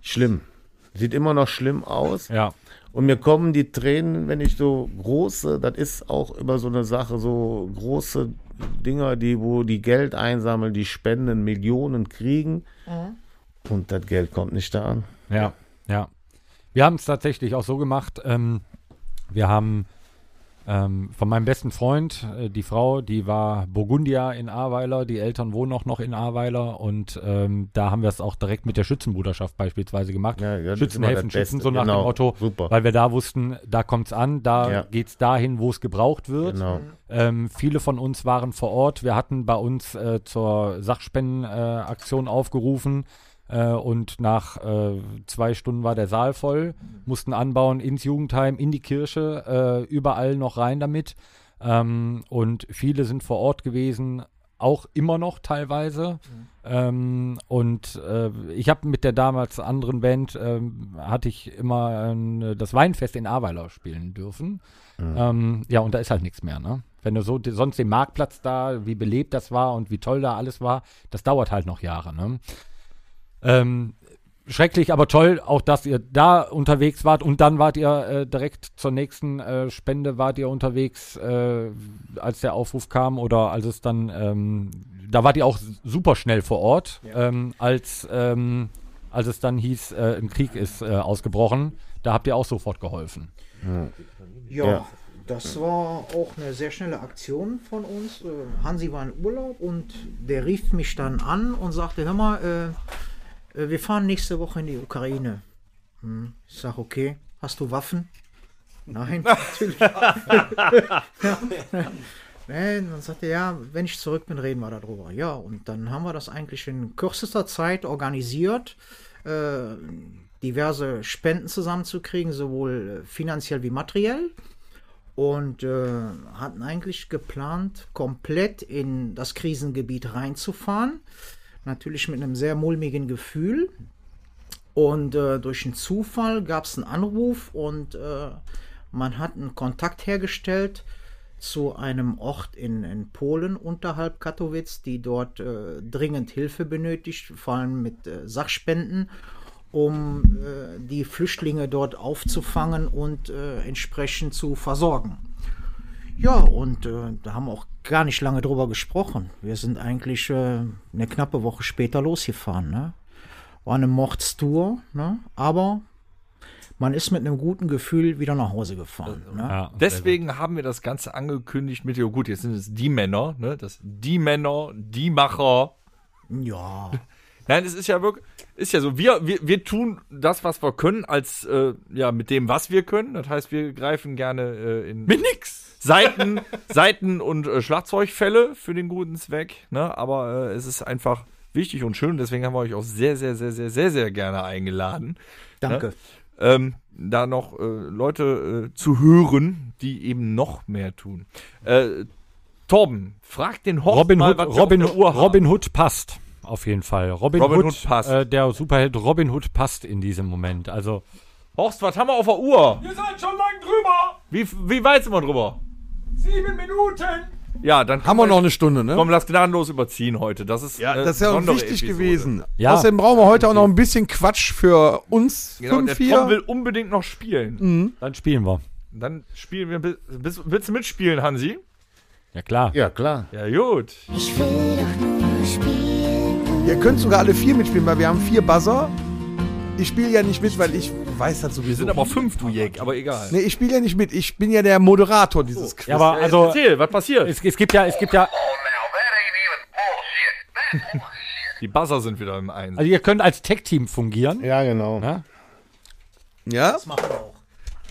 Speaker 6: Schlimm. Sieht immer noch schlimm aus.
Speaker 2: Ja.
Speaker 6: Und mir kommen die Tränen, wenn ich so große, das ist auch immer so eine Sache, so große Dinger, die, wo die Geld einsammeln, die spenden, Millionen kriegen. Und das Geld kommt nicht da an.
Speaker 2: Ja, ja. Wir haben es tatsächlich auch so gemacht. Ähm, wir haben Ähm, von meinem besten Freund, äh, die Frau, die war Burgundia in Ahrweiler, die Eltern wohnen auch noch in Ahrweiler und ähm, da haben wir es auch direkt mit der Schützenbruderschaft beispielsweise gemacht.
Speaker 6: Ja, ja, das ist
Speaker 2: Schützen
Speaker 6: immer
Speaker 2: helfen
Speaker 6: das
Speaker 2: Schützen,
Speaker 6: Beste.
Speaker 2: so nach
Speaker 6: Genau,
Speaker 2: dem Motto,
Speaker 6: super.
Speaker 2: weil wir da wussten, da kommt es an, da
Speaker 6: Ja.
Speaker 2: geht es dahin, wo es gebraucht wird.
Speaker 6: Genau.
Speaker 2: Ähm, viele von uns waren vor Ort. Wir hatten bei uns äh, zur Sachspendenaktion äh, Aktion aufgerufen äh, und nach äh, zwei Stunden war der Saal voll, mussten anbauen ins Jugendheim, in die Kirche, äh, überall noch rein damit. Ähm, und viele sind vor Ort gewesen, auch immer noch teilweise. Ähm, und äh, ich habe mit der damals anderen Band, ähm, hatte ich immer äh, das Weinfest in Ahrweiler spielen dürfen. Ähm, ja, und da ist halt nichts mehr, ne? Wenn du so die- sonst den Marktplatz da, wie belebt das war und wie toll da alles war, das dauert halt noch Jahre, ne? Ähm, schrecklich, aber toll, auch dass ihr da unterwegs wart und dann wart ihr äh, direkt zur nächsten äh, Spende wart ihr unterwegs, äh, als der Aufruf kam oder als es dann, ähm, da wart ihr auch s- super schnell vor Ort, ähm, als, ähm, als es dann hieß, äh, im Krieg ist äh, ausgebrochen. Da habt ihr auch sofort geholfen.
Speaker 10: Ja,
Speaker 6: Ja.
Speaker 10: das war auch eine sehr schnelle Aktion von uns. Äh, Hansi war in Urlaub und der rief mich dann an und sagte, hör mal, äh, äh, wir fahren nächste Woche in die Ukraine. Hm, ich sag, okay, hast du Waffen? Nein, natürlich. Nein, dann sagte er, ja, wenn ich zurück bin, reden wir darüber. Ja, und dann haben wir das eigentlich in kürzester Zeit organisiert, äh, diverse Spenden zusammenzukriegen, sowohl äh, finanziell wie materiell. Und äh, hatten eigentlich geplant, komplett in das Krisengebiet reinzufahren. Natürlich mit einem sehr mulmigen Gefühl. Und äh, durch einen Zufall gab es einen Anruf und äh, man hat einen Kontakt hergestellt zu einem Ort in, in Polen unterhalb Katowice, die dort äh, dringend Hilfe benötigt, vor allem mit äh, Sachspenden, um äh, die Flüchtlinge dort aufzufangen und äh, entsprechend zu versorgen. Ja, und äh, da haben wir auch gar nicht lange drüber gesprochen. Wir sind eigentlich äh, eine knappe Woche später losgefahren. Ne? War eine Mordstour, ne? aber man ist mit einem guten Gefühl wieder nach Hause gefahren. Ne?
Speaker 2: Ja,
Speaker 3: Deswegen haben wir das Ganze angekündigt mit, ja gut, jetzt sind es die Männer, ne? Das die Männer, die Macher.
Speaker 10: Ja,
Speaker 3: Nein, es ist ja wirklich, ist ja so, wir, wir, wir tun das, was wir können, als, äh, ja, mit dem, was wir können. Das heißt, wir greifen gerne äh, in mit nix. Seiten, Seiten und äh, Schlagzeugfälle für den guten Zweck, ne? Aber äh, es ist einfach wichtig und schön, deswegen haben wir euch auch sehr, sehr, sehr, sehr, sehr, sehr gerne eingeladen
Speaker 10: danke.
Speaker 3: ähm, da noch äh, Leute äh, zu hören, die eben noch mehr tun. Äh, Torben, frag den Horst
Speaker 2: Robin
Speaker 3: mal,
Speaker 2: Hood,
Speaker 3: was wir
Speaker 2: Robin,
Speaker 3: auf der Uhr haben.
Speaker 2: Robin Hood passt auf jeden Fall. Robin,
Speaker 3: Robin
Speaker 2: Hood,
Speaker 3: Hood passt.
Speaker 2: Äh, der Superheld Robin Hood passt in diesem Moment. Also
Speaker 3: Horst, was haben wir auf der Uhr?
Speaker 2: Ihr seid schon lang drüber.
Speaker 3: Wie, wie weit sind wir drüber?
Speaker 2: Sieben Minuten.
Speaker 3: Ja, dann
Speaker 4: Haben wir noch eine Stunde, ne?
Speaker 3: Komm, lass gnadenlos überziehen heute. Das ist
Speaker 9: Ja,
Speaker 3: eine
Speaker 4: Das ist ja auch
Speaker 3: besondere
Speaker 4: wichtig
Speaker 3: Episode.
Speaker 4: gewesen.
Speaker 2: Ja.
Speaker 4: Außerdem brauchen wir heute auch noch ein bisschen Quatsch für uns
Speaker 3: Genau, der
Speaker 4: fünf hier.
Speaker 3: Tom will unbedingt noch spielen.
Speaker 4: Mhm.
Speaker 2: Dann spielen wir.
Speaker 3: Dann spielen wir. bis- bis- Willst du mitspielen, Hansi?
Speaker 2: Ja klar.
Speaker 6: Ja, klar.
Speaker 3: Ja, gut.
Speaker 8: Ich will doch nur spielen.
Speaker 4: Ihr könnt sogar alle vier mitspielen, weil wir haben vier Buzzer. Ich spiele ja nicht mit, weil ich weiß das sowieso.
Speaker 3: Wir sind aber fünf, du Jäg, aber egal.
Speaker 4: nee, ich spiele ja nicht mit. Ich bin ja der Moderator dieses Quiz.
Speaker 2: Ja, aber
Speaker 3: Jetzt
Speaker 2: also
Speaker 3: erzähl, was passiert?
Speaker 2: es, es gibt ja, es gibt ja,
Speaker 3: Die Buzzer sind wieder im Einsatz.
Speaker 2: also ihr könnt als Tech-Team fungieren.
Speaker 6: Ja, genau.
Speaker 2: Ja?
Speaker 4: Ja?
Speaker 10: Das machen wir auch.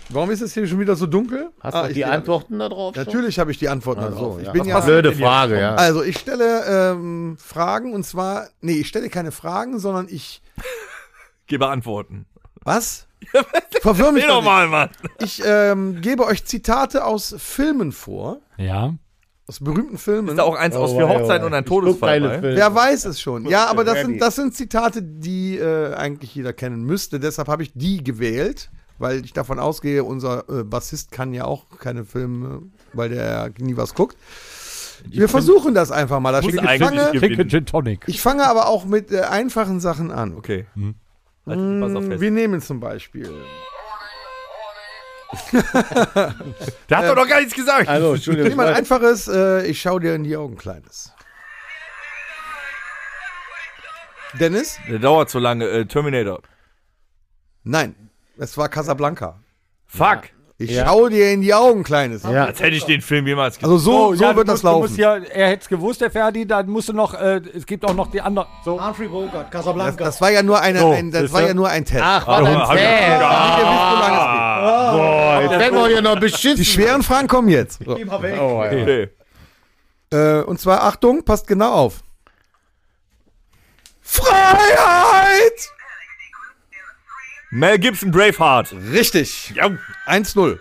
Speaker 4: Warum ist es hier schon wieder so dunkel?
Speaker 6: Hast
Speaker 4: Ah,
Speaker 6: du
Speaker 4: ich
Speaker 6: die
Speaker 4: bin-
Speaker 6: Antworten da drauf? schon?
Speaker 4: Natürlich habe ich die Antworten darauf. Ich
Speaker 6: ja.
Speaker 4: bin ja,
Speaker 6: Blöde Frage, ja.
Speaker 4: also ich stelle ähm, Fragen und zwar, nee, ich stelle keine Fragen, sondern ich,
Speaker 3: Gebe Antworten.
Speaker 4: was? Verwirr mich
Speaker 3: Geh
Speaker 4: doch
Speaker 3: doch
Speaker 4: nicht.
Speaker 3: mal, Mann.
Speaker 4: Ich ähm, gebe euch Zitate aus Filmen vor,
Speaker 2: Ja.
Speaker 4: aus berühmten Filmen.
Speaker 3: Ist da auch eins aus
Speaker 4: Oh,
Speaker 3: vier Hochzeiten und ein Todesfall bei?
Speaker 4: Wer weiß es schon. Ja, aber das sind, das sind Zitate, die äh, eigentlich jeder kennen müsste. Deshalb habe ich die gewählt, weil ich davon ausgehe, unser äh, Bassist kann ja auch keine Filme, weil der nie was guckt. Wir versuchen das einfach mal. Das
Speaker 3: Muss
Speaker 4: Spiel. Ich,
Speaker 3: eigentlich
Speaker 4: fange,
Speaker 3: gewinnen.
Speaker 2: Trinke Gin Tonic.
Speaker 4: ich fange aber auch mit äh, einfachen Sachen an.
Speaker 3: Okay.
Speaker 4: Hm.
Speaker 3: Also, pass auf fest.
Speaker 4: Wir nehmen zum Beispiel.
Speaker 3: Der hat doch noch gar nichts gesagt.
Speaker 6: Also, Entschuldigung.
Speaker 4: Nimm
Speaker 6: ich
Speaker 4: mal ein
Speaker 6: weiß-
Speaker 4: einfaches, äh, ich schau dir in die Augen, Kleines. Dennis?
Speaker 3: Der dauert so lange. Äh, Terminator.
Speaker 4: Nein, es war Casablanca.
Speaker 3: Fuck.
Speaker 4: Ich schau dir in die Augen, Kleines.
Speaker 6: Ja,
Speaker 3: Als hätte ich den Film jemals gesehen.
Speaker 4: Also so, so
Speaker 2: ja, du
Speaker 4: wird das
Speaker 2: musst, Du
Speaker 4: laufen.
Speaker 2: musst ja, er hätte es gewusst, der Ferdi, dann musst du noch, äh, es gibt auch noch die andere. So.
Speaker 10: Humphrey Bogart,
Speaker 4: das,
Speaker 10: Casablanca.
Speaker 4: das war ja nur eine,
Speaker 2: So,
Speaker 4: ein, das
Speaker 2: siehst
Speaker 4: war
Speaker 2: du?
Speaker 4: ja nur ein Test.
Speaker 6: Ach, was ein
Speaker 3: hab ich-
Speaker 6: Fan.
Speaker 4: Ihr wisst, wie lange es geht. Ah.
Speaker 6: Boah, jetzt werden wir hier noch beschissen.
Speaker 4: Die schweren Fragen kommen jetzt. So.
Speaker 10: Immer weg.
Speaker 6: Oh, ja.
Speaker 3: Nee.
Speaker 4: Äh, und zwar, Achtung, passt genau auf. Freiheit!
Speaker 3: Mel Gibson Braveheart.
Speaker 4: Richtig.
Speaker 3: Ja.
Speaker 4: 1-0.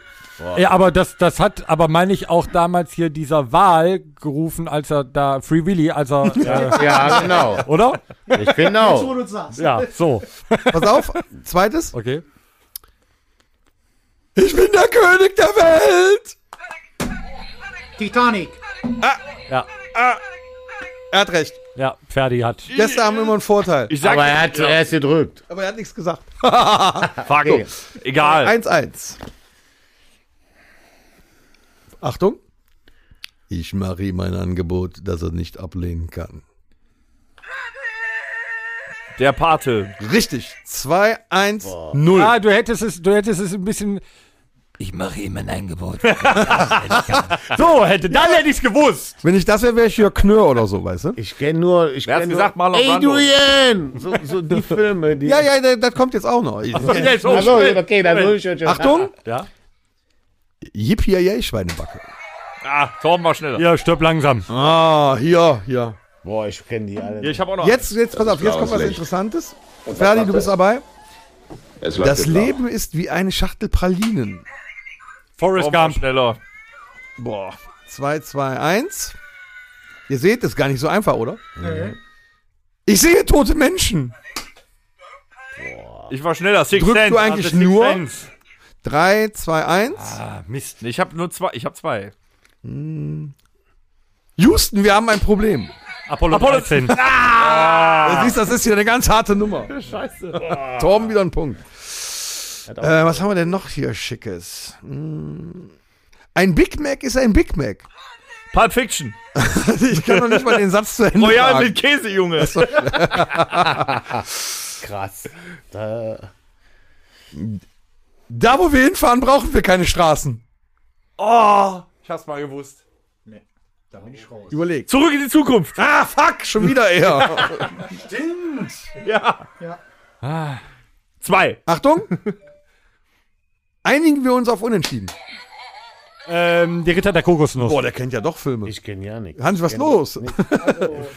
Speaker 2: Ja, aber das, das hat, aber meine ich auch damals hier dieser Wahl gerufen, als er da, Free Willy, als er, äh,
Speaker 6: ja, genau.
Speaker 2: oder?
Speaker 6: Ich finde
Speaker 10: Jetzt, wo
Speaker 6: auch.
Speaker 10: du es sagst.
Speaker 2: Ja, so.
Speaker 4: Pass auf, zweites.
Speaker 2: Okay.
Speaker 4: Ich bin der König der Welt! Ah.
Speaker 10: Titanic.
Speaker 2: Ja,
Speaker 4: Er hat recht.
Speaker 2: ja, Ferdi hat.
Speaker 4: Gäste haben immer einen Vorteil.
Speaker 3: Ich sag,
Speaker 6: Aber er hat zuerst gedrückt.
Speaker 4: Aber er hat nichts gesagt.
Speaker 3: fuck. Egal.
Speaker 4: 1-1. Achtung. Ich mache ihm ein Angebot, das er nicht ablehnen kann.
Speaker 3: Der Pate.
Speaker 4: Richtig. 2-1.
Speaker 2: Null. Ah, du hättest es, du hättest es ein bisschen. Ich mache ihm ein Angebot. so, hätte, dann hätte ich es gewusst.
Speaker 4: Wenn ich das wäre, wäre ich hier Knör oder so, weißt du?
Speaker 6: Ich kenne nur, ich
Speaker 3: Wer hat's
Speaker 6: kenne nur
Speaker 3: gesagt? Marlon Brando.
Speaker 6: Adrian. So, so die Filme, die.
Speaker 4: Ja, ja, da- das kommt jetzt auch noch. Ich,
Speaker 3: Der ist
Speaker 6: Also,
Speaker 3: auch schön.
Speaker 6: okay, dann hol ich euch
Speaker 4: Achtung.
Speaker 2: Ja?
Speaker 4: Yippie, Schweinebacke.
Speaker 3: Ah, Torben war schneller.
Speaker 2: Ja, stirb langsam.
Speaker 4: Ah, hier, hier.
Speaker 6: Boah, ich kenne die alle.
Speaker 3: Ich habe auch noch.
Speaker 4: Jetzt, jetzt, pass auf, jetzt kommt was
Speaker 7: grauslich.
Speaker 4: Interessantes.
Speaker 7: Und was
Speaker 4: Ferdi,
Speaker 7: macht
Speaker 4: du
Speaker 7: er?
Speaker 4: bist dabei.
Speaker 7: Es läuft
Speaker 4: Das
Speaker 7: jetzt noch.
Speaker 4: Leben ist wie eine Schachtel Pralinen.
Speaker 2: Forrest
Speaker 3: Torben war
Speaker 2: Gump.
Speaker 3: schneller.
Speaker 4: 2, 2, 1. Ihr seht, ist gar nicht so einfach, oder? Ich sehe tote Menschen.
Speaker 3: Ich war schneller. Six
Speaker 4: Drückst
Speaker 3: Sense.
Speaker 4: du eigentlich
Speaker 3: Hatte Six
Speaker 4: nur?
Speaker 3: Sense.
Speaker 4: 3, 2, 1.
Speaker 2: Ah, Mist.
Speaker 3: Nee, Ich habe nur zwei. Ich habe zwei.
Speaker 4: Houston, wir haben ein Problem.
Speaker 2: Apollo, 13.
Speaker 4: Du siehst, das ist hier eine ganz harte Nummer. Ah.
Speaker 6: Scheiße.
Speaker 4: Torben wieder ein Punkt. Äh, was haben wir denn noch hier Schickes? Hm. Ein Big Mac ist ein Big Mac.
Speaker 3: Pulp Fiction.
Speaker 4: Ich kann noch nicht mal den Satz zu Ende
Speaker 3: Royal
Speaker 4: sagen.
Speaker 3: mit Käse, Junge.
Speaker 6: Krass. Da,
Speaker 4: Da, wo wir hinfahren, brauchen wir keine Straßen.
Speaker 3: Oh, ich hab's mal gewusst.
Speaker 4: Überlegt.
Speaker 3: Zurück in die Zukunft.
Speaker 4: Ah, fuck, schon wieder er.
Speaker 3: Ja. Ah.
Speaker 10: Ja.
Speaker 3: Zwei.
Speaker 4: Achtung. Einigen wir uns auf Unentschieden.
Speaker 2: ähm, die Ritter der Kokosnuss.
Speaker 4: Boah, der kennt ja doch Filme.
Speaker 6: ich kenne ja nichts.
Speaker 4: Hans, was los?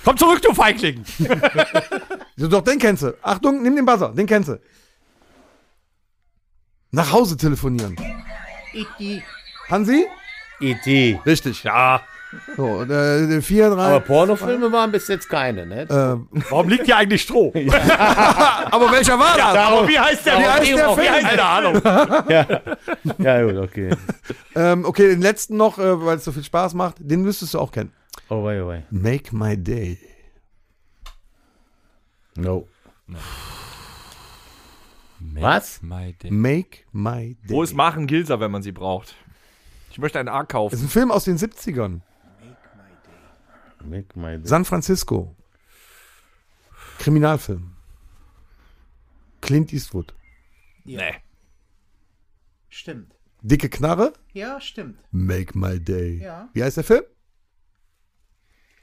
Speaker 2: Komm zurück, du Feigling.
Speaker 4: Du, doch, den kennst du. Achtung, nimm den Buzzer, den kennst du. Nach Hause telefonieren.
Speaker 10: E.T.
Speaker 4: Hansi?
Speaker 6: E.T.
Speaker 4: Richtig. Ja. So, äh, 4, 3.
Speaker 6: Aber Pornofilme waren bis jetzt keine, ne?
Speaker 4: äh,
Speaker 2: Warum liegt hier eigentlich Stroh?
Speaker 4: Aber welcher war das?
Speaker 6: Darum,
Speaker 3: Wie heißt der?
Speaker 4: Wie heißt der Film?
Speaker 3: Keine Ahnung.
Speaker 6: ja, gut, okay.
Speaker 4: Ähm, okay, den letzten noch, äh, weil es so viel Spaß macht. Den müsstest du auch kennen.
Speaker 6: Oh, wei, oh, wei.
Speaker 4: Make my day.
Speaker 6: No. Was?
Speaker 4: Make my day.
Speaker 3: Wo ist Machen Gilser, wenn man sie braucht? Ich möchte einen A
Speaker 4: Das
Speaker 3: kaufen.
Speaker 4: ist ein Film aus den 70ern.
Speaker 6: Make my day.
Speaker 4: San Francisco. Kriminalfilm. Clint Eastwood.
Speaker 3: Nee.
Speaker 10: Stimmt.
Speaker 4: Dicke Knarre.
Speaker 10: Ja, stimmt.
Speaker 4: Make my day.
Speaker 10: Ja.
Speaker 4: Wie heißt der Film?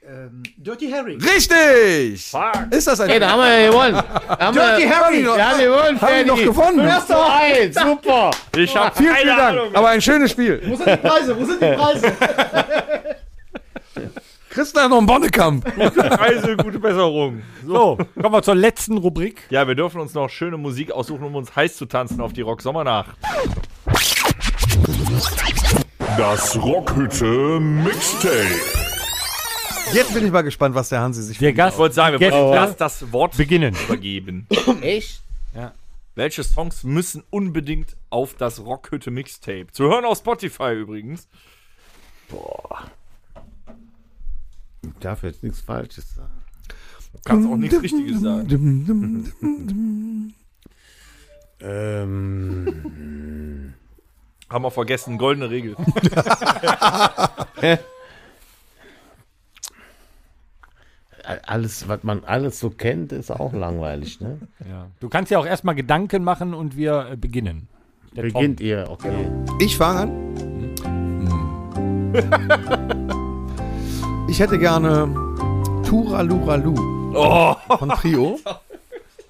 Speaker 10: Ähm, Dirty Harry.
Speaker 4: Richtig! Ist das ein
Speaker 6: Hey, da haben wir ja gewonnen. Da haben
Speaker 4: Dirty
Speaker 6: wir,
Speaker 4: Harry noch.
Speaker 6: da haben wir gewonnen,
Speaker 4: Haben wir
Speaker 6: Ferdi.
Speaker 4: noch gewonnen.
Speaker 6: Fünf zu eins, super.
Speaker 3: Ich hab
Speaker 4: Vielen,
Speaker 3: keine
Speaker 4: vielen
Speaker 3: Ahnung.
Speaker 4: Dank. Aber ein schönes Spiel.
Speaker 10: Wo sind die Preise? Wo sind die Preise?
Speaker 4: Christian noch einen Bonnekamp.
Speaker 3: Reise, gute Besserung.
Speaker 2: So, kommen wir zur letzten Rubrik.
Speaker 3: Ja, wir dürfen uns noch schöne Musik aussuchen, um uns heiß zu tanzen auf die Rock Sommernacht.
Speaker 1: Das Rockhütte Mixtape.
Speaker 4: Jetzt bin ich mal gespannt, was der Hansi sich
Speaker 2: Der Gast
Speaker 3: Ich wollte sagen, wir
Speaker 2: Jetzt-
Speaker 3: wollen das, das Wort
Speaker 2: beginnen.
Speaker 3: übergeben.
Speaker 6: Echt?
Speaker 3: Welche Songs müssen unbedingt auf das Rockhütte Mixtape? Zu hören auf Spotify übrigens.
Speaker 6: Ich darf jetzt nichts Falsches sagen.
Speaker 3: Du kannst auch nichts Richtiges sagen.
Speaker 6: Ähm,
Speaker 3: Haben wir vergessen, goldene Regel.
Speaker 6: alles, was man alles so kennt, ist auch langweilig, ne?
Speaker 2: Ja. Du kannst ja auch erstmal Gedanken machen und wir äh, beginnen. Der
Speaker 6: Beginnt ihr, okay.
Speaker 4: Ich fange an. ich hätte gerne Turaluralu
Speaker 3: Oh.
Speaker 4: von Trio.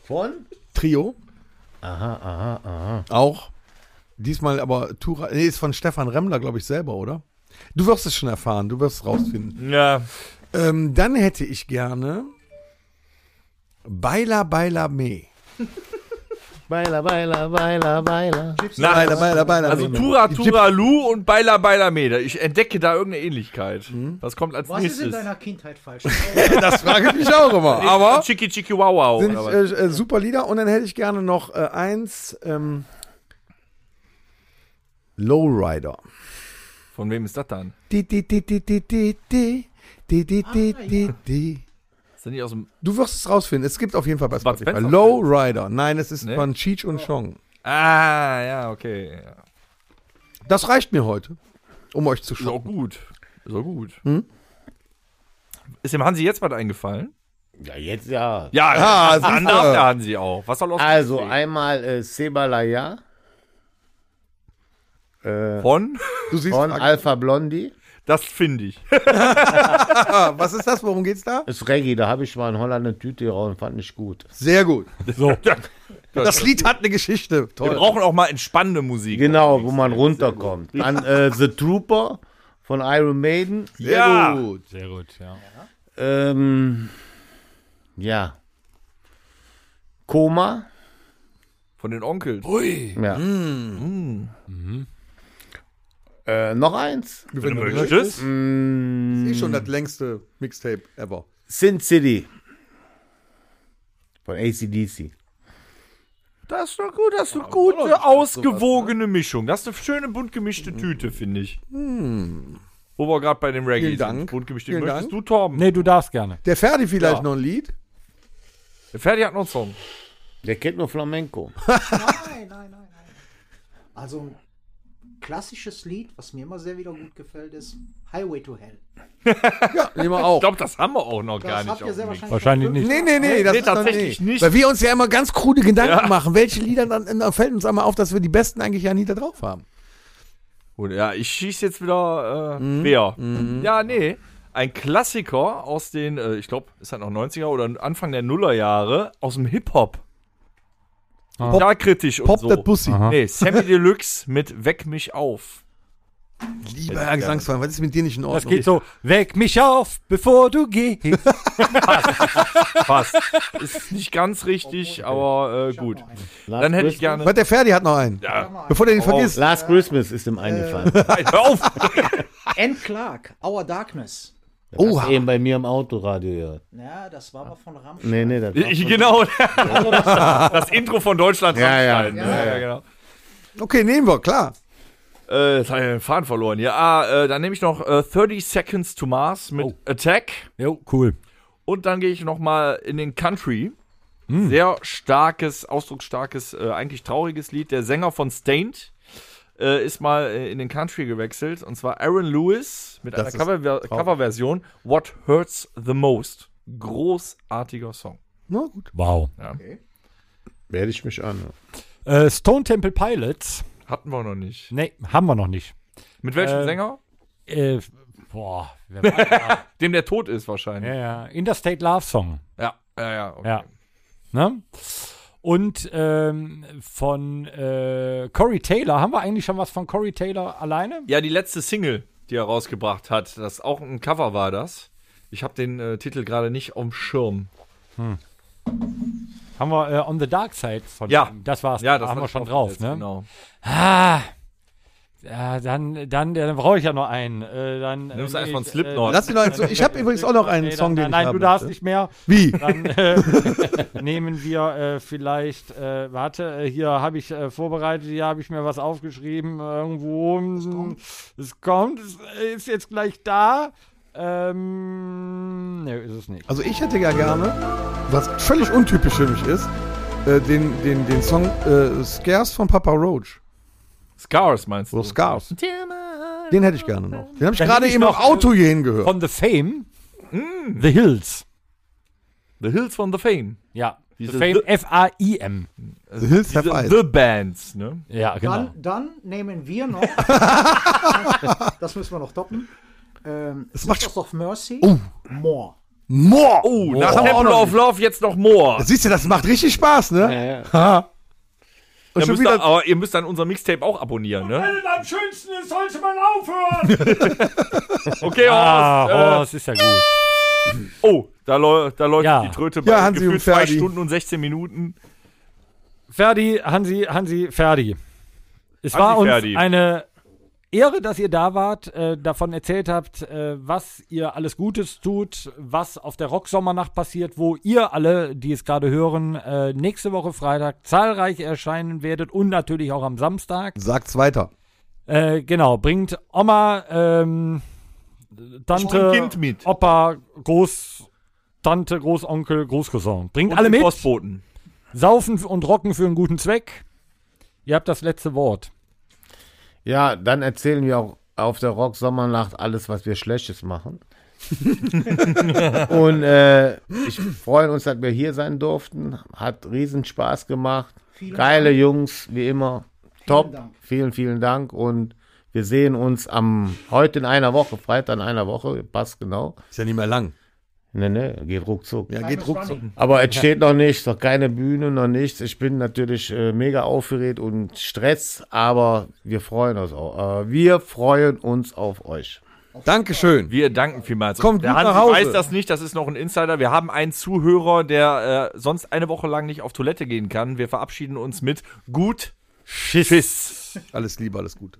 Speaker 6: Von?
Speaker 4: Trio.
Speaker 6: Aha, aha, aha.
Speaker 4: Auch. Diesmal aber Tura. Nee, ist von Stefan Remmler, glaube ich, selber, oder? Du wirst es schon erfahren, du wirst es rausfinden.
Speaker 3: Ja.
Speaker 4: Ähm, dann hätte ich gerne Baila Baila Me.
Speaker 6: Beiler, Beiler, Beiler, Beiler.
Speaker 3: Na,
Speaker 4: Baila Baila Baila
Speaker 3: also
Speaker 4: Me.
Speaker 3: Tura Tura Lu und Baila Baila Meda. Ich entdecke da irgendeine Ähnlichkeit. Was kommt als
Speaker 10: Hm. Was ist in
Speaker 3: nächstes?
Speaker 10: deiner Kindheit falsch? Oh,
Speaker 4: Das frage ich mich auch immer. Aber
Speaker 3: Chiki Chiki Wow Wow.
Speaker 4: sind
Speaker 3: oder was?
Speaker 4: äh, äh, super Lieder. Und dann hätte ich gerne noch äh, eins. Ähm, Lowrider.
Speaker 3: Von wem ist das dann?
Speaker 4: Di, di, di, di, di, di, di. Di, di, di, di, di.
Speaker 3: Ist das nicht aus dem.
Speaker 4: Du wirst es rausfinden. Es gibt auf jeden Fall bei
Speaker 3: Bud
Speaker 4: Spotify.
Speaker 3: Spencer?
Speaker 4: Lowrider. Nein, es ist
Speaker 3: Nee.
Speaker 4: von Cheech und Chong.
Speaker 3: Ah, ja, okay. Ja.
Speaker 4: Das reicht mir heute, um euch zu
Speaker 3: Ist auch
Speaker 4: schocken.
Speaker 3: gut. Ist auch gut.
Speaker 4: Hm?
Speaker 3: Ist dem Hansi jetzt was eingefallen?
Speaker 6: Ja, jetzt ja.
Speaker 3: Ja,
Speaker 4: Ah,
Speaker 3: dann
Speaker 4: siehste.
Speaker 3: darf der Hansi auch. Was soll aus
Speaker 6: Also einmal äh, Sebalaya
Speaker 3: von?
Speaker 4: Du siehst,
Speaker 6: von Alpha Blondie.
Speaker 3: Das finde ich.
Speaker 4: ah, was ist das? Worum geht's da?
Speaker 6: Das ist Reggae, da habe ich mal in Holland eine Tüte raus und fand nicht gut.
Speaker 4: Sehr gut. Das Lied hat eine Geschichte.
Speaker 3: Wir
Speaker 4: Toll.
Speaker 3: brauchen auch mal entspannende Musik.
Speaker 6: Genau, wo man runterkommt. Dann äh, The Trooper von Iron Maiden.
Speaker 4: Sehr
Speaker 3: Ja.
Speaker 4: gut.
Speaker 2: Sehr gut, ja.
Speaker 6: Ähm, ja. Koma.
Speaker 3: Von den Onkels.
Speaker 6: Ja. Mm, Äh, noch eins.
Speaker 4: Wenn du
Speaker 3: Tschüss.
Speaker 4: Hm. Das ist eh schon das längste Mixtape ever.
Speaker 6: Sin City. Von ACDC.
Speaker 3: Das ist doch gut, das ist eine gute, ausgewogene Mischung. Das ist eine schöne, bunt
Speaker 4: Hm.
Speaker 3: gemischte Tüte, finde ich. Wo wir gerade bei dem Reggae
Speaker 4: Vielen Dank.
Speaker 3: sind. Bunt gemischte
Speaker 4: Vielen
Speaker 3: Möchtest
Speaker 4: Dank.
Speaker 3: du, Torben?
Speaker 2: Nee, du darfst gerne.
Speaker 4: Der Ferdi vielleicht
Speaker 3: Ja.
Speaker 4: noch ein Lied?
Speaker 3: Ferdi hat noch einen Song.
Speaker 6: Der kennt nur Flamenco.
Speaker 10: nein, nein, nein, nein. Also ein klassisches Lied, was mir immer sehr wieder gut gefällt, ist Highway to Hell.
Speaker 4: Nehmen wir auch.
Speaker 3: Ich glaube, das haben wir auch noch gar
Speaker 10: Das
Speaker 3: nicht.
Speaker 10: habt ihr sehr
Speaker 3: auf dem Mix.
Speaker 10: wahrscheinlich.
Speaker 2: Wahrscheinlich nicht.
Speaker 4: Nee, nee, nee, das
Speaker 3: Nee,
Speaker 4: ist noch
Speaker 3: tatsächlich
Speaker 4: nee.
Speaker 3: nicht.
Speaker 4: Weil wir uns ja immer ganz krude Gedanken machen, welche Lieder dann da fällt uns einmal auf, dass wir die besten eigentlich ja nie da drauf haben.
Speaker 3: Gut, ja, ich schieße jetzt wieder äh,
Speaker 6: Mhm.
Speaker 3: quer. Ja, nee. Ein Klassiker aus den, äh, ich glaube, ist das noch 90er oder Anfang der Nullerjahre, aus dem Hip-Hop.
Speaker 2: Ah.
Speaker 3: Da kritisch und
Speaker 4: Pop
Speaker 3: so.
Speaker 4: that Pussy.
Speaker 3: Nee, Sammy Deluxe mit Weck mich auf.
Speaker 4: Lieber Herr Gesangsverein, was ist mit dir nicht in
Speaker 2: Das
Speaker 4: Ordnung?
Speaker 2: geht so, weck mich auf, bevor du gehst.
Speaker 3: Fast. ist nicht ganz richtig, aber äh, gut.
Speaker 6: Last
Speaker 3: Dann hätte ich
Speaker 6: Christmas.
Speaker 3: gerne.
Speaker 4: Was, der Ferdi hat noch einen.
Speaker 3: Ja,
Speaker 2: Oh,
Speaker 4: Bevor der den vergisst.
Speaker 6: Last Christmas ist ihm eingefallen.
Speaker 3: nein, hör auf!
Speaker 10: Anne Clark, Our Darkness.
Speaker 4: Oha.
Speaker 6: Eben bei mir im Autoradio gehört.
Speaker 10: Ja, das war aber von Rammstein.
Speaker 6: Nee, nee, das
Speaker 3: Ich, genau, das, das Intro von Deutschland.
Speaker 6: Ja, ja.
Speaker 3: Rammstein. ja, ja, genau.
Speaker 4: Okay, nehmen wir, klar.
Speaker 3: Äh, jetzt habe ich den Faden verloren. Ja, ah, äh, dann nehme ich noch äh, 30 Seconds to Mars
Speaker 2: Oh.
Speaker 3: mit Attack.
Speaker 2: jo, cool.
Speaker 3: Und dann gehe ich nochmal in den Country.
Speaker 2: Hm.
Speaker 3: Sehr starkes, ausdrucksstarkes, äh, eigentlich trauriges Lied. Der Sänger von Stained äh, ist mal äh, in den Country gewechselt. Und zwar Aaron Lewis mit
Speaker 4: Das
Speaker 3: einer Cover Coverversion What Hurts the Most. Großartiger Song.
Speaker 4: Na gut.
Speaker 2: Wow.
Speaker 6: werde ich mich an.
Speaker 2: Äh, Stone Temple Pilots.
Speaker 3: Hatten wir noch nicht.
Speaker 2: Nee, haben wir noch nicht.
Speaker 3: Mit welchem
Speaker 2: Äh,
Speaker 3: Sänger?
Speaker 2: Äh, boah, wer war da?
Speaker 3: Dem, der tot ist wahrscheinlich.
Speaker 2: ja, ja. Interstate Love Song.
Speaker 3: Ja, ja, ja. okay.
Speaker 2: Ja. Ne? Und ähm, von äh, Corey Taylor, haben wir eigentlich schon was von Corey Taylor alleine?
Speaker 3: Ja, die letzte Single, die er rausgebracht hat, das auch ein Cover war das. Ich habe den äh, Titel gerade nicht auf dem Schirm.
Speaker 2: Haben wir äh, On the Dark Side von
Speaker 3: Ja.
Speaker 2: ihm. Das war's.
Speaker 3: Ja,
Speaker 2: Da
Speaker 3: das
Speaker 2: haben
Speaker 3: hab
Speaker 2: wir
Speaker 3: ich
Speaker 2: schon
Speaker 3: auch
Speaker 2: drauf,
Speaker 3: jetzt,
Speaker 2: ne?
Speaker 3: Genau.
Speaker 2: Ah. Ja, dann, dann, dann brauche ich ja noch einen. Äh, dann,
Speaker 3: Nimmst
Speaker 2: äh,
Speaker 3: eins
Speaker 2: nee,
Speaker 3: von
Speaker 2: ich,
Speaker 3: Slipknot.
Speaker 4: Lass ihn noch einen Song. Ich habe übrigens auch noch einen
Speaker 2: nee,
Speaker 4: Song,
Speaker 2: dann,
Speaker 4: den
Speaker 2: Nein,
Speaker 4: ich
Speaker 2: du
Speaker 4: haben
Speaker 2: darfst
Speaker 4: möchte.
Speaker 2: nicht mehr.
Speaker 4: Wie?
Speaker 2: Dann äh, nehmen wir äh, vielleicht, äh, warte, äh, hier habe ich äh, vorbereitet, hier habe ich mir was aufgeschrieben, irgendwo. Es kommt, es, kommt, es äh, ist jetzt gleich da. Ähm, ne, ist es nicht.
Speaker 4: Also ich hätte ja gerne, was völlig untypisch für mich ist, äh, den, den, den Song äh, Scares von Papa Roach.
Speaker 3: Scars meinst du?
Speaker 4: Oder Scars. Den hätte ich gerne noch. Den habe ich gerade
Speaker 2: ich
Speaker 4: eben
Speaker 2: noch-
Speaker 4: auf Auto hier hingehört.
Speaker 2: Von The Fame, The Hills.
Speaker 3: The Hills from the Fame.
Speaker 2: Ja. The Fame, F-A-I-M.
Speaker 4: Also,
Speaker 9: The Hills have
Speaker 3: The,
Speaker 9: eyes.
Speaker 3: the Bands, ne?
Speaker 2: Ja, genau.
Speaker 10: Dann, dann nehmen wir noch, das müssen wir noch toppen, ähm,
Speaker 9: macht
Speaker 10: Sisters of Mercy, More.
Speaker 9: More!
Speaker 3: Oh, nach Temple of Love jetzt noch More.
Speaker 9: Siehst du, das macht richtig Spaß, ne?
Speaker 6: Ja, ja.
Speaker 9: Ha. Und
Speaker 3: Da
Speaker 9: schon
Speaker 3: müsst ihr,
Speaker 9: wieder.
Speaker 3: aber ihr müsst dann unser Mixtape auch abonnieren, ne?
Speaker 2: am schönsten ist, sollte man aufhören.
Speaker 3: Okay, Horst.
Speaker 2: Ah,
Speaker 3: äh,
Speaker 2: Horst ist ja gut.
Speaker 3: oh, da, läu da läuft
Speaker 2: Ja.
Speaker 3: die Tröte
Speaker 9: Ja, Hansi
Speaker 3: gefühlt
Speaker 9: und
Speaker 3: zwei
Speaker 9: Ferdi.
Speaker 3: Stunden und 16 Minuten.
Speaker 2: Ferdi, Hansi, Hansi, Ferdi. Es
Speaker 3: Hansi,
Speaker 2: war uns
Speaker 3: Ferdi.
Speaker 2: eine Ehre, dass ihr da wart, äh, davon erzählt habt, äh, was ihr alles Gutes tut, was auf der Rocksommernacht passiert, wo ihr alle, die es gerade hören, äh, nächste Woche Freitag zahlreich erscheinen werdet und natürlich auch am Samstag.
Speaker 9: Sagt's weiter.
Speaker 2: Äh, genau, bringt Oma, ähm, Tante,
Speaker 3: bring Kind mit.
Speaker 2: Opa, Groß, Tante, Großonkel, Großcousin. Bringt
Speaker 3: Und
Speaker 2: alle
Speaker 3: den
Speaker 2: mit.
Speaker 3: Postboten.
Speaker 2: Saufen und Rocken für einen guten Zweck. Ihr habt das letzte Wort.
Speaker 6: Ja, dann erzählen wir auch auf der Rock Sommernacht alles, was wir Schlechtes machen. und äh, ich freue uns, dass wir hier sein durften. Hat riesen Spaß gemacht. Geile Jungs, wie immer. Top.
Speaker 10: Dank.
Speaker 6: Vielen, vielen Dank. Und wir sehen uns am heute in einer Woche, Freitag in einer Woche. Passt genau.
Speaker 9: Ist ja nicht mehr lang.
Speaker 6: Ne, ne, geht ruckzuck.
Speaker 9: Ja, geht ruckzuck.
Speaker 6: Aber es steht noch nichts, noch keine Bühne, noch nichts. Ich bin natürlich äh, mega aufgeregt und Stress, aber wir freuen uns auch. Äh, wir freuen uns auf euch.
Speaker 9: Dankeschön.
Speaker 3: Wir danken vielmals.
Speaker 9: Kommt
Speaker 3: der
Speaker 9: gut
Speaker 3: Hansi
Speaker 9: nach Hause.
Speaker 3: weiß das nicht, das ist noch ein Insider. Wir haben einen Zuhörer, der äh, sonst eine Woche lang nicht auf Toilette gehen kann. Wir verabschieden uns mit gut Schiss.
Speaker 9: Alles Liebe, alles Gute.